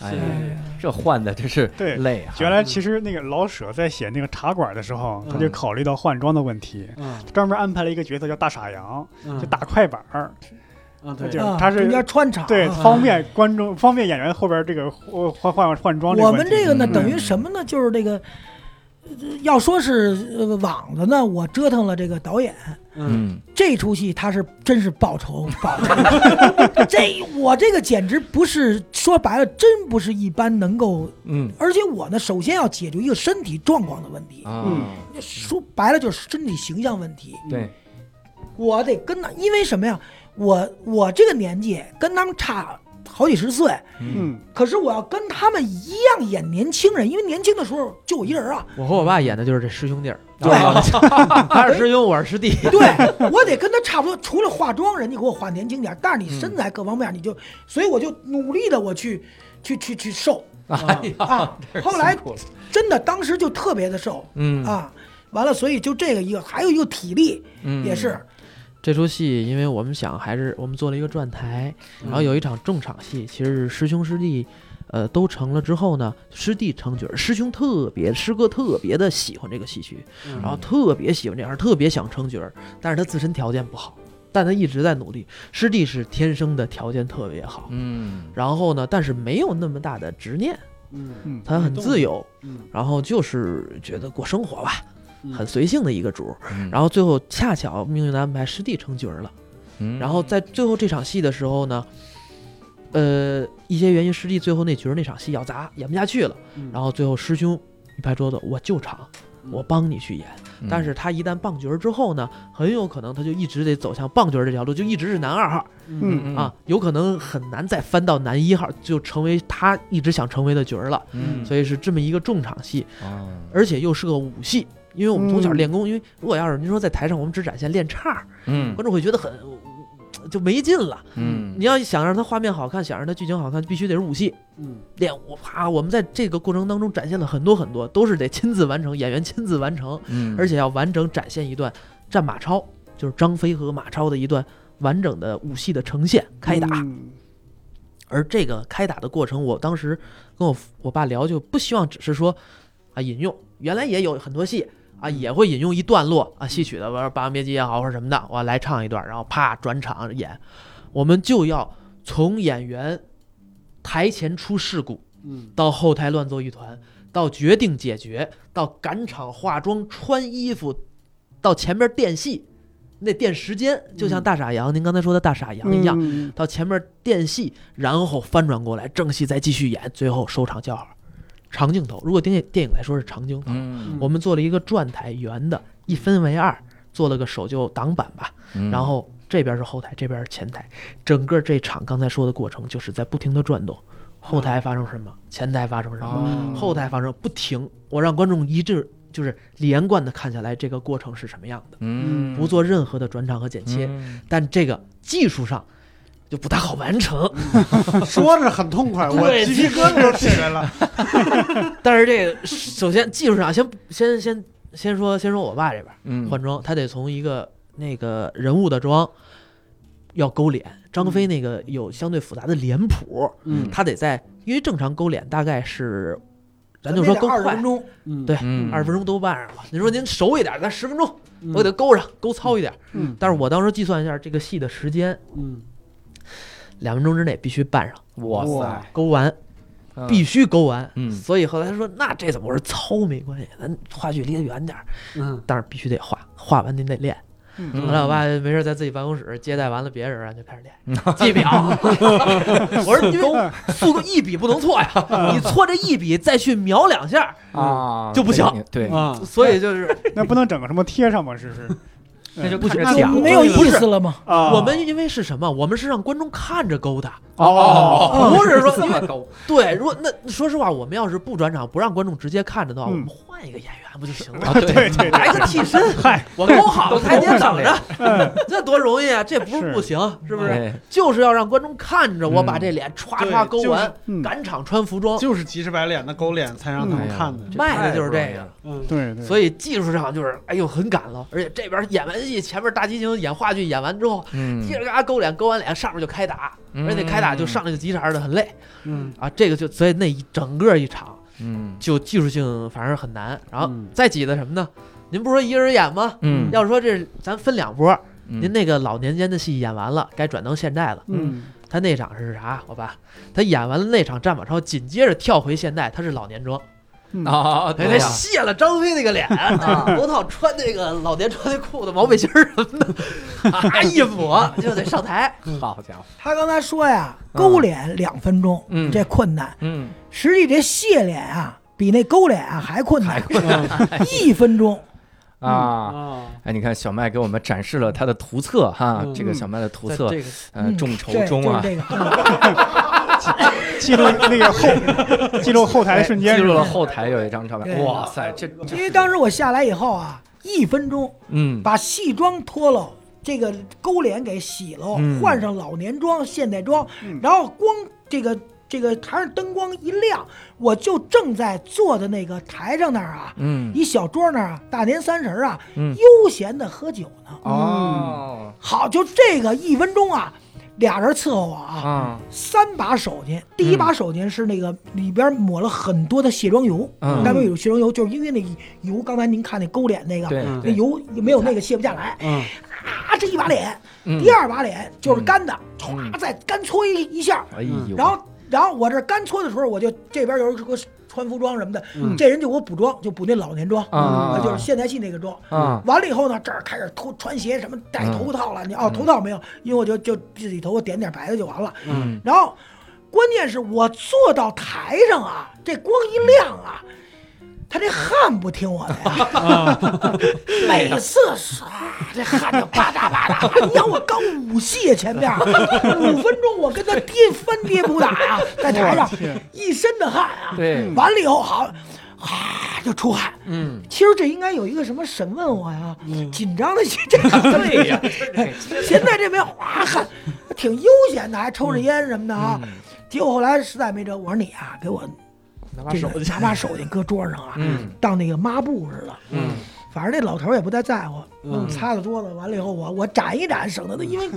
[SPEAKER 1] 哎呀，
[SPEAKER 4] 嗯
[SPEAKER 1] 这换的真是
[SPEAKER 3] 对
[SPEAKER 1] 累啊！
[SPEAKER 3] 原来其实那个老舍在写那个茶馆的时候，他就
[SPEAKER 4] 嗯
[SPEAKER 3] 考虑到换装的问题，
[SPEAKER 4] 嗯
[SPEAKER 3] 专门安排了一个角色叫大傻羊，
[SPEAKER 4] 嗯
[SPEAKER 3] 就打快板儿，
[SPEAKER 4] 啊对
[SPEAKER 3] 就
[SPEAKER 5] 啊，
[SPEAKER 3] 他是
[SPEAKER 5] 中间穿插，
[SPEAKER 3] 对，
[SPEAKER 5] 啊
[SPEAKER 3] 方便观众方便演员后边这个呃换换换装
[SPEAKER 5] 我
[SPEAKER 3] 问
[SPEAKER 5] 们
[SPEAKER 3] 题
[SPEAKER 5] 这个呢，
[SPEAKER 1] 嗯
[SPEAKER 5] 等于什么呢？就是这个，呃要说是呃网子呢，我折腾了这个导演。
[SPEAKER 4] 嗯
[SPEAKER 1] 嗯，
[SPEAKER 5] 这出戏他是真是报仇，报仇！ 这我这个简直不是说白了，真不是一般能够。
[SPEAKER 1] 嗯
[SPEAKER 5] 而且我呢，首先要解决一个身体状况的问题，
[SPEAKER 2] 嗯
[SPEAKER 1] 啊，
[SPEAKER 5] 说白了就是身体形象问题。
[SPEAKER 1] 对，
[SPEAKER 5] 我得跟他，因为什么呀？我我这个年纪跟他们差好几十岁，
[SPEAKER 3] 嗯，
[SPEAKER 5] 可是我要跟他们一样演年轻人，因为年轻的时候就我一人啊，
[SPEAKER 2] 我和我爸演的就是这师兄弟 儿，
[SPEAKER 5] 嗯对
[SPEAKER 2] 啊他是师兄，我是师弟，
[SPEAKER 5] 对我得跟他差不多，除了化妆，人家给我化年轻点儿，但是你身材各方面，你
[SPEAKER 2] 嗯
[SPEAKER 5] 就，所以我就努力的我去，去去去瘦
[SPEAKER 2] 哎
[SPEAKER 5] 啊。后来真的当时就特别的瘦
[SPEAKER 1] 嗯
[SPEAKER 5] 啊，完了，所以就这个一个，还有一个体力
[SPEAKER 1] 嗯
[SPEAKER 5] 也是，
[SPEAKER 2] 这出戏，因为我们想还是我们做了一个转台，
[SPEAKER 1] 嗯
[SPEAKER 2] 然后有一场重场戏，其实是师兄师弟，呃，都成了之后呢，师弟成角，师兄特别师哥特别的喜欢这个戏曲，
[SPEAKER 4] 嗯
[SPEAKER 2] 然后特别喜欢这样，特别想成角，但是他自身条件不好，但他一直在努力。师弟是天生的条件特别好，
[SPEAKER 1] 嗯
[SPEAKER 2] 然后呢，但是没有那么大的执念，
[SPEAKER 4] 嗯
[SPEAKER 3] 嗯，
[SPEAKER 2] 他很自由，
[SPEAKER 4] 嗯
[SPEAKER 2] 然后就是觉得过生活吧，
[SPEAKER 4] 嗯
[SPEAKER 2] 很随性的一个主儿。
[SPEAKER 1] 嗯
[SPEAKER 2] 然后最后恰巧命运的安排，师弟成角儿了。
[SPEAKER 1] 嗯
[SPEAKER 2] 然后在最后这场戏的时候呢，呃，一些原因，师弟最后那角儿那场戏要砸，演不下去了。
[SPEAKER 4] 嗯
[SPEAKER 2] 然后最后师兄一拍桌子，我救场，我帮你去演。
[SPEAKER 1] 嗯
[SPEAKER 2] 但是他一旦傍角儿之后呢，很有可能他就一直得走向傍角儿这条路，就一直是男二号
[SPEAKER 4] 嗯
[SPEAKER 1] 嗯
[SPEAKER 2] 啊，有可能很难再翻到男一号，就成为他一直想成为的角儿了。
[SPEAKER 1] 嗯
[SPEAKER 2] 所以是这么一个重场戏，
[SPEAKER 1] 哦
[SPEAKER 2] 而且又是个武戏，因为我们从小
[SPEAKER 3] 嗯
[SPEAKER 2] 练功，因为如果要是您说在台上我们只展现练叉儿，
[SPEAKER 1] 嗯
[SPEAKER 2] 观众会觉得很就没劲了。
[SPEAKER 1] 嗯
[SPEAKER 2] 你要想让它画面好看，想让它剧情好看，必须得是武戏
[SPEAKER 4] 嗯
[SPEAKER 2] 练武。啪，我们在这个过程当中展现了很多很多，都是得亲自完成，演员亲自完成，
[SPEAKER 1] 嗯
[SPEAKER 2] 而且要完整展现一段战马超，就是张飞和马超的一段完整的武戏的呈现开打。
[SPEAKER 3] 嗯
[SPEAKER 2] 而这个开打的过程，我当时跟我父我爸聊，就不希望只是说啊引用，原来也有很多戏啊
[SPEAKER 4] 嗯
[SPEAKER 2] 也会引用一段落啊戏曲的，玩《霸王别姬》也好或者什么的，我来唱一段，然后啪转场演，我们就要从演员台前出事故
[SPEAKER 4] 嗯
[SPEAKER 2] 到后台乱作一团，到决定解决，到赶场化妆穿衣服，到前边垫戏，那垫时间，就像
[SPEAKER 4] 嗯
[SPEAKER 2] 大傻羊、您刚才说的大傻羊一样。
[SPEAKER 3] 嗯
[SPEAKER 2] 到前面电戏，然后翻转过来正戏再继续演，最后收场叫好，长镜头。如果电影电影来说是长镜头，
[SPEAKER 1] 嗯
[SPEAKER 2] 我们做了一个转台圆的，一分为二，做了个守旧挡板吧，
[SPEAKER 1] 嗯
[SPEAKER 2] 然后这边是后台，这边是前台，整个这场刚才说的过程就是在不停的转动，后台发生什么，前台发生什么，
[SPEAKER 1] 哦
[SPEAKER 2] 后台发生不停，我让观众一致就是连贯的看下来这个过程是什么样的，
[SPEAKER 1] 嗯
[SPEAKER 2] 不做任何的转场和剪切，
[SPEAKER 1] 嗯
[SPEAKER 2] 但这个技术上就不太好完成。
[SPEAKER 4] 说着很痛快，我
[SPEAKER 2] 对
[SPEAKER 4] 鸡皮疙瘩都起来了。
[SPEAKER 2] 但是这个首先技术上先先先先说先说我爸这边
[SPEAKER 1] 嗯
[SPEAKER 2] 换装，他得从一个那个人物的妆要勾脸，张飞那个有相对复杂的脸谱，
[SPEAKER 1] 嗯
[SPEAKER 2] 他得在因为正常勾脸大概是。咱就
[SPEAKER 5] 得
[SPEAKER 2] 说
[SPEAKER 5] 得
[SPEAKER 2] 更
[SPEAKER 5] 二十
[SPEAKER 2] 快
[SPEAKER 5] 分，钟，
[SPEAKER 4] 嗯
[SPEAKER 2] 对
[SPEAKER 1] 嗯
[SPEAKER 2] 二十分钟都办上了。您说您熟一点，咱十分钟
[SPEAKER 4] 嗯
[SPEAKER 2] 我给他勾上，勾糙一点。
[SPEAKER 4] 嗯
[SPEAKER 2] 但是我当时计算一下这个戏的时间，
[SPEAKER 4] 嗯
[SPEAKER 2] 两分钟之内必须办上，
[SPEAKER 1] 哇塞，
[SPEAKER 2] 勾完
[SPEAKER 1] 嗯
[SPEAKER 2] 必须勾完。
[SPEAKER 1] 嗯
[SPEAKER 2] 所以后来他说那这怎么？我说糙没关系，咱话剧离得远点儿，
[SPEAKER 4] 嗯
[SPEAKER 2] 但是必须得画，画完您得练。
[SPEAKER 1] 嗯
[SPEAKER 2] 后来我爸没事在自己办公室接待完了别人啊，就开始练 记表。 我说因为速度一笔不能 错呀，你错这一笔再去描两下，
[SPEAKER 1] 啊
[SPEAKER 2] 嗯就不行，
[SPEAKER 1] 对，对
[SPEAKER 4] 啊，
[SPEAKER 2] 所以 就是
[SPEAKER 3] 那不能整个什么贴上吗？是不是？
[SPEAKER 1] 那就
[SPEAKER 4] 不
[SPEAKER 1] 看着
[SPEAKER 4] 行那
[SPEAKER 1] 假
[SPEAKER 4] 就
[SPEAKER 1] 了
[SPEAKER 5] 没有
[SPEAKER 3] 不
[SPEAKER 5] 意
[SPEAKER 3] 是
[SPEAKER 5] 思了吗？
[SPEAKER 3] 啊，
[SPEAKER 2] 我们因为是什么？我们是让观众看着勾的，
[SPEAKER 3] 哦，
[SPEAKER 2] 不是说
[SPEAKER 1] 这
[SPEAKER 2] 因
[SPEAKER 1] 么
[SPEAKER 2] 为
[SPEAKER 1] 高，
[SPEAKER 2] 对，如果那说实话，我们要是不转场，不让观众直接看着的
[SPEAKER 3] 嗯
[SPEAKER 2] 话，我们换一个演员不就行
[SPEAKER 1] 啊
[SPEAKER 2] 了？
[SPEAKER 1] 对
[SPEAKER 3] 对对
[SPEAKER 2] 来
[SPEAKER 3] 对，
[SPEAKER 2] 个替身，
[SPEAKER 3] 嗨，
[SPEAKER 2] 我勾好了，
[SPEAKER 1] 都
[SPEAKER 2] 台阶
[SPEAKER 1] 勾上
[SPEAKER 2] 等
[SPEAKER 1] 了
[SPEAKER 2] 着
[SPEAKER 1] 呀，
[SPEAKER 3] 嗯
[SPEAKER 2] 这多容易啊！这不
[SPEAKER 3] 是
[SPEAKER 2] 是不行，是不是？
[SPEAKER 1] 对
[SPEAKER 2] 就是要让观众看着我把
[SPEAKER 1] 嗯
[SPEAKER 2] 这脸歘
[SPEAKER 4] 对
[SPEAKER 2] 歘勾
[SPEAKER 4] 就是
[SPEAKER 2] 完，
[SPEAKER 3] 嗯，
[SPEAKER 2] 赶场穿服装，
[SPEAKER 4] 就是急赤白脸的勾脸才让他们看的。
[SPEAKER 2] 卖的就是这个。
[SPEAKER 4] 嗯
[SPEAKER 3] 对对，
[SPEAKER 2] 所以技术上就是，哎呦，很赶了。而且这边演完戏，前面大激情演话剧演完之后，
[SPEAKER 1] 嗯
[SPEAKER 2] 接着嘎勾脸，勾完脸上面就开打，而且开打就上，来就急茬的，很累
[SPEAKER 4] 嗯
[SPEAKER 2] 啊。这个就所以那一整个一场
[SPEAKER 1] 嗯
[SPEAKER 2] 就技术性反正很难。然后
[SPEAKER 4] 嗯
[SPEAKER 2] 再挤的什么呢？您不是说一人演吗？
[SPEAKER 1] 嗯，
[SPEAKER 2] 要是说这咱分两波，
[SPEAKER 1] 嗯
[SPEAKER 2] 您那个老年间的戏演完了，该转到现代了。
[SPEAKER 4] 嗯
[SPEAKER 2] 他那场是啥？我爸他演完了那场战马超，紧接着跳回现代，他是老年装。
[SPEAKER 1] 啊，
[SPEAKER 2] 哎，
[SPEAKER 1] 对
[SPEAKER 2] 他
[SPEAKER 1] 呀，
[SPEAKER 2] 卸了张飞那个脸，啊， 罗套穿那个老年穿那裤子、毛背心儿什么 的，啊，一抹就得上台。
[SPEAKER 1] 好家伙，
[SPEAKER 5] 他刚才说呀，勾脸两分钟，
[SPEAKER 1] 嗯
[SPEAKER 5] 这困难。
[SPEAKER 1] 嗯，
[SPEAKER 5] 实际这卸脸啊，比那勾脸啊还困难，一分钟。
[SPEAKER 1] 啊。
[SPEAKER 4] 啊，
[SPEAKER 1] 哎，你看小麦给我们展示了他的图册哈，
[SPEAKER 4] 嗯
[SPEAKER 1] 这个小麦的图
[SPEAKER 2] 在
[SPEAKER 1] 册，
[SPEAKER 5] 嗯哎
[SPEAKER 2] 这个嗯
[SPEAKER 1] 呃，众筹
[SPEAKER 5] 对
[SPEAKER 1] 中啊，
[SPEAKER 5] 就是这个，
[SPEAKER 3] 记录那个后，记录后台的瞬间
[SPEAKER 1] 记
[SPEAKER 3] 是
[SPEAKER 1] 哎
[SPEAKER 3] 吧，
[SPEAKER 1] 录了后台有一张照片，
[SPEAKER 5] 对
[SPEAKER 1] 哇塞，这
[SPEAKER 5] 因为当时我下来以后啊，一分钟
[SPEAKER 1] 嗯，
[SPEAKER 5] 把戏装脱了，这个勾脸给洗了，
[SPEAKER 1] 嗯
[SPEAKER 5] 换上老年装、现代装，然后光这个这个台上灯光一亮，我就正在坐的那个台上那儿啊，
[SPEAKER 1] 嗯
[SPEAKER 5] 一小桌那儿啊，大年三十儿啊，
[SPEAKER 1] 嗯
[SPEAKER 5] 悠闲的喝酒呢。
[SPEAKER 1] 哦
[SPEAKER 5] 好，就这个一分钟啊，俩人伺候我
[SPEAKER 2] 哦
[SPEAKER 5] 啊，
[SPEAKER 1] 啊嗯
[SPEAKER 5] 三把手巾，第一把手巾是那个里边抹了很多的卸妆油，
[SPEAKER 1] 嗯
[SPEAKER 5] 该不会有卸妆油，就是因为那油，刚才您看那勾脸那个，
[SPEAKER 1] 对
[SPEAKER 4] 嗯
[SPEAKER 5] 那
[SPEAKER 1] 对
[SPEAKER 5] 油没有那个卸不下来，
[SPEAKER 4] 嗯
[SPEAKER 5] 啊，这一把脸，
[SPEAKER 1] 嗯
[SPEAKER 5] 第二把脸就是干的，
[SPEAKER 1] 嗯
[SPEAKER 5] 唰再干搓一一下，
[SPEAKER 1] 哎呦，
[SPEAKER 5] 然后然后我这干搓的时候，我就这边有人给我穿服装什么的，
[SPEAKER 4] 嗯
[SPEAKER 5] 这人就给我补妆，就补那老年妆，
[SPEAKER 1] 啊
[SPEAKER 5] 就是现代戏那个妆。
[SPEAKER 1] 啊嗯
[SPEAKER 5] 完了以后呢，这儿开始脱穿鞋，什么戴头套了，你哦头套没有，因为我就就自己头发点点白的就完了。
[SPEAKER 1] 嗯
[SPEAKER 5] 然后关键是我坐到台上啊，这光一亮啊，他这汗不听我的 呀，啊每次唰，这汗就啪嗒啪嗒。你想我刚舞戏前面儿五分钟，我跟他跌翻跌不打 呀，在台上一身的汗啊。
[SPEAKER 1] 对
[SPEAKER 5] 完了以后好，啊就出汗。
[SPEAKER 1] 嗯
[SPEAKER 5] 其实这应该有一个什么审问我呀，
[SPEAKER 4] 嗯
[SPEAKER 5] 紧张的心这个 对 呀，现在这边哗汗，挺悠闲的，还抽着烟什么的啊。
[SPEAKER 1] 嗯
[SPEAKER 5] 结果后来实在没辙，我说你啊，给我
[SPEAKER 2] 拿把
[SPEAKER 5] 这
[SPEAKER 2] 手
[SPEAKER 5] 个拿把手巾搁桌上啊，
[SPEAKER 1] 嗯
[SPEAKER 5] 当那个抹布似的。
[SPEAKER 1] 嗯
[SPEAKER 5] 反正那老头儿也不太在乎，嗯，擦擦桌子，完了以后我我展一展，省得他，因 为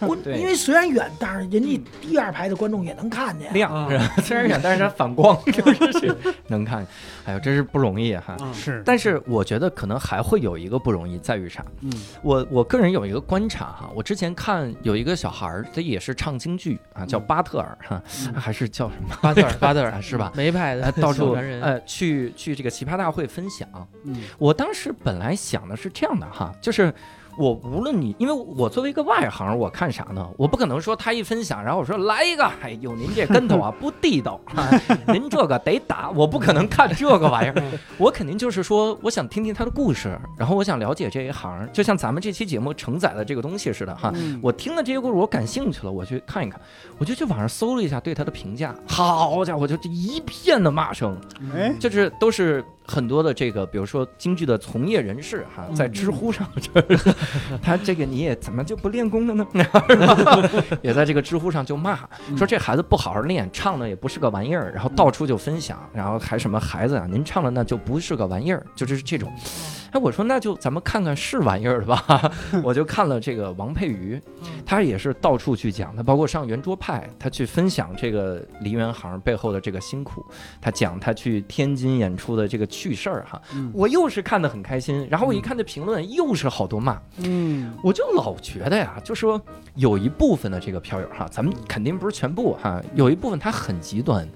[SPEAKER 5] 我
[SPEAKER 1] 对嗯
[SPEAKER 5] 因为虽然远，但是人家第二排的观众也能看见。
[SPEAKER 1] 亮是吧 虽然远，但是它反光就是 是能看，哎呦，真是不容易
[SPEAKER 4] 嗯
[SPEAKER 1] 哈。
[SPEAKER 3] 是，
[SPEAKER 1] 但是我觉得可能还会有一个不容易在于啥？
[SPEAKER 4] 嗯
[SPEAKER 1] 我我个人有一个观察哈，我之前看有一个小孩儿，他也是唱京剧啊，叫巴特尔哈，还是叫什么？
[SPEAKER 2] 巴特尔，巴特
[SPEAKER 1] 啊
[SPEAKER 2] 尔
[SPEAKER 1] 是吧
[SPEAKER 2] 梅派的
[SPEAKER 1] 呃，到
[SPEAKER 2] 小
[SPEAKER 1] 处
[SPEAKER 2] 传人，
[SPEAKER 1] 呃去去这个奇葩大会分享。
[SPEAKER 4] 嗯
[SPEAKER 1] 我当时本来想的是这样的哈，就是我无论你，因为我作为一个外行，我看啥呢？我不可能说他一分享，然后我说来一个，哎呦您这跟头啊不地道啊， 您这个得打，我不可能看这个玩意儿，我肯定就是说我想听听他的故事，然后我想了解这一行，就像咱们这期节目承载的这个东西似的哈。
[SPEAKER 4] 嗯
[SPEAKER 1] 我听了这些故事，我感兴趣了，我去看一看，我就去网上搜了一下对他的评价，好家伙，就这一片的骂声，
[SPEAKER 4] 嗯
[SPEAKER 3] 哎，
[SPEAKER 1] 就是都是很多的这个，比如说京剧的从业人士哈，在知乎上，就是 他这个你也怎么就不练功了呢？ 也在这个知乎上就骂，说这孩子不好好练，唱的也不是个玩意儿，然后到处就分享，然后还什么孩子啊，您唱的那就不是个玩意儿，就是这种。哎，我说那就咱们看看是玩意儿的吧，我就看了这个王佩瑜，他也是到处去讲，他包括上圆桌派，他去分享这个梨园行背后的这个辛苦，他讲他去天津演出的这个趣事儿哈，
[SPEAKER 4] 嗯
[SPEAKER 1] 我又是看得很开心，然后我一看这评论又是好多骂，
[SPEAKER 4] 嗯
[SPEAKER 1] 我就老觉得呀，就说有一部分的这个票友哈，咱们肯定不是全部哈，有一部分他很极端。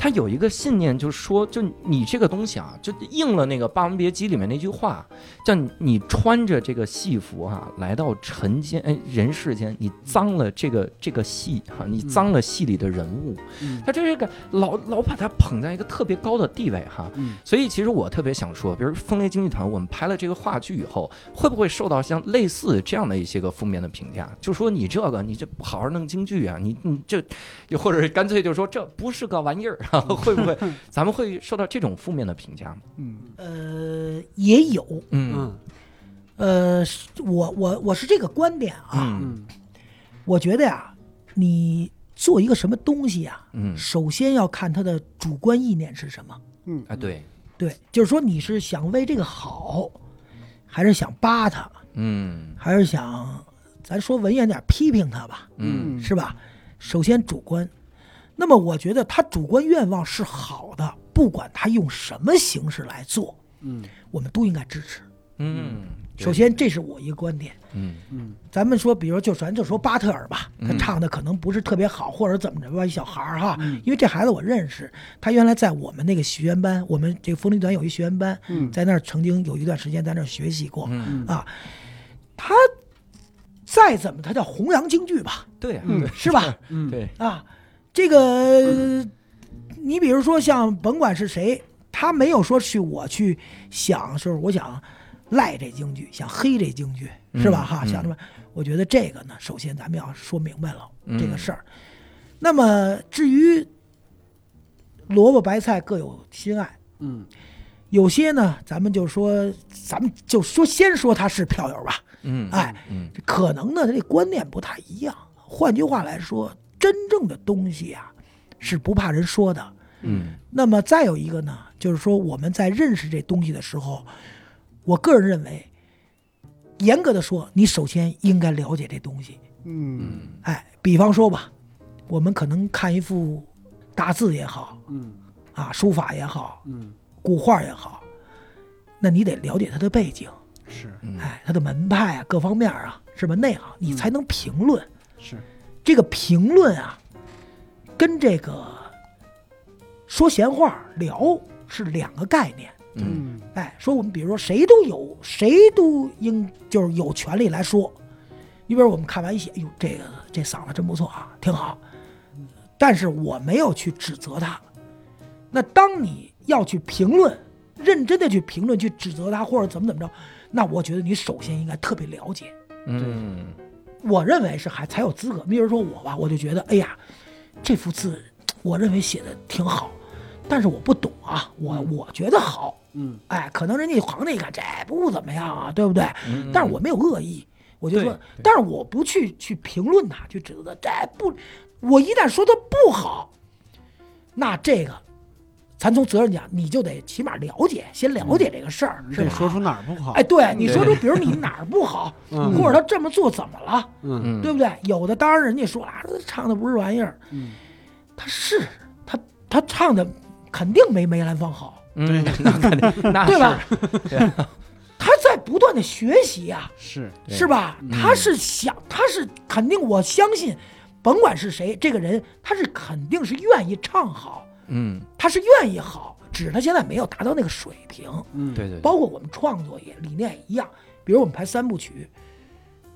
[SPEAKER 1] 他有一个信念，就是说，就你这个东西啊，就应了那个《霸王别姬》里面那句话，叫你你穿着这个戏服啊，来到尘间，哎，人世间，你脏了这个这个戏哈、你脏了戏里的人物，
[SPEAKER 4] 嗯
[SPEAKER 1] 他这个老老把他捧在一个特别高的地位哈，
[SPEAKER 4] 嗯
[SPEAKER 1] 所以其实我特别想说，比如风雷京剧团，我们拍了这个话剧以后，会不会受到像类似这样的一些个负面的评价？就说你这个你这不好好弄京剧啊，你你这，又或者是干脆就说这不是个玩意儿啊，会不会咱们会受到这种负面的评价吗？
[SPEAKER 4] 嗯
[SPEAKER 5] 呃，也有，
[SPEAKER 1] 嗯
[SPEAKER 4] 嗯
[SPEAKER 5] 呃，是我我我是这个观点啊，
[SPEAKER 1] 嗯
[SPEAKER 4] 嗯
[SPEAKER 5] 我觉得呀、你做一个什么东西呀、
[SPEAKER 1] 嗯
[SPEAKER 5] 首先要看他的主观意念是什么。
[SPEAKER 3] 嗯
[SPEAKER 1] 啊对，
[SPEAKER 5] 对，就是说你是想为这个好，还是想扒他，
[SPEAKER 1] 嗯
[SPEAKER 5] 还是想，咱说文言点，批评他吧，
[SPEAKER 1] 嗯
[SPEAKER 5] 是吧？首先主观，那么我觉得他主观愿望是好的，不管他用什么形式来做，
[SPEAKER 4] 嗯
[SPEAKER 5] 我们都应该支持。
[SPEAKER 1] 嗯，对
[SPEAKER 5] 首先，这是我一个观点。
[SPEAKER 1] 嗯
[SPEAKER 5] 咱们说，比如就咱就说巴特尔吧，他唱的可能不是特别好，或者怎么着吧，一小孩儿哈，
[SPEAKER 1] 嗯
[SPEAKER 5] 因为这孩子我认识，他原来在我们那个学员班，我们这个风铃团有一学员班，
[SPEAKER 3] 嗯
[SPEAKER 5] 在那儿曾经有一段时间在那儿学习
[SPEAKER 1] 嗯
[SPEAKER 5] 过，啊，他再怎么他叫弘扬京剧吧，
[SPEAKER 1] 对啊
[SPEAKER 5] 是吧？
[SPEAKER 1] 对
[SPEAKER 5] 啊，这个你比如说像甭管是谁，他没有说去我去想，就是我想赖这京剧，想黑这京剧，是吧？哈，想什么？我觉得这个呢，首先咱们要说明白了这个事儿。那么至于萝卜白菜各有心爱。
[SPEAKER 4] 嗯
[SPEAKER 5] 有些呢，咱们就说，咱们就说，先说他是票友吧，
[SPEAKER 1] 嗯，
[SPEAKER 5] 哎，
[SPEAKER 1] 嗯
[SPEAKER 5] 这可能呢，他这观念不太一样。换句话来说，真正的东西啊，是不怕人说的。
[SPEAKER 1] 嗯
[SPEAKER 5] 那么再有一个呢，就是说我们在认识这东西的时候，我个人认为，严格的说，你首先应该了解这东西。
[SPEAKER 3] 嗯
[SPEAKER 5] 哎，比方说吧，我们可能看一幅大字也好
[SPEAKER 4] 嗯
[SPEAKER 5] 啊，书法也好，
[SPEAKER 4] 嗯，
[SPEAKER 5] 古画也好，那你得了解它的背景，
[SPEAKER 4] 是
[SPEAKER 1] 嗯
[SPEAKER 5] 哎，它的门派啊，各方面啊，是吧？内行你才能评论。
[SPEAKER 4] 是，
[SPEAKER 5] 这个评论啊，跟这个说闲话聊是两个概念。
[SPEAKER 1] 嗯
[SPEAKER 3] 嗯
[SPEAKER 5] 哎，说我们比如说谁都有，谁都应就是有权利来说。你比如我们看完一些，哎呦，这个这嗓子真不错啊，挺好。但是我没有去指责他。那当你要去评论，认真的去评论、去指责他或者怎么怎么着，那我觉得你首先应该特别了解。
[SPEAKER 1] 嗯
[SPEAKER 5] 我认为是还才有资格。比如说我吧，我就觉得，哎呀，这幅字我认为写的挺好，但是我不懂啊，我我觉得好，
[SPEAKER 4] 嗯
[SPEAKER 5] 哎，可能人家行内看这不怎么样啊，对不对？
[SPEAKER 1] 嗯
[SPEAKER 5] 但是我没有恶意，我就说，但是我不去去评论他，去指责他，这不，我一旦说他不好，那这个，咱从责任讲，你就得起码了解，先了解这个事儿，
[SPEAKER 4] 你
[SPEAKER 5] 是
[SPEAKER 4] 得
[SPEAKER 5] 吧？
[SPEAKER 4] 说出哪儿不好，
[SPEAKER 5] 哎，对你说出，比如你哪儿不好，
[SPEAKER 4] 嗯
[SPEAKER 5] 或者他这么做怎么了，
[SPEAKER 4] 嗯
[SPEAKER 1] 嗯
[SPEAKER 5] 对不对？有的当然人家说啊，这唱的不是玩意儿，
[SPEAKER 4] 嗯，
[SPEAKER 5] 他是他他唱的肯定没梅兰芳好，
[SPEAKER 1] 嗯，那肯定，那
[SPEAKER 5] 对吧
[SPEAKER 1] 是？
[SPEAKER 5] 他在不断的学习呀、
[SPEAKER 4] 是，
[SPEAKER 1] 对
[SPEAKER 5] 是吧？他是想，他是肯定，我相信，甭管是谁，这个人他是肯定是愿意唱好，
[SPEAKER 1] 嗯，
[SPEAKER 5] 他是愿意好，只是他现在没有达到那个水平。
[SPEAKER 4] 嗯
[SPEAKER 1] 对对，对
[SPEAKER 5] 包括我们创作也理念也一样，比如我们排三部曲，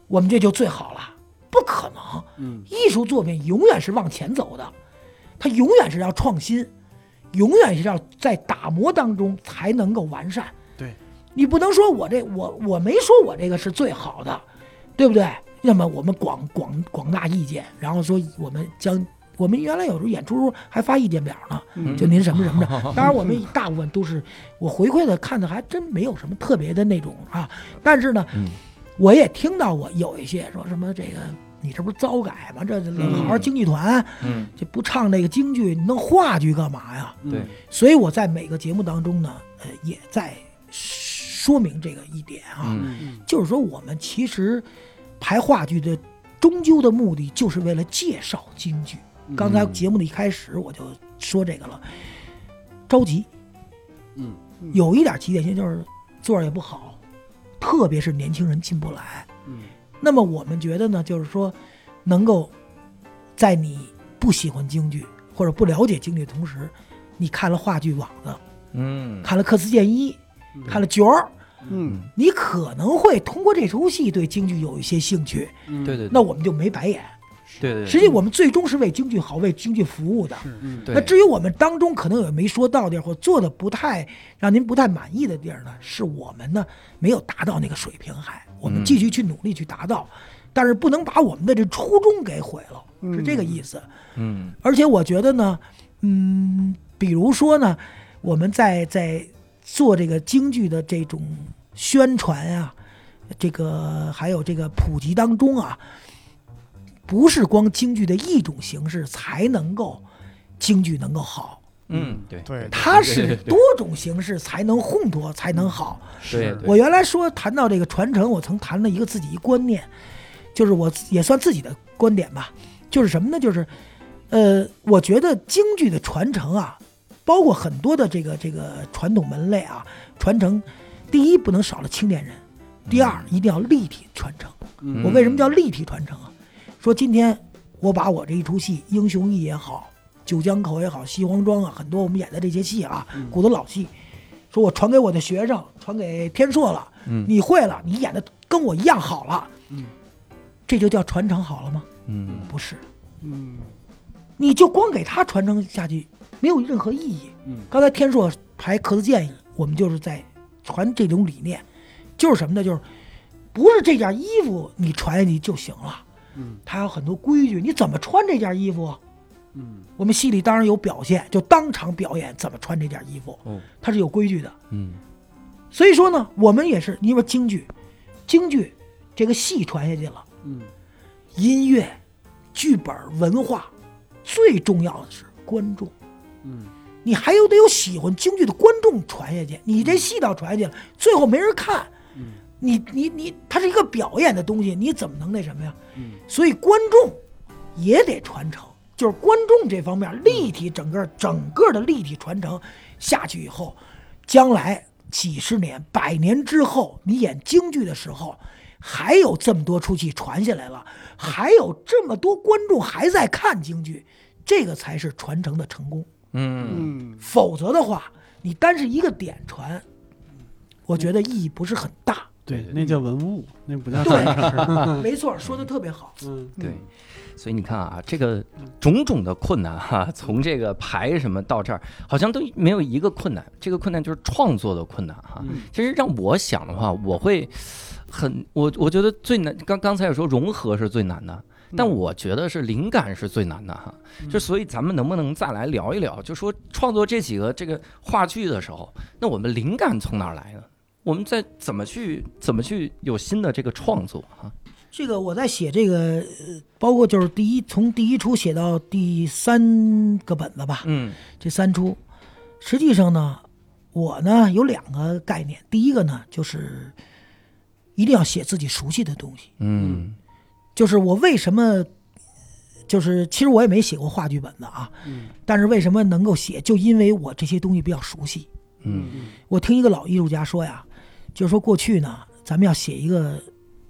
[SPEAKER 5] 我们这就最好了，不可能。
[SPEAKER 4] 嗯
[SPEAKER 5] 艺术作品永远是往前走的，它永远是要创新，永远是要在打磨当中才能够完善。
[SPEAKER 4] 对，
[SPEAKER 5] 你不能说我这我我没说我这个是最好的，对不对？那么我们广广广大意见，然后说我们将我们原来有时候演出时候还发意见表呢，
[SPEAKER 4] 嗯
[SPEAKER 5] 就您什么什么的。当然我们大部分都是我回馈的，看的还真没有什么特别的那种啊。但是呢，
[SPEAKER 1] 嗯
[SPEAKER 5] 我也听到过有一些说什么这个你这不是糟改吗？这这好好京剧团，
[SPEAKER 1] 嗯
[SPEAKER 5] 这不唱那个京剧，你弄话剧干嘛呀？
[SPEAKER 4] 嗯
[SPEAKER 1] 对
[SPEAKER 5] 所以我在每个节目当中呢，呃，也在说明这个一点啊，
[SPEAKER 1] 嗯
[SPEAKER 4] 嗯
[SPEAKER 5] 就是说我们其实排话剧的终究的目的，就是为了介绍京剧。
[SPEAKER 4] 嗯
[SPEAKER 5] 刚才节目的一开始我就说这个了，着急，
[SPEAKER 4] 嗯，
[SPEAKER 5] 有一点急点心就是座儿也不好，特别是年轻人进不来。
[SPEAKER 4] 嗯
[SPEAKER 5] 那么我们觉得呢，就是说，能够在你不喜欢京剧或者不了解京剧的同时，你看了话剧网子，
[SPEAKER 1] 嗯
[SPEAKER 5] 看了克斯剑一，
[SPEAKER 4] 嗯
[SPEAKER 5] 看了角儿，
[SPEAKER 4] 嗯
[SPEAKER 5] 你可能会通过这出戏对京剧有一些兴趣。
[SPEAKER 4] 嗯
[SPEAKER 1] 对对，对
[SPEAKER 5] 那我们就没白演。
[SPEAKER 1] 对对，
[SPEAKER 5] 实际我们最终是为京剧好，为京剧服务的。
[SPEAKER 4] 嗯
[SPEAKER 1] 对
[SPEAKER 5] 那至于我们当中可能有没说到的地儿，或做的不太让您不太满意的地儿呢，是我们呢没有达到那个水平还，我们继续去努力去达到，但是不能把我们的这初衷给毁了，是
[SPEAKER 3] 嗯
[SPEAKER 5] 这个意思。
[SPEAKER 1] 嗯
[SPEAKER 5] 而且我觉得呢，嗯，比如说呢，我们在在做这个京剧的这种宣传啊，这个还有这个普及当中啊，不是光京剧的一种形式才能够京剧能够好，
[SPEAKER 1] 嗯对
[SPEAKER 3] 对
[SPEAKER 5] 它是多种形式才能烘托才能好。
[SPEAKER 1] 嗯对对
[SPEAKER 5] 我原来说谈到这个传承，我曾谈了一个自己一观念，就是我自也算自己的观点吧，就是什么呢？就是，呃，我觉得京剧的传承啊，包括很多的这个这个传统门类啊，传承，第一不能少了青年人，第二一定要立体传承。
[SPEAKER 1] 嗯
[SPEAKER 5] 我为什么叫立体传承啊？说今天我把我这一出戏《英雄义》也好，《九江口》也好，《西黄庄》啊，很多我们演的这些戏啊，
[SPEAKER 1] 嗯
[SPEAKER 5] 古的老戏，说我传给我的学生，传给天硕了，
[SPEAKER 1] 嗯
[SPEAKER 5] 你会了，你演的跟我一样好了，
[SPEAKER 4] 嗯
[SPEAKER 5] 这就叫传承好了吗？
[SPEAKER 1] 嗯
[SPEAKER 5] 不是，
[SPEAKER 3] 嗯
[SPEAKER 5] 你就光给他传承下去，没有任何意义。
[SPEAKER 4] 嗯
[SPEAKER 5] 刚才天硕排壳子建议，我们就是在传这种理念，就是什么呢？就是不是这件衣服你传下去就行了，
[SPEAKER 4] 嗯
[SPEAKER 5] 它有很多规矩，你怎么穿这件衣服啊？
[SPEAKER 4] 嗯
[SPEAKER 5] 我们戏里当然有表现，就当场表演怎么穿这件衣服
[SPEAKER 1] 哦，
[SPEAKER 5] 它是有规矩的。
[SPEAKER 4] 嗯
[SPEAKER 5] 所以说呢，我们也是，因为京剧，京剧这个戏传下去了，
[SPEAKER 4] 嗯
[SPEAKER 5] 音乐、剧本、文化，最重要的是观众。
[SPEAKER 4] 嗯，
[SPEAKER 5] 你还有得有喜欢京剧的观众传下去，你这戏倒传下去了，最后没人看，
[SPEAKER 4] 嗯
[SPEAKER 5] 你你你，它是一个表演的东西，你怎么能那什么呀？
[SPEAKER 4] 嗯
[SPEAKER 5] 所以观众也得传承，就是观众这方面立体整个整个的立体传承下去以后，将来几十年、百年之后，你演京剧的时候，还有这么多出戏传下来了，还有这么多观众还在看京剧，这个才是传承的成功。
[SPEAKER 1] 嗯，
[SPEAKER 3] 嗯，
[SPEAKER 5] 否则的话，你单是一个点传，我觉得意义不是很大。
[SPEAKER 4] 对，那叫文物，那不叫 传承。
[SPEAKER 5] 对，没错，说的特别好。
[SPEAKER 4] 嗯
[SPEAKER 1] 对。所以你看啊，这个种种的困难哈、从这个排什么到这儿，好像都没有一个困难。这个困难就是创作的困难哈、
[SPEAKER 4] 嗯
[SPEAKER 1] 其实让我想的话，我会很我我觉得最难，刚刚才也说融合是最难的，
[SPEAKER 5] 嗯
[SPEAKER 1] 但我觉得是灵感是最难的哈。就所以咱们能不能再来聊一聊，就说创作这几个这个话剧的时候，那我们灵感从哪儿来呢？我们再怎么去怎么去有新的这个创作哈？
[SPEAKER 5] 这个我在写这个，呃包括就是第一从第一出写到第三个本子吧，
[SPEAKER 1] 嗯
[SPEAKER 5] 这三出，实际上呢，我呢有两个概念，第一个呢就是一定要写自己熟悉的东西，
[SPEAKER 1] 嗯
[SPEAKER 5] 就是我为什么，就是其实我也没写过话剧本子啊，但是为什么能够写，就因为我这些东西比较熟悉。
[SPEAKER 1] 嗯
[SPEAKER 5] 我听一个老艺术家说呀，就是说过去呢，咱们要写一个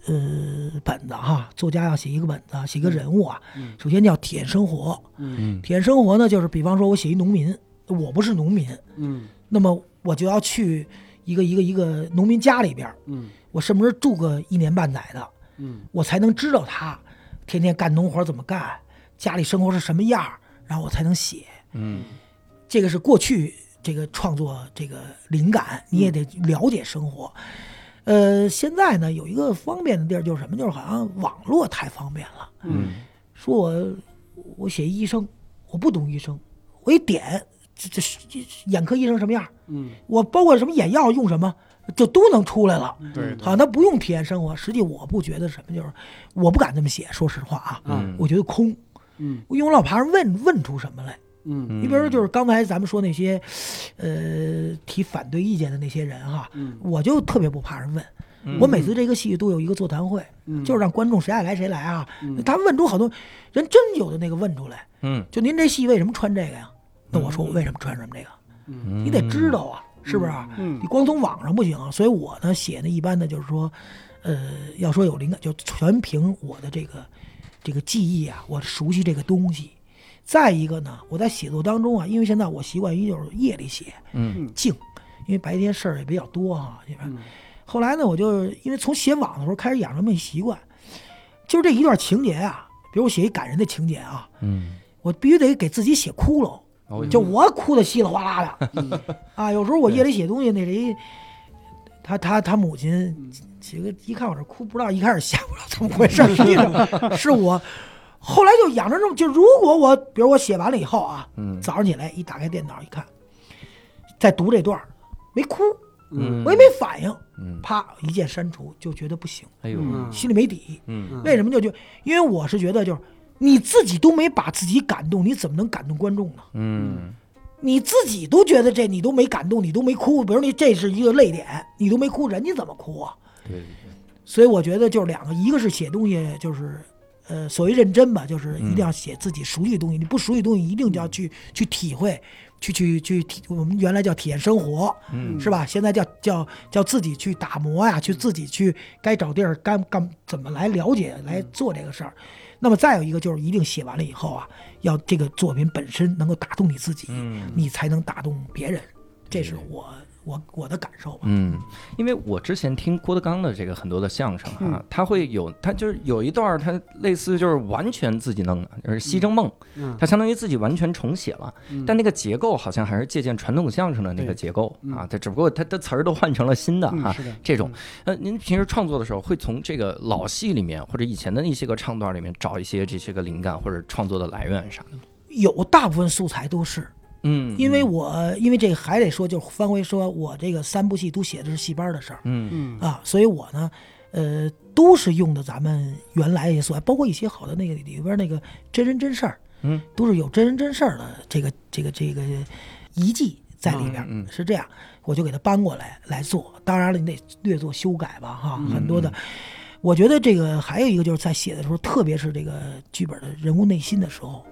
[SPEAKER 5] 呃本子哈，作家要写一个本子，写一个人物啊，首先叫体验生活。
[SPEAKER 1] 嗯
[SPEAKER 5] 体验生活呢，就是比方说我写一农民，我不是农民，
[SPEAKER 4] 嗯
[SPEAKER 5] 那么我就要去一个一个一个农民家里边儿，
[SPEAKER 4] 嗯
[SPEAKER 5] 我甚至住个一年半载的，
[SPEAKER 4] 嗯
[SPEAKER 5] 我才能知道他天天干农活怎么干，家里生活是什么样儿，然后我才能写。
[SPEAKER 1] 嗯
[SPEAKER 5] 这个是过去这个创作这个灵感，你也得了解生活。呃，现在呢有一个方便的地儿就是什么，就是好像网络太方便了。
[SPEAKER 1] 嗯
[SPEAKER 5] 说我我写医生，我不懂医生，我一点这这这眼科医生什么样儿，
[SPEAKER 4] 嗯
[SPEAKER 5] 我包括什么眼药用什么，就都能出来
[SPEAKER 4] 嗯
[SPEAKER 5] 了。
[SPEAKER 3] 对，
[SPEAKER 5] 好，那不用体验生活。实际我不觉得什么，就是我不敢这么写。说实话啊，
[SPEAKER 1] 嗯
[SPEAKER 5] 我觉得空。
[SPEAKER 4] 嗯
[SPEAKER 5] 因为我老怕人问问出什么来。
[SPEAKER 4] 嗯
[SPEAKER 5] 你比如说，就是刚才咱们说那些，呃，提反对意见的那些人哈，
[SPEAKER 4] 嗯
[SPEAKER 5] 我就特别不怕人问。
[SPEAKER 1] 嗯
[SPEAKER 5] 我每次这个戏都有一个座谈会，
[SPEAKER 4] 嗯
[SPEAKER 5] 就是让观众谁爱来谁来啊。
[SPEAKER 4] 嗯
[SPEAKER 5] 他问出好多人，真有的那个问出来，
[SPEAKER 1] 嗯，
[SPEAKER 5] 就您这戏为什么穿这个呀？那我
[SPEAKER 4] 嗯
[SPEAKER 5] 说我为什么穿什么这个？
[SPEAKER 1] 嗯
[SPEAKER 5] 你得知道啊，是不是啊？
[SPEAKER 3] 嗯
[SPEAKER 5] 你光从网上不行啊。所以我呢写的一般的就是说，呃，要说有灵感，就全凭我的这个这个记忆啊，我熟悉这个东西。再一个呢，我在写作当中啊，因为现在我习惯于就是夜里写，
[SPEAKER 1] 嗯，
[SPEAKER 5] 静，因为白天事儿也比较多啊。这边后来呢，我就因为从写网的时候开始养成这么一习惯，就是这一段情节啊，比如我写一感人的情节啊，
[SPEAKER 1] 嗯
[SPEAKER 5] 我必须得给自己写哭了。
[SPEAKER 1] 哦嗯
[SPEAKER 5] 就我哭的稀里哗啦的，啊，有时候我夜里写东西，那谁，他他他母亲几个一看我这哭，不知道一开始吓不知道怎么回事，实际上是我，后来就养成这种，就如果我比如我写完了以后啊，
[SPEAKER 1] 嗯
[SPEAKER 5] 早上起来一打开电脑一看，在读这段儿没哭，
[SPEAKER 1] 嗯
[SPEAKER 5] 我也没反应，
[SPEAKER 1] 嗯，
[SPEAKER 5] 啪一键删除，就觉得不行，
[SPEAKER 1] 哎呦，
[SPEAKER 4] 嗯
[SPEAKER 5] 心里没底。
[SPEAKER 1] 嗯
[SPEAKER 5] 为什么就就因为我是觉得就是你自己都没把自己感动，你怎么能感动观众呢？
[SPEAKER 1] 嗯
[SPEAKER 5] 你自己都觉得这你都没感动，你都没哭，比如你这是一个泪点，你都没哭，人家怎么哭啊？
[SPEAKER 1] 对，
[SPEAKER 5] 所以我觉得就是两个，一个是写东西就是，呃，所谓认真吧，就是一定要写自己熟悉的东西，你不熟悉的东西一定就要去去体会，去去去体，我们原来叫体验生活，
[SPEAKER 1] 嗯
[SPEAKER 5] 是吧？现在叫叫叫自己去打磨呀，去自己去该找地儿干干怎么来了解
[SPEAKER 1] 嗯
[SPEAKER 5] 来做这个事儿。那么再有一个就是，一定写完了以后啊，要这个作品本身能够打动你自己，
[SPEAKER 1] 嗯
[SPEAKER 5] 你才能打动别人，这是我我我的感受吧。
[SPEAKER 1] 嗯，因为我之前听郭德纲的这个很多的相声啊，他会有他就是有一段儿他类似就是完全自己弄的，就是《西征梦》，
[SPEAKER 4] 嗯
[SPEAKER 1] 他相当于自己完全重写了，但那个结构好像还是借鉴传统相声的那个
[SPEAKER 4] 对
[SPEAKER 1] 结构啊，他只不过他的词儿都换成了新的
[SPEAKER 3] 嗯
[SPEAKER 1] 啊，
[SPEAKER 4] 是的，
[SPEAKER 1] 这种，呃，您平时创作的时候会从这个老戏里面或者以前的一些个唱段里面找一些这些个灵感或者创作的来源啥的吗？
[SPEAKER 5] 有大部分素材都是，
[SPEAKER 1] 嗯，
[SPEAKER 5] 因为我因为这个还得说，就是翻回说我这个三部戏都写的是戏班的事儿
[SPEAKER 1] 嗯
[SPEAKER 4] 嗯
[SPEAKER 5] 啊，所以我呢，呃，都是用的咱们原来一些素材，包括一些好的那个里边那个真人真事儿，
[SPEAKER 1] 嗯，
[SPEAKER 5] 都是有真人真事儿的这个这个这个遗迹在里边，
[SPEAKER 1] 嗯嗯
[SPEAKER 5] 是这样，我就给它搬过来来做，当然了，你得略做修改吧，哈，
[SPEAKER 1] 嗯
[SPEAKER 5] 很多的。我觉得这个还有一个就是在写的时候，特别是这个剧本的人物内心的时候，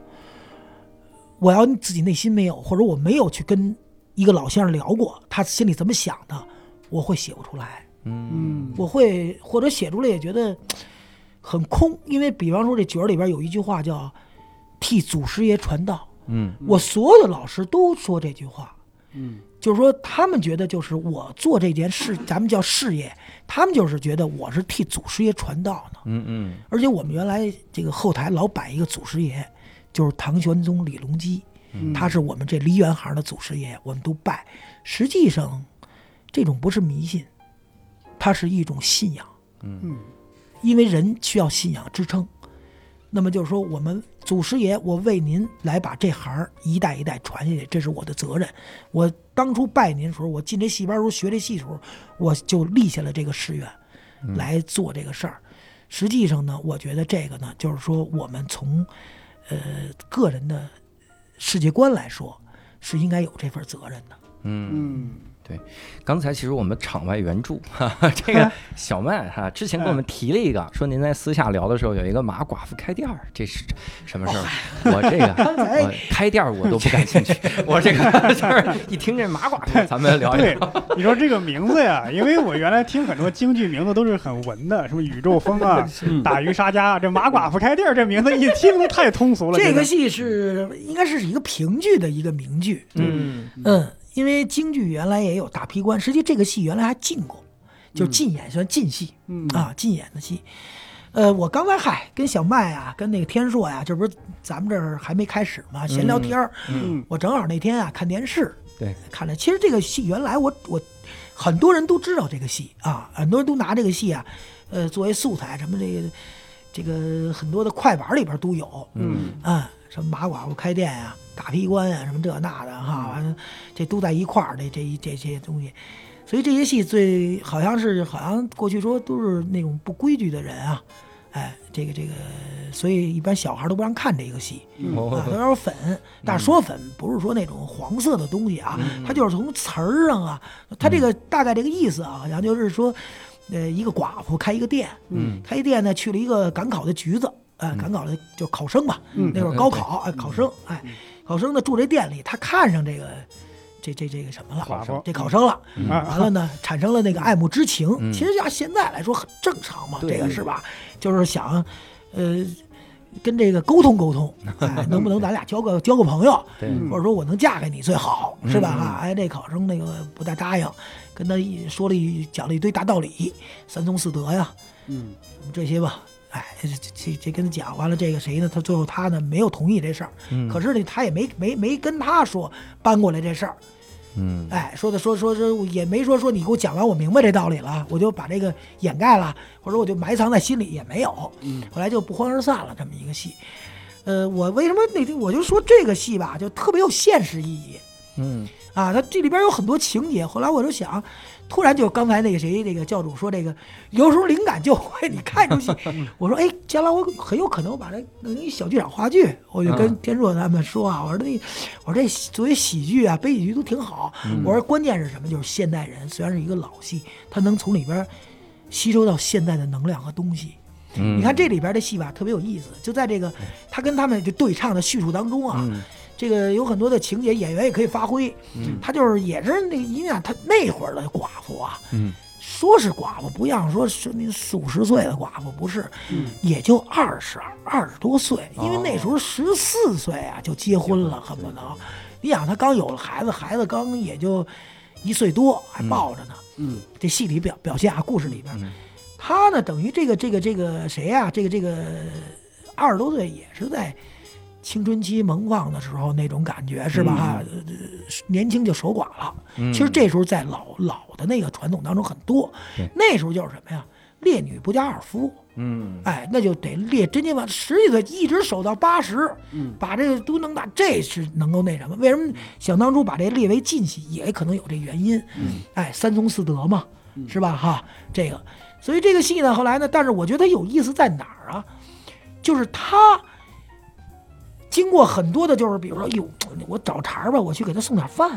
[SPEAKER 5] 我要自己内心没有，或者我没有去跟一个老先生聊过，他心里怎么想的，我会写不出来。
[SPEAKER 4] 嗯
[SPEAKER 5] 我会或者写出来也觉得很空，因为比方说这角儿里边有一句话叫“替祖师爷传道”，
[SPEAKER 1] 嗯，
[SPEAKER 5] 我所有的老师都说这句话，
[SPEAKER 4] 嗯
[SPEAKER 5] 就是说他们觉得就是我做这件事，咱们叫事业，他们就是觉得我是替祖师爷传道呢。
[SPEAKER 1] 嗯嗯
[SPEAKER 5] 而且我们原来这个后台老摆一个祖师爷，就是唐玄宗李隆基，
[SPEAKER 3] 嗯
[SPEAKER 5] 他是我们这梨园行的祖师爷，我们都拜。实际上，这种不是迷信，它是一种信仰。
[SPEAKER 3] 嗯，
[SPEAKER 5] 因为人需要信仰支撑。那么就是说，我们祖师爷，我为您来把这行儿一代一代传下去，这是我的责任。我当初拜您的时候，我进这戏班的时候学这戏的时候，我就立下了这个誓愿，来做这个事儿。实际上呢，我觉得这个呢，就是说我们从呃个人的世界观来说，是应该有这份责任的。
[SPEAKER 1] 嗯。
[SPEAKER 3] 嗯，
[SPEAKER 1] 刚才其实我们场外援助， 哈哈， 这个小麦哈，之前跟我们提了一
[SPEAKER 5] 啊
[SPEAKER 1] 个，说您在私下聊的时候有一个马寡妇开店儿，这是什么事儿？我这个
[SPEAKER 5] 哎
[SPEAKER 1] 我开店儿我都不感兴 趣，我这个 就是一听这马寡妇，咱们 聊一
[SPEAKER 3] 对
[SPEAKER 1] 聊。，
[SPEAKER 3] 你说这个名字呀，因为我原来听很多京剧名字都是很文的，什么宇宙风啊、打渔杀家啊，这马寡妇开店儿这名字一听都太通俗了。
[SPEAKER 5] 这
[SPEAKER 3] 真
[SPEAKER 5] 个
[SPEAKER 3] 的
[SPEAKER 5] 戏是应该是一个评剧的一个名剧，
[SPEAKER 1] 嗯
[SPEAKER 5] 嗯，因为京剧原来也有大批官，实际这个戏原来还禁过，就是禁演算禁戏、
[SPEAKER 3] 嗯
[SPEAKER 5] 啊，禁演的戏。呃，我刚才嗨跟小麦啊，跟那个天硕呀、这不是咱们这儿还没开始嘛，闲聊天儿。
[SPEAKER 3] 嗯
[SPEAKER 5] 我正好那天啊看电视，
[SPEAKER 1] 对，
[SPEAKER 5] 看了。其实这个戏原来我我很多人都知道这个戏啊，很多人都拿这个戏啊，呃，作为素材，什么这个这个很多的快板里边都有。
[SPEAKER 3] 嗯
[SPEAKER 5] 啊，什么马寡妇开店啊，打皮官啊，什么这那的哈，完了这都在一块儿，这这这这些东西，所以这些戏最好像是好像过去说都是那种不规矩的人啊，哎，这个这个，所以一般小孩都不让看这个戏啊，都
[SPEAKER 1] 哦
[SPEAKER 5] 要粉，但是说粉不是说那种黄色的东西啊，它就是从词儿上啊，它这个大概这个意思啊，好像就是说，呃，一个寡妇开一个店，
[SPEAKER 1] 嗯
[SPEAKER 5] 开店呢去了一个赶考的局子，呃，赶考的就考生吧，
[SPEAKER 3] 嗯
[SPEAKER 5] 那会儿高考，哎，考
[SPEAKER 1] 嗯
[SPEAKER 5] 生，哎，考生呢住这店里，他看上这个，这这这个什么了，
[SPEAKER 3] 寡妇
[SPEAKER 5] 这考生嗯了，
[SPEAKER 3] 啊，
[SPEAKER 5] 完了呢，产生了那个爱慕之情。
[SPEAKER 1] 嗯
[SPEAKER 5] 其实按现在来说很正常嘛，
[SPEAKER 1] 对
[SPEAKER 5] 这个是吧？就是想，呃，跟这个沟通沟通， 哎，能不能咱俩交个交个朋友，
[SPEAKER 1] 对，
[SPEAKER 3] 嗯
[SPEAKER 5] 或者说我能嫁给你最好，是吧？
[SPEAKER 1] 嗯
[SPEAKER 5] 哈，哎，这考生那个不太答应，跟他一说了一讲了一堆大道理，三从四德呀，
[SPEAKER 4] 嗯
[SPEAKER 5] 这些吧。哎，这这这跟他讲完了，这个谁呢？他最后他呢没有同意这事儿，可是呢他也没没没跟他说搬过来这事儿，
[SPEAKER 1] 嗯
[SPEAKER 5] 哎，说的说说说也没说说你给我讲完我明白这道理了，啊我就把这个掩盖了，或者我就埋藏在心里也没有，后来就不欢而散了这么一个戏。呃，我为什么那天我就说这个戏吧，就特别有现实意义，
[SPEAKER 1] 嗯
[SPEAKER 5] 啊，它这里边有很多情节。后来我就想，突然就刚才那个谁，这个教主说这个，有时候灵感就会你看出去。我说，哎，将来我很有可能把它弄一小剧场话剧。我就跟
[SPEAKER 1] 嗯
[SPEAKER 5] 天硕他们说啊，我说那，我说这作为喜剧啊、悲喜剧都挺好。我说关键是什么？就是现代人虽然是一个老戏，他能从里边吸收到现在的能量和东西。
[SPEAKER 1] 嗯，
[SPEAKER 5] 你看这里边的戏吧，特别有意思，就在这个他跟他们这对唱的叙述当中啊，这个有很多的情节，演员也可以发挥。他就是也是那你想他那会儿的寡妇啊，
[SPEAKER 1] 嗯
[SPEAKER 5] 说是寡妇，不像说是那四五十岁的寡妇，不是，也就二十二十多岁，因为那时候十四岁啊就结婚了，恨不得。你想他刚有了孩子，孩子刚也就一岁多，还抱着呢。
[SPEAKER 4] 嗯，
[SPEAKER 5] 这戏里表表现啊，故事里边，他呢等于这个这个这个谁呀、这个这个二十多岁也是在青春期萌放的时候那种感觉是吧？哈、呃年轻就守寡了。
[SPEAKER 1] 嗯
[SPEAKER 5] 其实这时候在老老的那个传统当中很多
[SPEAKER 1] 对，
[SPEAKER 5] 那时候就是什么呀？烈女不嫁二夫，
[SPEAKER 1] 嗯
[SPEAKER 5] 哎，那就得列真金往十几岁一直守到八十，
[SPEAKER 4] 嗯
[SPEAKER 5] 把这个都能打，这是能够那什么？为什么想当初把这列为禁忌，也可能有这原因。
[SPEAKER 4] 嗯
[SPEAKER 5] 哎，三从四德嘛，是吧？哈，这个，所以这个戏呢，后来呢，但是我觉得它有意思在哪儿啊？就是他经过很多的，就是比如说，哟，我找茬儿吧，我去给他送点饭。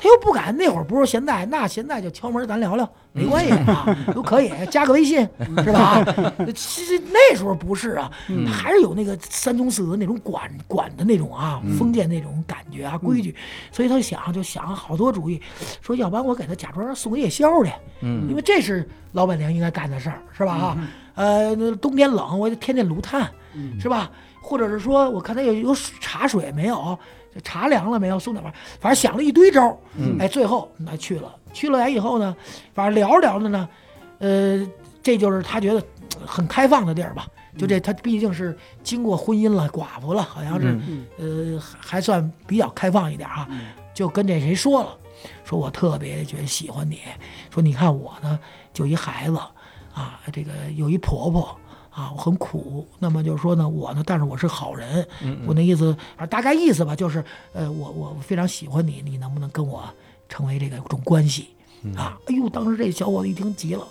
[SPEAKER 5] 他又不敢，那会儿不是现在，那现在就敲门咱聊聊，没关
[SPEAKER 4] 嗯
[SPEAKER 5] 系啊， 都可以，加个微信是吧？啊其实那时候不是啊，还是有那个三从四德那种管管的那种啊，封建那种感觉啊，规矩，所以他想就想好多主意，说要不然我给他假装送个夜宵去，
[SPEAKER 1] 嗯
[SPEAKER 5] 因为这是老板娘应该干的事儿，是吧？啊，呃，那冬天冷，我就添点炉炭，是吧？或者是说，我看他有有茶水没有，茶凉了没有，送点吧，反正想了一堆招儿，哎，最后那去了，去了来以后呢，反正聊着聊着呢，呃，这就是他觉得呃很开放的地儿吧。就这，他毕竟是经过婚姻了，寡妇了，好像是，呃，还还算比较开放一点啊。就跟这谁说了，说我特别觉得喜欢你，说你看我呢，就一孩子，啊，这个有一婆婆。啊，我很苦。那么就是说呢，我呢，但是我是好人，
[SPEAKER 1] 嗯
[SPEAKER 5] 我那意思啊，大概意思吧，就是呃，我我非常喜欢你，你能不能跟我成为这个种关系
[SPEAKER 1] 嗯
[SPEAKER 5] 啊？哎呦，当时这小伙子一听急了，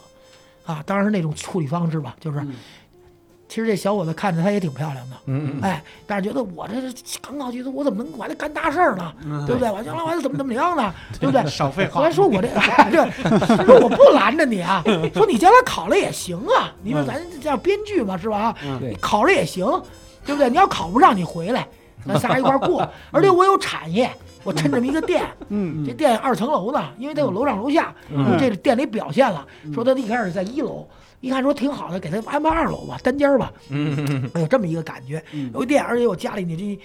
[SPEAKER 5] 啊，当然是那种处理方式吧，就是。其实这小伙子看着她也挺漂亮的，
[SPEAKER 1] 嗯
[SPEAKER 5] 哎，但是觉得我这是刚到剧组，我怎么能我还得干大事儿呢？
[SPEAKER 1] 嗯
[SPEAKER 5] 对不对？我将来我还得怎么怎么 样呢？对不对？
[SPEAKER 4] 少废话
[SPEAKER 5] 后来说我这，对，说我不拦着你 啊，说你将来考了也行啊。你
[SPEAKER 1] 嗯
[SPEAKER 5] 说咱这样编剧嘛，是吧？啊
[SPEAKER 1] 对
[SPEAKER 5] 考了也行，对不对？你要考不上，你回来，咱仨一块儿过。而且我有产业，我趁这么一个店，
[SPEAKER 3] 嗯，
[SPEAKER 5] 这店二层楼呢，因为它有楼上楼下，
[SPEAKER 1] 嗯
[SPEAKER 5] 说这店里表现了，说他一开始在一楼，一看说挺好的，给他安排二楼吧，单间儿吧，
[SPEAKER 1] 嗯
[SPEAKER 5] 哎呦，这么一个感觉，有店，而且有家里你这。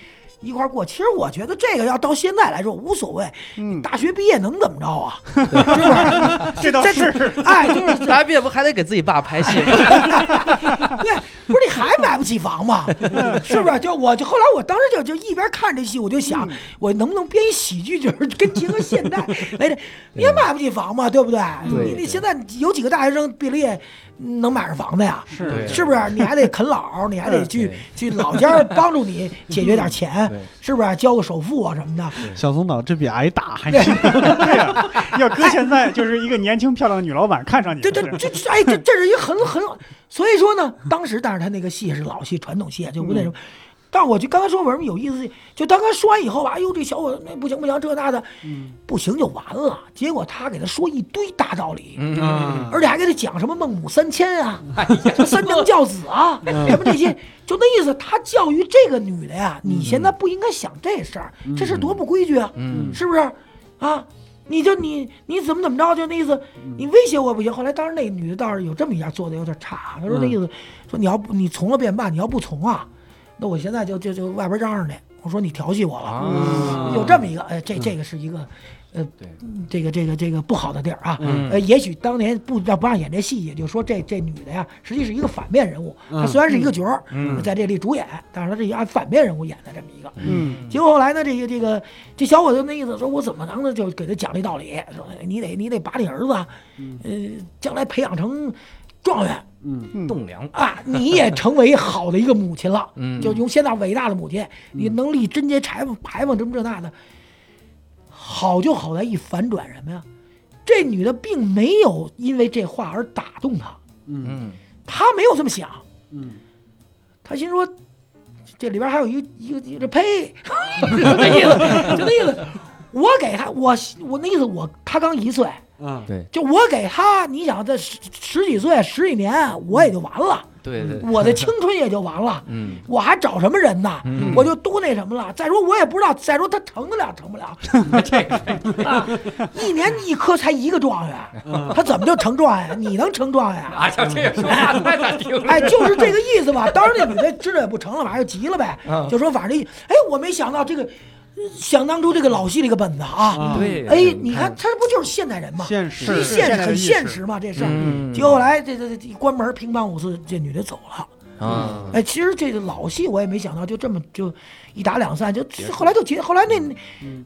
[SPEAKER 5] 一块儿过，其实我觉得这个要到现在来说无所谓，你大学毕业能怎么着啊？是不是？
[SPEAKER 3] 嗯这倒
[SPEAKER 5] 这
[SPEAKER 3] 是，
[SPEAKER 5] 哎，就是
[SPEAKER 2] 咱别不还得给自己爸拍戏吗？
[SPEAKER 5] 对，不是你还买不起房吗？
[SPEAKER 1] 嗯
[SPEAKER 5] 是不是？就我就后来我当时就就一边看这戏，我就想，
[SPEAKER 1] 嗯
[SPEAKER 5] 我能不能编一喜剧，就是跟结合现代来着？你也买不起房嘛，对不对？
[SPEAKER 1] 对
[SPEAKER 5] 你你
[SPEAKER 1] 对
[SPEAKER 5] 现在有几个大学生毕了业能买上房子呀？
[SPEAKER 1] 对嗯
[SPEAKER 5] 是不是？你还得啃老，你还得去去老家儿帮助你 解决点钱
[SPEAKER 1] 对，
[SPEAKER 5] 是不是？交个首付啊什么的。
[SPEAKER 4] 小松岛这比挨打还是
[SPEAKER 3] 对哎呀、要搁现在就是一个年轻漂亮的女老板看上你，
[SPEAKER 5] 这这
[SPEAKER 3] 是
[SPEAKER 5] 这这哎，这这是一个很很，所以说呢，当时但是他那个戏是老戏，传统戏，啊就不那什么。
[SPEAKER 3] 嗯
[SPEAKER 5] 但我就刚才说为什么有意思，就当他说完以后吧，哎呦这小伙子那不行不行这那的，
[SPEAKER 3] 嗯
[SPEAKER 5] 不行就完了。结果他给他说一堆大道理，
[SPEAKER 3] 嗯
[SPEAKER 4] 啊
[SPEAKER 5] 而且还给他讲什么孟母三迁啊，什么三娘教子啊，什么这些，就那意思。他教育这个女的呀，你现在不应该想这事儿，这事儿多不规矩啊，是不是？啊，你就你你怎么怎么着，就那意思，你威胁我不行。后来当时那女的倒是有这么一下做的有点差，她说那意思，说你要不你从了便办，你要不从啊，那我现在就就就外边嚷嚷去。我说你调戏我了，
[SPEAKER 1] 啊
[SPEAKER 5] 有这么一个，哎，这这个是一个，呃
[SPEAKER 1] 对，
[SPEAKER 5] 这个这个这个不好的地儿啊，
[SPEAKER 1] 嗯
[SPEAKER 5] 呃，也许当年不让不让演这戏，也就说这这女的呀，实际是一个反面人物，
[SPEAKER 1] 嗯
[SPEAKER 5] 她虽然是一个角儿，在这里主演，但是她是一个按反面人物演的这么一个，
[SPEAKER 4] 嗯
[SPEAKER 5] 结果后来呢，这个这个这小伙子那意思说，我怎么能呢就给他讲这道理，说哎你得你得把你儿子啊，
[SPEAKER 1] 嗯
[SPEAKER 5] 呃，将来培养成状元，
[SPEAKER 4] 嗯
[SPEAKER 3] 嗯
[SPEAKER 1] 栋梁，
[SPEAKER 5] 啊，你也成为好的一个母亲了，
[SPEAKER 1] 嗯
[SPEAKER 5] 就用现在伟大的母亲，你能力贞洁裁缝裁缝什么这那的，好就好在一反转什么呀？这女的并没有因为这话而打动他，
[SPEAKER 1] 嗯
[SPEAKER 5] 他没有这么想，
[SPEAKER 4] 嗯，
[SPEAKER 5] 他心说，这里边还有一个一个一个呸， 就那意思，就那意思，我给他我我那意思我他刚一岁，
[SPEAKER 4] 啊
[SPEAKER 1] 对
[SPEAKER 5] 就我给他，你想这十十几岁十几年我也就完了。
[SPEAKER 1] 对对，
[SPEAKER 5] 我的青春也就完了，
[SPEAKER 1] 嗯，
[SPEAKER 5] 我还找什么人呢？我就都那什么了。再说我也不知道，再说他成得了成不了，
[SPEAKER 1] 嗯
[SPEAKER 5] 这、啊、一年一科才一个状元，他怎么就成状元？你能成状元？
[SPEAKER 1] 啊，像这个说 话太难听了，
[SPEAKER 5] 哎，就是这个意思吧。当时那女的知道也不成了，反正就急了呗，
[SPEAKER 1] 嗯
[SPEAKER 5] 就说反正哎，我没想到这个，呃想当初这个老戏这个本子啊，
[SPEAKER 1] 对，嗯
[SPEAKER 5] 哎，你看他不就是现代人吗？
[SPEAKER 4] 现
[SPEAKER 5] 所以
[SPEAKER 4] 实
[SPEAKER 3] 是
[SPEAKER 5] 现
[SPEAKER 3] 现代
[SPEAKER 5] 很
[SPEAKER 3] 的意
[SPEAKER 5] 现
[SPEAKER 3] 识
[SPEAKER 5] 实嘛，这事儿。
[SPEAKER 1] 嗯
[SPEAKER 5] 结果后来这这这一关门，乒乓五四，这女的走了。
[SPEAKER 1] 啊，
[SPEAKER 5] 哎，其实这个老戏我也没想到，就这么就一打两散，就后来就结，后来那、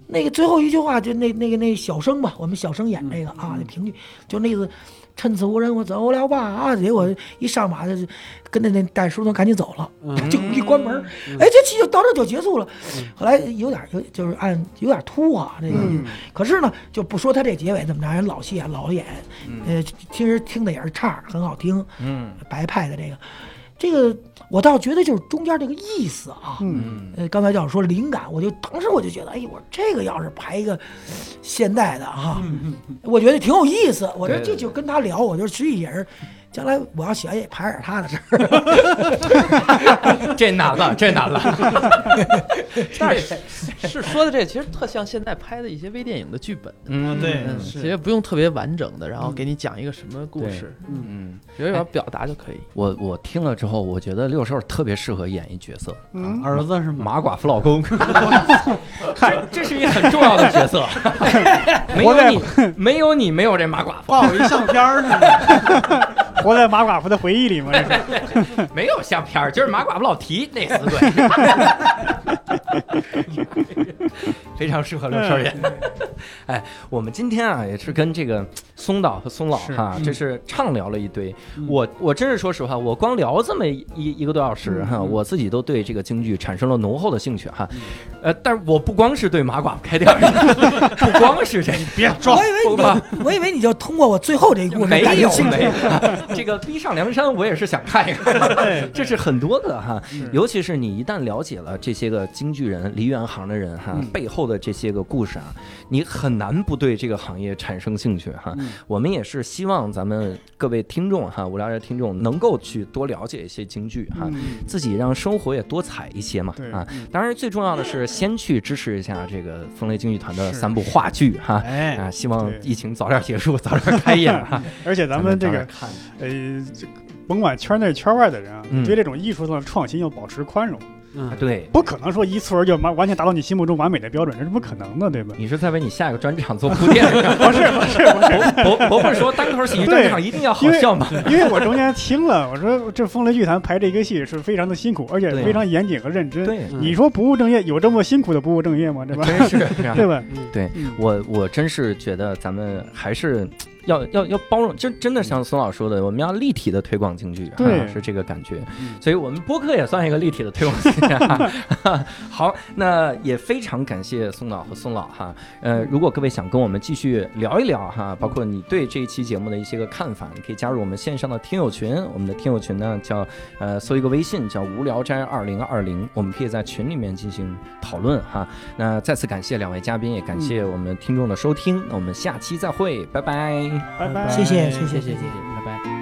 [SPEAKER 5] 那个最后一句话就那那个那小生吧，我们小生演这个、啊，那评剧就那个趁此无人我走了吧啊，结果一上马就是跟着那戴叔同赶紧走了， 就一关门，哎，这戏就到这就结束了。后来有点有就是按有点突啊，这个，可是呢就不说他这结尾怎么着，人老戏啊老演，呃，其实听的也是差，很好听，
[SPEAKER 1] 嗯，
[SPEAKER 5] 白派的这个。这个我倒觉得就是中间这个意思啊，嗯，呃，刚才教授说灵感，我就当时我就觉得，哎呦，我这个要是排一个现代的哈、我觉得挺有意思。我这
[SPEAKER 1] 对
[SPEAKER 5] 这
[SPEAKER 1] 对
[SPEAKER 5] 就跟他聊，我就实际也是，将来我要写也排点他的事儿。
[SPEAKER 1] 这难了，这难了，
[SPEAKER 2] 但是是说的这其实特像现在拍的一些微电影的剧本，
[SPEAKER 1] 嗯，
[SPEAKER 2] 嗯，
[SPEAKER 4] 是
[SPEAKER 2] 其实不用特别完整的，然后给你讲一个什么故
[SPEAKER 1] 对
[SPEAKER 2] 事，
[SPEAKER 1] 嗯，
[SPEAKER 2] 只要有点表达就可以。
[SPEAKER 1] 我我听了之后，我觉得六兽特别适合演一角色，
[SPEAKER 3] 嗯，
[SPEAKER 4] 儿子是吗？
[SPEAKER 1] 马寡妇老公， 这这是一个很重要的角 色，没
[SPEAKER 3] 我
[SPEAKER 1] 有
[SPEAKER 3] 得
[SPEAKER 1] 你，没有你，没有这马寡妇，
[SPEAKER 4] 抱一相片儿是吗？
[SPEAKER 3] 活在马寡妇的回忆里嘛，这是
[SPEAKER 1] 没有相片儿，就是马寡妇老提那死 鬼，非常适合刘少爷。
[SPEAKER 4] 嗯
[SPEAKER 1] 哎，我们今天啊也是跟这个松岛和松老
[SPEAKER 4] 是
[SPEAKER 1] 哈，这是畅聊了一堆。
[SPEAKER 4] 嗯
[SPEAKER 1] 我我真是说实话，我光聊这么一一个多小时
[SPEAKER 4] 嗯
[SPEAKER 1] 哈，我自己都对这个京剧产生了浓厚的兴趣哈。呃，但是我不光是对马寡妇开店儿， 不光是这，
[SPEAKER 4] 哎
[SPEAKER 3] 别装
[SPEAKER 4] 哦
[SPEAKER 5] 我。以为你
[SPEAKER 1] 吧
[SPEAKER 5] 就，我以为你就通过我最后这一故事
[SPEAKER 1] 没
[SPEAKER 5] 感
[SPEAKER 1] 有
[SPEAKER 5] 兴趣
[SPEAKER 1] 没有，
[SPEAKER 3] 啊
[SPEAKER 1] 这个逼上梁山我也是想看一
[SPEAKER 4] 哎
[SPEAKER 1] 看，这是很多个哈，
[SPEAKER 3] 嗯
[SPEAKER 1] 尤其是你一旦了解了这些个京剧人、梨园行的人
[SPEAKER 3] 嗯
[SPEAKER 1] 哈背后的这些个故事啊，你很难不对这个行业产生兴趣哈。
[SPEAKER 3] 嗯
[SPEAKER 1] 我们也是希望咱们各位听众哈，无聊的听众能够去多了解一些京剧哈，自己让生活也多彩一些嘛
[SPEAKER 3] 嗯对嗯
[SPEAKER 1] 啊。当然最重要的是先去支持一下这个风雷京剧团的
[SPEAKER 3] 是
[SPEAKER 1] 三部话剧哈。
[SPEAKER 4] 哎，
[SPEAKER 1] 啊，希望
[SPEAKER 3] 对
[SPEAKER 1] 疫情早点结束，早点开演啊哈。
[SPEAKER 3] 而且 咱们这个
[SPEAKER 1] 看，
[SPEAKER 3] 呃，这甭管圈内圈外的人啊，
[SPEAKER 1] 嗯
[SPEAKER 3] 对这种艺术上的创新要保持宽容，
[SPEAKER 4] 嗯，
[SPEAKER 1] 啊对，
[SPEAKER 3] 不可能说一蹴而就完完全达到你心目中完美的标准，这是不可能的，对吧？
[SPEAKER 1] 你是在为你下一个专场做铺垫？
[SPEAKER 3] 不是不是不是，
[SPEAKER 1] 不不不是说单口喜剧专场一定要好笑吗？
[SPEAKER 3] 因为我中间听了，我说这风雷剧团排这个戏是非常的辛苦，而且
[SPEAKER 1] 对啊
[SPEAKER 3] 非常严谨和认真。
[SPEAKER 1] 对，
[SPEAKER 4] 嗯
[SPEAKER 3] 你说不务正业，有这么辛苦的不务正业吗？对吧？
[SPEAKER 1] 真是这样
[SPEAKER 3] 对。吧？
[SPEAKER 4] 嗯
[SPEAKER 3] 嗯
[SPEAKER 1] 对啊我我真是觉得咱们还是要要要包容，真真的像孙老师说的，我们要立体的推广京剧，
[SPEAKER 3] 对
[SPEAKER 1] 啊是这个感觉
[SPEAKER 4] 嗯。
[SPEAKER 1] 所以我们播客也算一个立体的推广 京剧。哈好，那也非常感谢宋老和宋老哈。呃，如果各位想跟我们继续聊一聊哈，包括你对这一期节目的一些个看法，你可以加入我们线上的听友群。我们的听友群呢叫呃，搜一个微信叫“无聊斋二零二零”，我们可以在群里面进行讨论哈。那再次感谢两位嘉宾，也感谢我们听众的收听。那我们下期再会，拜拜。
[SPEAKER 3] 拜拜。
[SPEAKER 5] 谢谢谢
[SPEAKER 2] 谢
[SPEAKER 5] 谢
[SPEAKER 2] 谢谢谢，拜拜。